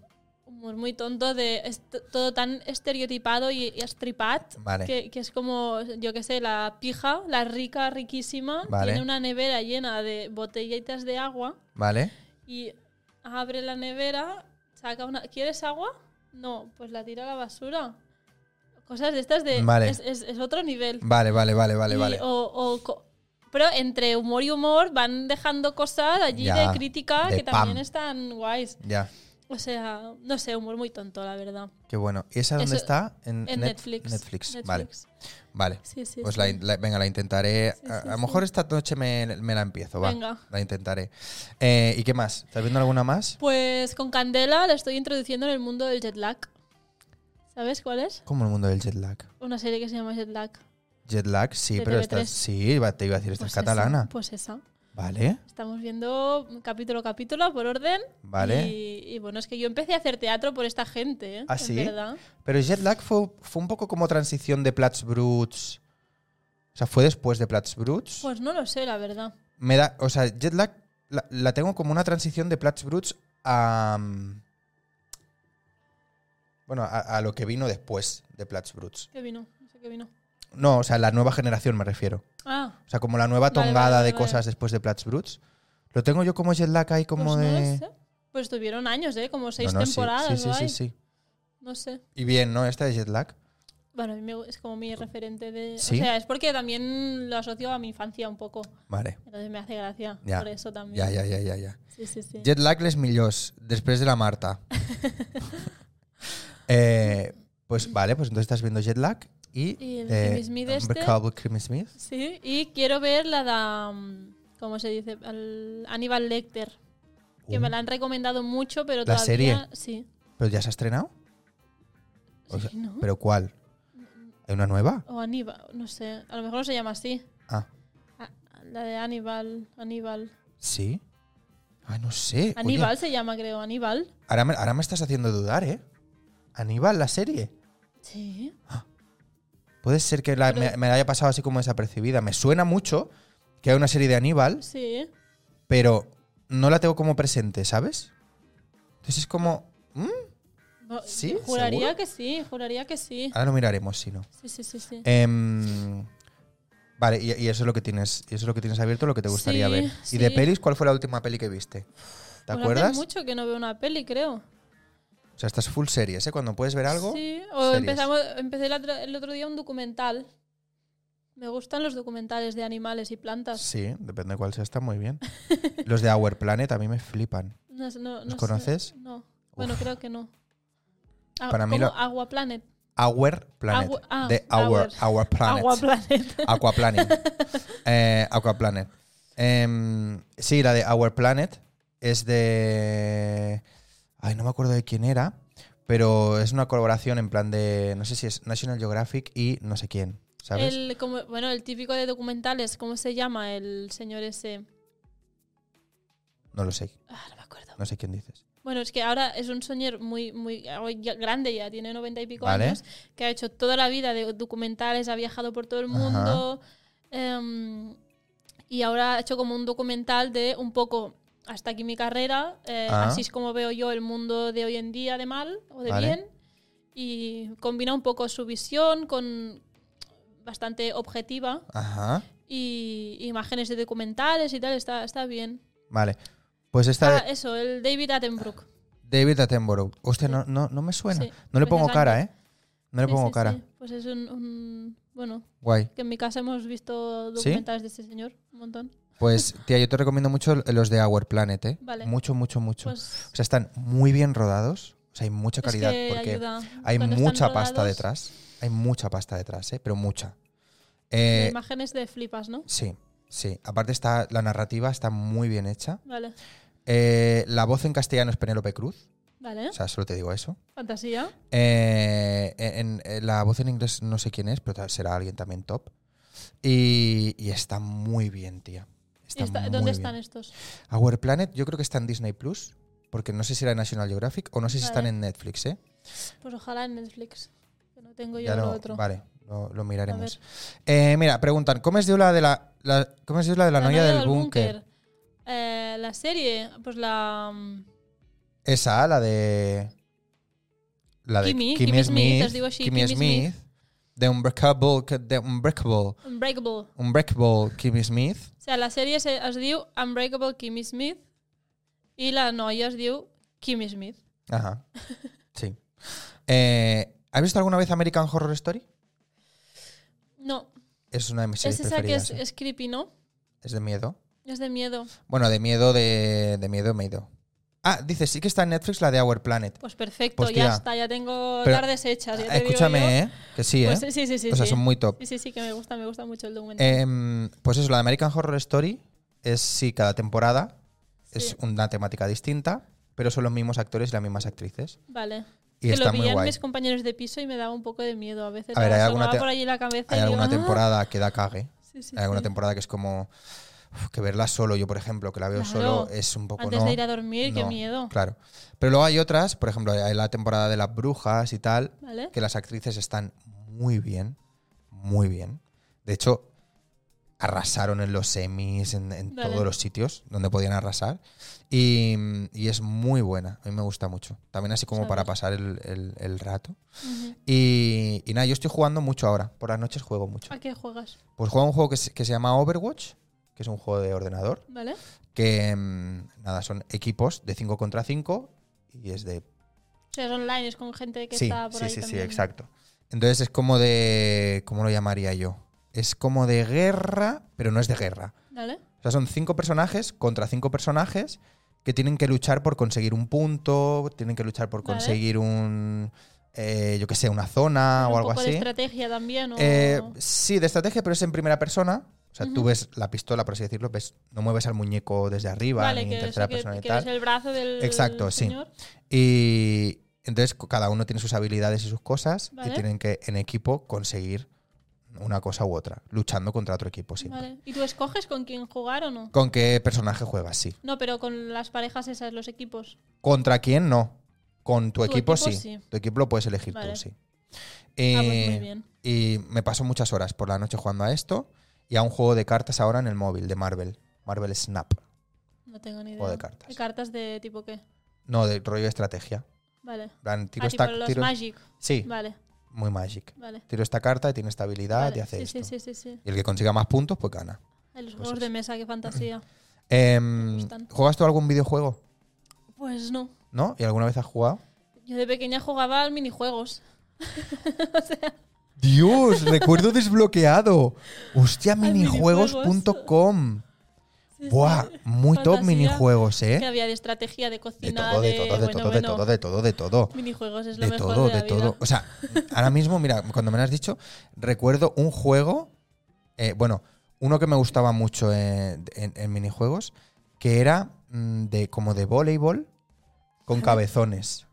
Humor muy tonto, de es t- todo tan estereotipado y, y estripat, Vale. que, que es como, yo qué sé, la pija, la rica, riquísima, Vale. tiene una nevera llena de botellitas de agua ¿Vale? y abre la nevera, saca una... ¿Quieres agua? No, pues la tira a la basura. Cosas de estas de... Vale. Es, es- es otro nivel. Vale, vale, vale, vale, Y- vale. o- o co- pero entre humor y humor van dejando cosas allí Ya, de crítica de que también pam. están guays. Ya, O sea, no sé, humor muy tonto, la verdad. qué bueno. ¿Y esa dónde Eso- está? En, En Net- Netflix. Netflix. Vale, Netflix. vale. Sí, sí. Pues sí. la, la- venga, la intentaré. Sí, a, sí, a lo sí. mejor esta noche me, me la empiezo, va. Venga. La intentaré. Eh, ¿Y qué más? ¿Estás viendo alguna más? Pues con Candela la estoy introduciendo en el mundo del jet lag. ¿Sabes cuál es? Como el mundo del jet lag. Una serie que se llama Jet Lag. Jet lag, sí, De pero TV3. estás. Sí, iba- te iba a decir, estás Pues catalana. esa, pues esa. Vale, Estamos viendo capítulo a capítulo por orden. vale. Y, y bueno, es que yo empecé a hacer teatro por esta gente. ¿eh? ¿Ah, En sí? verdad. Pero jet lag fue, fue un poco como transición de Platz Bruts. O sea, fue después de Platz Bruts. Pues no lo sé, la verdad. Me da. O sea, jet lag la, la tengo como una transición de Platz Bruts a. mm, Bueno, a, a lo que vino después de Platz Bruts. ¿Qué vino? No sé qué vino. No, o sea, la nueva generación me refiero. Ah, O sea, como la nueva Vale, vale, tongada vale, de vale. cosas después de Platz Bruts. Lo tengo yo como jet lag ahí como pues no de. lo sé. Pues tuvieron años, ¿eh? Como seis No, no, sí, temporadas. sí, sí, sí, guay. sí. No sé. Y bien, ¿no? Esta de jet lag. Bueno, a mí me gu- es como mi referente de... ¿Sí? O sea, es porque también lo asocio a mi infancia un poco. Vale. Entonces me hace gracia. Ya, Por eso también. Ya, ya, ya, ya, ya. Sí, Mm. sí, sí. Jet lag les millors, després de la Marta. Eh, pues vale, pues entonces estás viendo jet lag y... Y el eh, Kimmy Smith este. Unbreakable Kimmy Smith. Sí, y quiero ver la de... mm, ¿Cómo se dice? Al Aníbal Lecter. Que Uh, me la han recomendado mucho, pero ¿La todavía... serie? Sí. ¿Pero ya se ha estrenado? O Sí, sea, ¿no? Mm, ¿Pero cuál? ¿Hay una nueva? O Aníbal, no sé. A lo mejor no se llama así. Ah, Ah, La de Aníbal, Aníbal. ¿sí? Ah, no sé. Oye, Aníbal se llama, creo, Aníbal. ahora, me, ahora me estás haciendo dudar, ¿eh? Aníbal, la serie. Sí. Puede ser que la- Pero- me, me la haya pasado así como desapercibida. Me suena mucho que hay una serie de Aníbal, Sí. pero no la tengo como presente, ¿sabes? Entonces es como... ¿Mm? No, ¿Sí? Juraría ¿Seguro? Ah. que sí, juraría que sí. Ahora lo miraremos, si no. Sí, sí, sí, Eh, sí. Em, vale, y, y eso es lo que tienes, y eso es lo que tienes abierto, lo que te gustaría Sí, ver. ¿Y de sí. pelis, cuál fue la última peli que viste? ¿Te Pues acuerdas? Hace mucho que no veo una peli, creo. O sea, estás full series, ¿eh? Cuando puedes ver algo. Sí, o series. empezamos, empecé el otro, el otro día un documental. Me gustan los documentales de animales y plantas. Sí, depende de cuál sea, está muy bien. Los de Our Planet a mí me flipan. No, sé, no- no ¿Los sé. conoces? No. Bueno, creo que no. Ah, Para mí ¿cómo? lo- Agua Planet. Our Planet. Agu- ah, de Our, Our. Our Planet. Agua Planet. Aquaplanet. Eh, Aquaplanet. Em, sí, la de Our Planet es de. Ay, no me acuerdo de quién era, pero es una colaboración en plan de. No sé si es National Geographic y no sé quién, ¿sabes? El, como, bueno, el típico de documentales, ¿cómo se llama el señor ese? No lo sé, Ah, no me acuerdo. no sé quién dices. Bueno, es que ahora es un señor muy, muy hoy ya- grande ya, tiene noventa y pico Vale. años, que ha hecho toda la vida de documentales, ha viajado por todo el Ajá. mundo em, y ahora ha hecho como un documental de un poco hasta aquí mi carrera, eh, Ah. así es como veo yo el mundo de hoy en día de mal o de Vale. bien y combina un poco su visión con bastante objetiva Ajá. y imágenes de documentales y tal, está, está bien. Vale. Pues esta de- Ah, eso, el David Attenborough. David Attenborough. Hostia, no, no, no me suena. Sí, no le pongo precisamente. cara, ¿eh? No le Sí, pongo sí, cara. sí. Pues es un, un- Bueno, Guay. que en mi casa hemos visto ¿Sí? documentales de este señor, un montón. Pues, tía, yo te recomiendo mucho los de Our Planet, ¿eh? Vale. Mucho, mucho, mucho. Pues o sea, están muy bien rodados. O sea, hay mucha es calidad que porque ayuda. hay Cuando mucha están pasta rodados, detrás. Hay mucha pasta detrás, ¿eh? Pero mucha. La Eh, imagen es de flipas, ¿no? sí, sí. Aparte está la narrativa está muy bien hecha. Vale, Eh, la voz en castellano es Penélope Cruz. vale. O sea, solo te digo eso. Fantasía. Eh, en, en- la voz en inglés no sé quién es, pero tal- será alguien también top. Y, y está muy bien, tía. ¿Y está- muy ¿Dónde bien. están estos? Our Planet, yo creo que está en Disney Plus, porque no sé si era en National Geographic o no sé si están Vale. en Netflix, ¿eh? Pues ojalá en Netflix. Que no tengo yo Ya lo lo- otro. Vale, lo, lo miraremos. Eh, mira, preguntan, ¿cómo es de la de la, la- cómo es de la de la, La novia, novia del búnker? búnker. Eh, la serie, pues la. mm, Esa, la de la de Kimmy, Kimmy, Kimmy Smith, Smith, os digo así, Kimmy Kimmy Smith, de Unbreakable, que- de Unbreakable, Unbreakable. Unbreakable Kimmy Smith. O sea, la sèrie se- es diu Unbreakable Kimmy Smith i la noia es diu Kimmy Smith. Ajá. Sí. Eh, ¿Has visto alguna vez American Horror Story? No, Es una de mis series és esa que preferidas. és, ¿eh? és creepy, no? es de miedo. És de miedo. Bueno, de miedo, de, de miedo, miedo. Ah, dice, sí que está en Netflix la de Our Planet. Pues perfecto, Pues, ya tía. está, ya tengo Pero- tardes hechas. Ya te digo yo. Escúchame, ¿eh? Que sí, ¿eh? Pues, sí, sí, sí. o sea, sí. son muy top. sí, sí, sí, que me gusta, me gusta mucho el documental. Em, pues eso, la de American Horror Story es, sí, cada temporada Sí. es una temática distinta, pero son los mismos actores y las mismas actrices. vale. Y que está lo muy veían guay. mis compañeros de piso y me daba un poco de miedo a veces. A ver, hay alguna asomaba te- por allí la cabeza Hay y digo, alguna "Ah". temporada que da cague. Sí, sí, Hay alguna sí. temporada que es como uf, que verla solo, yo por ejemplo, que la veo Claro. solo, es un poco Antes no. de ir a dormir, qué no, miedo. Claro. Pero luego hay otras, por ejemplo, hay la temporada de las brujas y tal, Vale. que las actrices están muy bien, muy bien. De hecho, arrasaron en los semis, en, en Vale. todos los sitios donde podían arrasar. Y, y es muy buena, a mí me gusta mucho. También así como Sabes. para pasar el, el- el rato. Ujú. Y, y nada, yo estoy jugando mucho ahora. Por las noches juego mucho. ¿A qué juegas? Pues juego a un juego que se, que se llama Overwatch, que es un juego de ordenador, ¿Vale? que mm, nada, son equipos de 5 contra 5 y es de O sea, es online, es con gente que sí, está por sí, ahí sí, sí, también. exacto. Entonces es como de. ¿Cómo lo llamaría yo? Es como de guerra, pero no es de guerra. ¿Vale? O sea, son cinco personajes contra cinco personajes que tienen que luchar por conseguir un punto, tienen que luchar por Vale. conseguir un. eh, yo qué sé, una zona Ah, o un algo poco de así. estrategia también. O... Eh, sí, de estrategia, pero es en primera persona. O sea, tú Ujú. ves la pistola, por así decirlo, ves, no mueves al muñeco desde arriba, vale, ni que, en sí, tercera que- persona y que tal. es el brazo del Exacto, sí. señor. Y entonces co- cada uno tiene sus habilidades y sus cosas Vale. y tienen que en equipo conseguir una cosa u otra, luchando contra otro equipo siempre. Vale. ¿Y tú escoges con quién jugar o no? ¿Con qué personaje juegas? Sí. No, pero con las parejas esas, los equipos. ¿Contra quién? No. Con tu, Tu equipo, equipo, sí. sí. Tu equipo lo puedes elegir Vale. tú, sí. Ah, pues Eh, muy bien. Y me paso muchas horas por la noche jugando a esto y a un juego de cartas ahora en el móvil de Marvel. Marvel Snap. No tengo ni idea. juego de cartas. ¿De cartas de tipo qué? No, del rollo de estrategia. Vale. En plan, tiro ah, esta- tipo los tiro- Magic. Sí, Vale, muy Magic. vale. Tiro esta carta y tiene esta habilidad vale. y hace sí, esto. sí, sí, sí, sí. Y el que consiga más puntos, pues gana. Ay, los Pues juegos eso. de mesa, qué fantasía. Em, gustan. ¿Juegas tú algún videojuego? Pues no. ¿No? ¿Y alguna vez has jugado? Yo de pequeña jugaba al minijuegos. Dios, recuerdo desbloqueado. Hostia, minijuegos. minijuegos.com. Sí, Buah, muy top Fantasía. minijuegos, Que ¿eh? había de estrategia, de De cocina, todo, de todo, de bueno, todo, de bueno, todo, de todo, de todo. Minijuegos es lo De mejor todo, de, la de todo. vida. O sea, ahora mismo, mira, cuando me lo has dicho, recuerdo un juego, eh, bueno, uno que me gustaba mucho en, en- en minijuegos, que era mm, de como de voleibol con cabezones.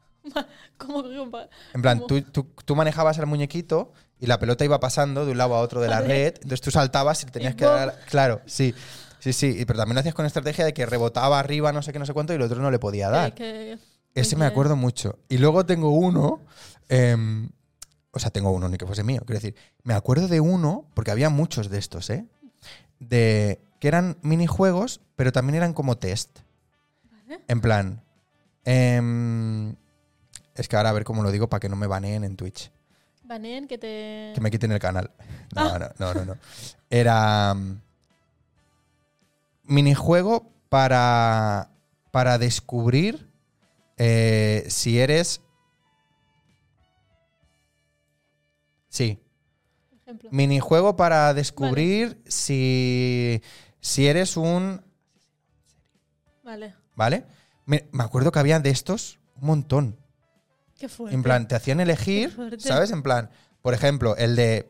Como que compa- En plan, ¿Cómo? tú, tú- tú manejabas el muñequito y la pelota iba pasando de un lado a otro de la Joder. red, entonces tú saltabas y le tenías Y que ¡pum! dar... Claro, sí. Sí, sí, y- pero también lo hacías con estrategia de que rebotaba arriba, no sé qué, no sé cuánto, y el otro no le Eh, podía dar. que- que- Ese me que- acuerdo mucho. Y luego tengo uno. em, o sea, tengo uno, ni que fuese mío. Quiero decir, me acuerdo de uno, porque había muchos de estos, ¿eh? De, que eran minijuegos, pero también eran como test. En plan. em, es que ahora a ver cómo lo digo para que no me baneen en Twitch. Banen, que te. Que me quiten el canal. No, Ah. no, no, no, no. Era. mm, minijuego para. para descubrir eh, si eres. Sí. Ejemplo. Minijuego para descubrir si. si eres un. Vale. ¿Vale? Me, me acuerdo que había de estos un montón. Qué fuerte. En plan, te hacían Qué elegir, fuerte. ¿sabes? En plan, por ejemplo, el de.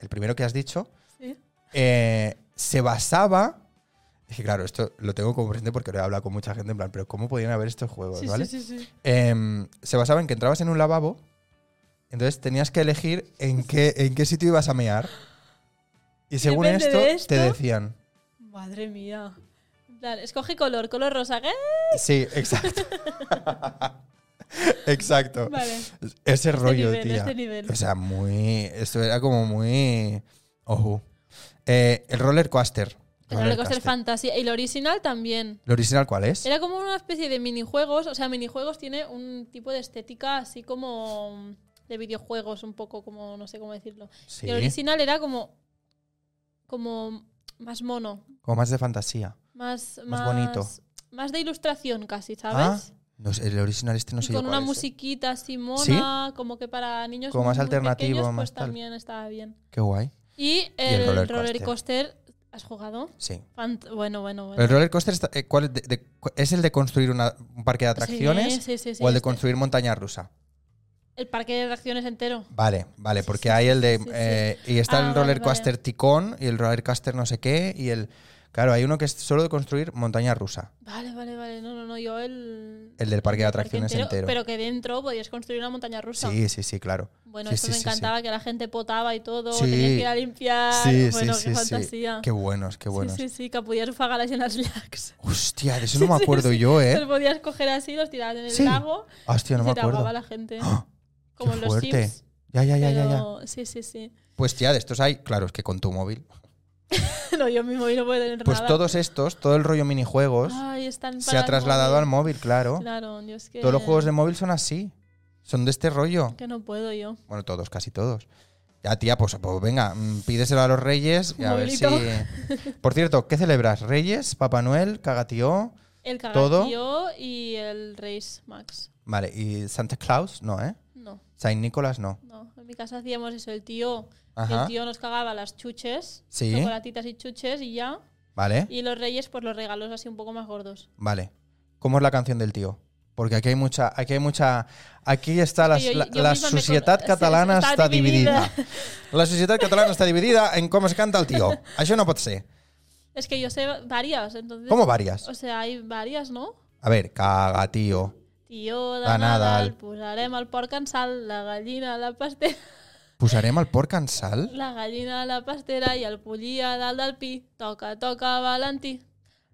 El primero que has dicho, Sí. eh, se basaba. Es que claro, esto lo tengo como presente porque lo he hablado con mucha gente en plan, pero ¿cómo podían haber estos juegos, Sí, pues vale? sí, sí, sí. Em, se basaba en que entrabas en un lavabo, entonces tenías que elegir en qué, en qué sitio ibas a mear. Y según Depende esto, de te esto. decían. Madre mía. En plan, escoge color, color rosa. ¿qué? Sí, exacto. exacto. Vale. Ese rollo, nivel, tía. este nivel. O sea, muy. Esto era como muy. Ojo. Eh, el roller coaster. El Roller Coaster Fantasía. Y el original también. ¿El original cuál es? Era como una especie de minijuegos. O sea, minijuegos tiene un tipo de estética así como de videojuegos, un poco como, no sé cómo decirlo. Sí. Y el original era como. como más mono. Como más de fantasía. Más, más, Más bonito. Más de ilustración casi, ¿sabes? Ah, no sé, el original este no Y sé yo con una cuál es, ¿eh? musiquita así mona, como que para niños Como más muy alternativo, pequeños, pues más tal. también estaba bien. Qué guay. Y el, roller, coaster. ¿has jugado? Sí. Fant- bueno, bueno, bueno. El roller coaster está- eh, ¿cuál es, de- de- cu- es el de construir una- un parque de atracciones Sí, sí, sí, sí, o el de este. construir montaña rusa. El parque de atracciones entero. Vale, vale, Sí, porque sí, hay el de sí, sí. eh, y está Ah, el vale, roller vale. coaster ticón y el roller coaster no sé qué y el claro hay uno que es solo de construir montaña rusa. Vale, vale, vale. No, no, no. Yo el. El del parque de atracciones entero. Pero que dentro podías construir una montaña rusa. Sí, sí, sí, claro. Bueno, Sí, eso sí, me sí, sí. encantaba, que la gente potaba y todo, Sí. tenías que ir a limpiar. Sí, Ah, bueno, sí, qué sí, sí. fantasía. Qué buenos, qué buenos. Sí, sí, sí, que podías ufagarlas en las lags. Hostia, de eso no me acuerdo yo, Los ¿eh? podías coger así, los tirabas en el Sí. lago Hostia, no y me se te ahogaba acuerdo. la gente. ¡Ah! Como ¡Qué en los fuerte! Sims. Ya, ya, ya, ya, ya. Pero sí, sí, sí. Pues tía, de estos hay, claro, es que con tu móvil. no, yo mismo no puedo tener Pues nada. todos estos, todo el rollo minijuegos, Ay, están se Ah, para ha el trasladado al móvil. móvil, claro. Claro, yo es que. Todos los juegos de móvil son así. Son de este rollo. Que no puedo yo. Bueno, todos, casi todos. Ya, tía, pues, pues venga, mm, pídeselo a los reyes y a ver si. Movilito. Por cierto, ¿qué celebras? ¿Reyes? ¿Papá Noel? ¿Cagatío? El Todo. cagatío y el Race Max. Vale, ¿y Santa Claus? No, ¿eh? No, Saint Nicolás no. no. En mi casa hacíamos eso, el tío. Ajá. El tío nos cagaba las chuches, Sí. chocolatitas y chuches y ya. Vale, Y los reyes, pues los regalos así un poco más gordos. vale. ¿Cómo es la canción del tío? Porque aquí hay mucha, aquí hay mucha, aquí está la, Es que yo- la- yo la misma me sociedad con- catalana está está, dividida. La sociedad catalana está dividida en cómo se canta el tío. Eso no puede ser. Es que yo sé varias, entonces. ¿Cómo varias? O sea, hay varias, ¿no? A ver, cagatío. Tío de De Nadal, Nadal. posarem el porc en sal, la gallina a la pastera, ¿Pusaremos al porc en sal? la gallina a la pastera i el pollí a dalt del pi. Toca, toca, Valentí.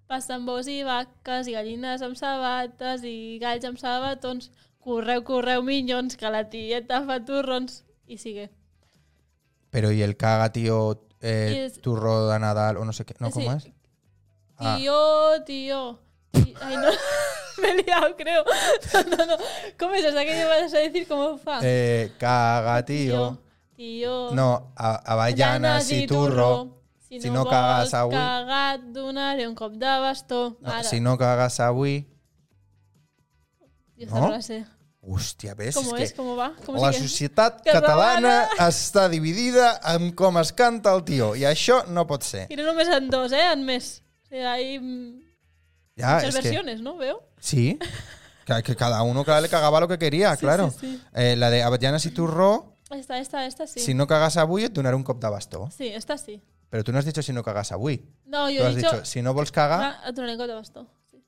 Passen bous i vaques i gallines amb sabates i galls amb sabatons. Correu, correu, minyons, que la tieta fa turrons. I sigue. Pero ¿y el cagatío eh, Es- turro de Nadal o no sé qué? ¿No? Sí. ¿Cómo es? Ah. Tío, tío. Ti- Ay, no. Me he liado, creo. No, no, no. ¿Cómo es? ¿Hasta que me vas a decir cómo fa? Eh, cagatío. Tío. No, a- avellanas y turro. Si, Si no no, cagues cagas avui. Cagat, donaré un cop de bastó. No, Ara, si no cagas a Wii. jo no? esta no la sé. Hostia, ¿ves? ¿Cómo que es? ¿Cómo va? ¿Cómo la sigue? societat Catalana. catalana està dividida en com es canta el tio. I això no pot ser. I no només en dos, eh? En més. Eh, Hay mm, Ya, muchas Ah, es que- versiones, ¿no? Veo. sí. Que, que cada uno claro, le cagaba lo que quería, Sí, Ah, claro. sí, sí. Eh, la de Avellanas y Turró, Esta, esta, esta sí. si no cagas a Bui, et donaré un cop de bastó. Sí, esta sí. Pero tú no has dicho si no cagas a Bui. No, Tú yo he has dicho. dicho, si no vols cagar... Ah, a tu lengua te bastó. Sí.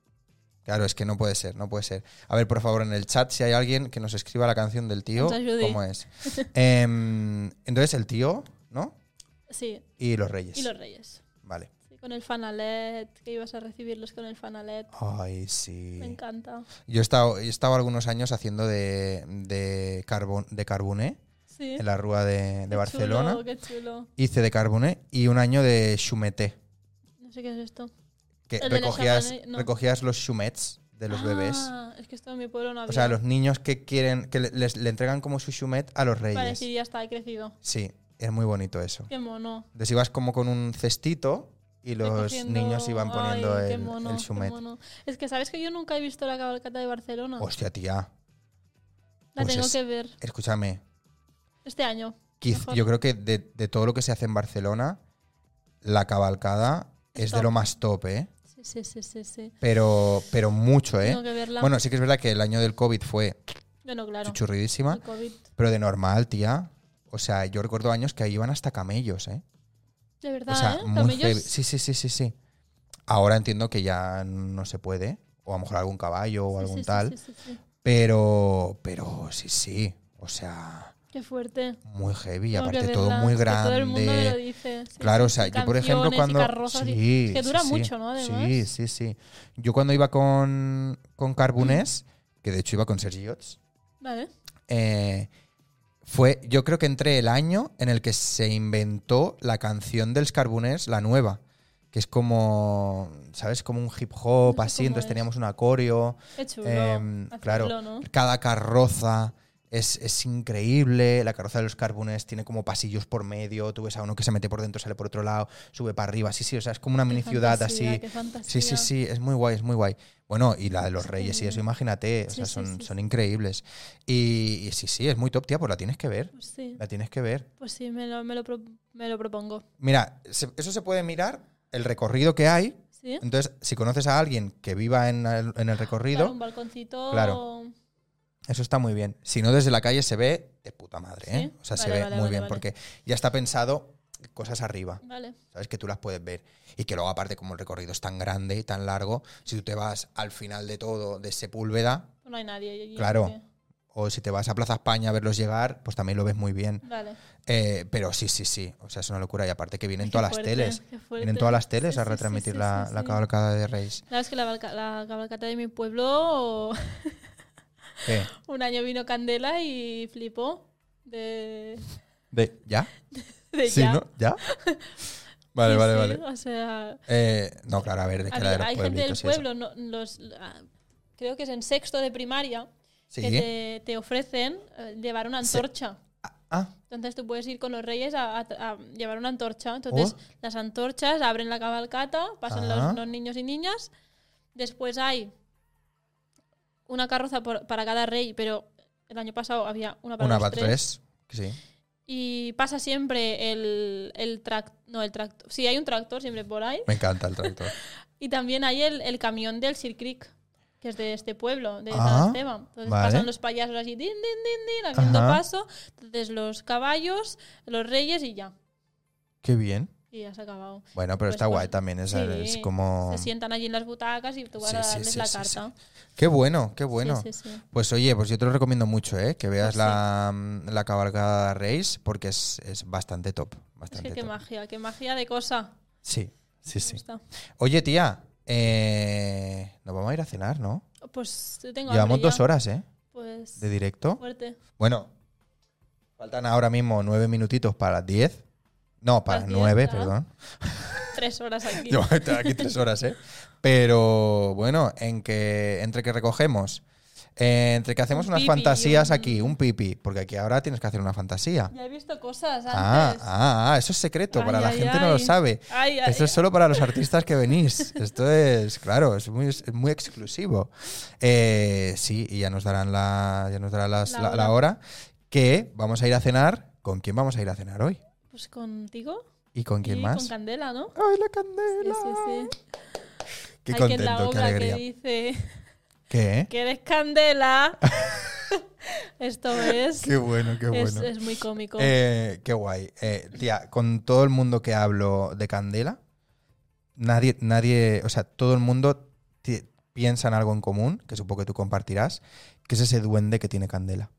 Claro, es que no puede ser, no puede ser. A ver, por favor, en el chat, si hay alguien que nos escriba la canción del tío, Nos ayude. ¿cómo es? Em, entonces, el tío, ¿no? Sí, Y los reyes. y los reyes. Vale. Sí, con el fanalet, que ibas a recibirlos con el fanalet. Ay, sí. Me encanta. Yo he estado, he estado algunos años haciendo de, de, carbon, de carboné Sí. en la rúa de, de Qué Barcelona. chulo, qué chulo. Hice de carboné y un año de chumeté, No sé qué es esto. que El de recogías, Neshamane, no. recogías los chumets de los Ah, bebés. Es que esto en mi pueblo no había. O sea, los niños que quieren, que le- les, le entregan como su chumet a los reyes. Para decir, ya está, he crecido. Sí, es muy bonito eso. Qué mono. Entonces ibas como con un cestito y los Recogiendo- niños iban poniendo Ay, qué el, mono, el qué chumet. mono. Es que sabes que yo nunca he visto la cabalcata de Barcelona. Hostia, tía. la pues tengo es- que ver Escúchame, este año. Quiz- Mejor. yo creo que de, de todo lo que se hace en Barcelona, la cabalcada es, Es de top. lo más top, ¿eh? Sí, sí, sí, sí, sí. Pero, pero mucho, ¿eh? Tengo que verla. Bueno, sí que es verdad que el año del COVID fue Bueno, claro. chuchurridísima, El COVID. pero de normal, tía. O sea, yo recuerdo años que ahí iban hasta camellos, ¿eh? De O verdad, sea, ¿eh? muy Camellos. heavy. Sí, sí, sí, sí, sí. Ahora entiendo que ya no se puede, o a lo mejor algún caballo o Sí, algún sí, sí, tal, sí, sí, sí. pero pero sí, sí, o sea, Qué fuerte. muy heavy, y Tengo que aparte todo verla, muy que grande. Todo el mundo me lo dice. Sí, Claro, sí, o sea, sí, yo por ejemplo canciones y cuando... carrozas y- Sí, que dura sí, sí. mucho, ¿no? Además. Sí, sí, sí. Yo cuando iba con, con Carbunés, que de hecho iba con Sergi Ots, Vale. eh, fue, yo creo que entré el año en el que se inventó la canción dels Carboners, la nueva, que es como, ¿sabes? Como un hip hop No sé así, cómo entonces es. teníamos un acorio, Qué chulo. Em, hacerlo, claro. ¿no? cada carroza es, es increíble, la carroza de los Carboners tiene como pasillos por medio, tú ves a uno que se mete por dentro, sale por otro lado, sube para arriba, sí, sí, o sea, es como una Qué mini ciudad así. fantasía, qué fantasía. Sí, sí, sí, es muy guay, es muy guay. Bueno, y la de los Sí. reyes y eso, imagínate, o Sí, sea, sí, son, sí, son increíbles. Y, y sí, sí, es muy top, tía, pues la tienes que ver, Pues sí, la tienes que ver. pues sí, me lo, me lo, pro- me lo propongo. Mira, se- eso se puede mirar, el recorrido que hay, ¿Sí? entonces si conoces a alguien que viva en el, en el Claro, recorrido, un balconcito. Claro. eso está muy bien. Si no, desde la calle se ve de puta madre, ¿eh? Sí, O sea, se vale, ve vale, muy vale, bien, vale. porque ya está pensado cosas arriba. Vale. ¿sabes? Que tú las puedes ver. Y que luego, aparte, como el recorrido es tan grande y tan largo, si tú te vas al final de todo de Sepúlveda, Pues No hay nadie allí. Claro. así o si te vas a Plaza España a verlos llegar, pues también lo ves muy bien. que- Vale. Eh, pero sí, sí, sí. O sea, es una locura. Y aparte que vienen Qué todas fuerte, las teles. qué fuerte. Vienen todas las teles Sí, a sí, sí, retransmitir sí, la, sí, la sí. cabalcada de Reis. Claro, es que la, balca- la cabalcata de mi pueblo ¿Qué? un año vino Candela y flipó de, ¿De, ¿Ya? de Sí, ya. ¿no? ¿Ya? Vale, Sí, vale, sí, vale. O sea, Eh, no, claro, a ver, es que la de había- los hay gente del pueblitos y eso. pueblo, no- los, ah, creo que es en sexto de primaria, Sí. que te, te ofrecen eh, llevar una Se- antorcha. Ah, Entonces tú puedes ir con los reyes a, a- a llevar una antorcha. Entonces Oh. las antorchas abren la cabalcata, pasan Ah. los, los niños y niñas. Después hay una carroza por- para cada rey, pero el año pasado había una para una los va tres. tres. Sí. Y pasa siempre el, el tractor. No, el tractor. Sí, hay un tractor siempre por ahí. Me encanta el tractor. Y también hay el, el camión del Sir Creek, que es de este pueblo, de Ah, San Esteban. Entonces vale. pasan los payasos así, din, din, din, din, haciendo Ajá. paso. Entonces los caballos, los reyes y ya. Qué bien. Y ya se ha acabado. Bueno, pero Pues, está guay pues, también. Es, es sí, como. Se sientan allí en las butacas y tú vas Ah. Sí, sí, a darles sí, la sí, sí. carta. Qué bueno, qué bueno. Sí, sí, sí. Pues oye, pues yo te lo recomiendo mucho, ¿eh? Que veas Pues sí. la, mm, la cabalgada de Reis porque es, es bastante top. Es Bastante que qué top. magia, qué magia de cosa. Sí, sí, Me sí. gusta. Oye, tía, eh, nos vamos a ir a cenar, ¿no? Pues yo tengo Llevamos hambre ya. dos horas, ¿eh? Pues De directo. fuerte. Bueno, faltan ahora mismo nueve minutitos para las diez. No, para Las las diez, nueve, claro. perdón. Tres horas aquí. Yo voy a estar aquí tres horas, ¿eh? Pero bueno, en que, entre que recogemos, eh, entre que hacemos Un unas pipi y fantasías un- aquí, un pipi, porque aquí ahora tienes que hacer una fantasía. Ya he visto cosas Ah, antes. ah, ah, eso es secreto, Ay, para la ay, gente no lo ay. sabe. Ay, ay, Esto es solo para los artistas que venís. Esto es, claro, es muy, es muy exclusivo. Eh, sí, y ya nos darán, la, ya nos darán las- La la- la hora que vamos a ir a cenar. ¿Con quién vamos a ir a cenar hoy? Pues contigo. ¿Y con quién Y más? Con Candela, ¿no? ¡Ay, la Sí, candela! sí, sí. Qué Hay quien la contento, qué obra alegría. que dice ¿Qué? que eres Candela. Esto es, Qué bueno, qué es, bueno. es muy cómico. Eh, qué guay. Eh, tía, con todo el mundo que hablo de Candela, nadie, nadie, o sea, todo el mundo ti- piensa en algo en común, que supongo que tú compartirás, que es ese duende que tiene Candela.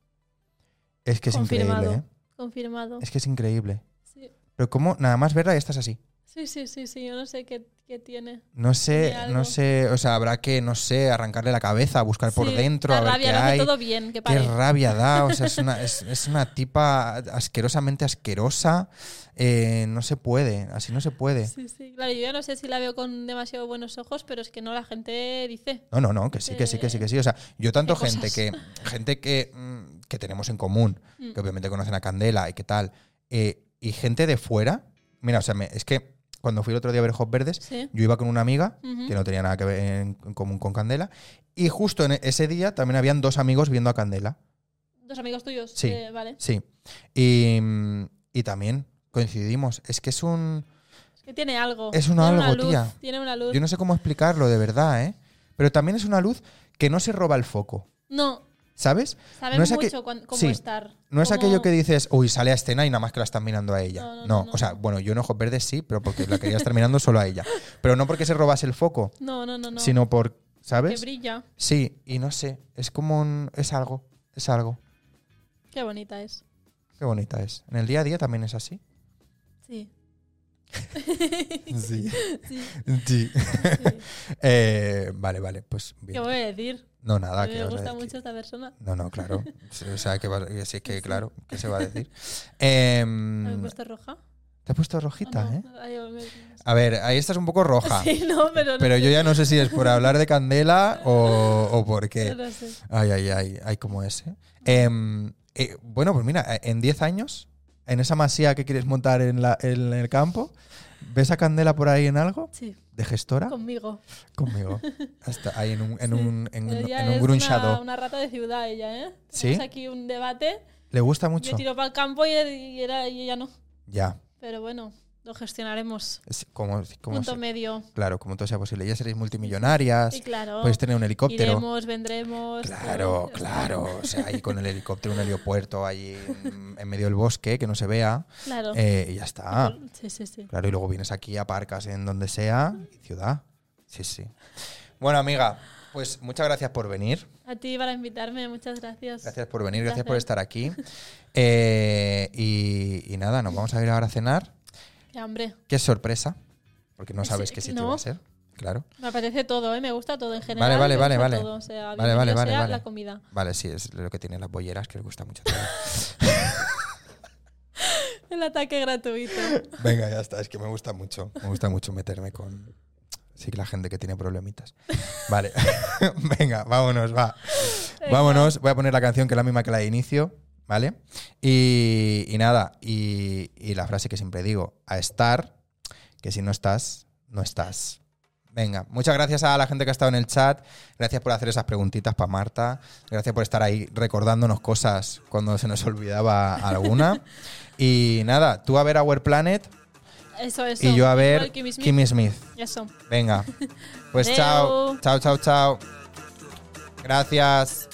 Es que es Confirmado. increíble, ¿eh? Confirmado. Es que es increíble. Sí, Pero como nada más verla y estás así. sí, sí, sí, sí, yo no sé qué, qué tiene. No sé, Tiene algo. no sé, o sea, habrá que, no sé, arrancarle la cabeza, buscar por Sí, dentro, da a ver rabia, qué lo hace hay. todo bien, que Qué pare. rabia da, o sea, es una, es, es una tipa asquerosamente asquerosa. eh, no se puede, así no se puede. Sí, sí, claro, yo ya no sé si la veo con demasiado buenos ojos, pero es que no, la gente dice. No, no, no, que sí, que sí, que sí, que sí. O sea, yo tanto Qué gente cosas. que, gente que, mm, que tenemos en común, Mm. que obviamente conocen a Candela y qué tal, eh, y gente de fuera. Mira, o sea, me- es que cuando fui el otro día a ver Ojos Verdes, Sí. yo iba con una amiga Ujú. que no tenía nada que ver en, en común con Candela, y justo en e, ese día también habían dos amigos viendo a Candela. Dos amigos tuyos. Sí. eh, vale. Sí. Y, mm, y también coincidimos. Es que es un. Es que tiene algo. Es un tiene una algo, luz, tía. Tiene una luz. Yo no sé cómo explicarlo de verdad, ¿eh? Pero también es una luz que no se roba el foco. No, ¿Sabes? saben No es aqu- mucho cuán- cómo sí. estar. No es cómo- aquello que dices, uy, sale a escena y nada más que la están mirando a ella. No, no, No, no, o sea, no. bueno, yo en Ojos Verdes sí, pero porque la quería estar mirando solo a ella. Pero no porque se robase el foco, No, no, no, no. sino por, que ¿sabes? brilla. Sí, y no sé, es como un, es algo, es algo. Qué bonita es. Qué bonita es. En el día a día también es así. Sí. Sí. Sí, sí. sí. Eh, vale, vale, pues ¿Qué bien. voy a decir? No, nada, A mí que me os gusta de- mucho esta persona. No, no, claro. O sea, que, va- que sí, que claro, ¿qué se va a decir? Em, ¿Me he puesto roja? te has puesto Ah, rojita, no, ¿eh? ay, yo me- A ver, ahí estás un poco roja. Sí, no, pero, no Pero sé, yo ya no sé si es por hablar de Candela o, o por qué. no sé. Ay, ay, ay, ay, como ese. Em, eh, bueno, pues mira, eh, en 10 años, en esa masía que quieres montar en, la- en el campo, ¿ves a Candela por ahí en algo? Sí, ¿De gestora? conmigo. Conmigo. Hasta ahí en un, en Sí. un, en un- Ella en un es grun una- shadow. Una, rata de ciudad ella, ¿eh? ¿Sí? Tenemos aquí un debate. Le gusta mucho. Yo tiro para el campo y, y era- y ella no. Ya. Pero bueno, lo gestionaremos. Es como, como Punto se- medio. claro, como todo sea posible. Ya seréis multimillonarias, Y claro, podéis tener un Pues este helicóptero. iremos, vendremos. Claro, todo. claro. O sea, ahí con el helicóptero, un heliopuerto allí en en medio del bosque, que no se vea. Claro. eh, y ya está. Sí, sí, sí. Claro, y luego vienes aquí, aparcas en donde sea, y ciudad. Sí, sí. Bueno, amiga, pues muchas gracias por venir. A ti para invitarme, muchas gracias. Gracias por venir, gracias por placer. estar aquí. Eh, y, y nada, nos vamos a ir ahora a cenar. Qué hambre. Qué sorpresa, porque no Sí, sabes qué sitio no. va a ser. Claro. Me apetece todo, ¿eh? Me gusta todo en general. vale, me vale, gusta vale. todo, o sea, Vale, vale, bienvenido vale, sea vale. la comida. Vale, sí, es lo que tienen las bolleras, que les gusta mucho. todo. El ataque gratuito. Venga, ya está, es que me gusta mucho. Me gusta mucho meterme con. Sí, que la gente que tiene problemitas. Vale, venga, vámonos, va. Venga. Vámonos, voy a poner la canción que es la misma que la de inicio, ¿vale? Y, y nada, y, y la frase que siempre digo, a estar, que si no estás, no estás. Venga, muchas gracias a la gente que ha estado en el chat, gracias por hacer esas preguntitas para Marta, gracias por estar ahí recordándonos cosas cuando se nos olvidaba alguna. y nada, tú a ver Our Planet Eso, eso. y yo a ver Igual que Miss Smith. Kimmy Smith. Eso. Venga, pues Adeu. chao, chao, chao, chao. Gracias.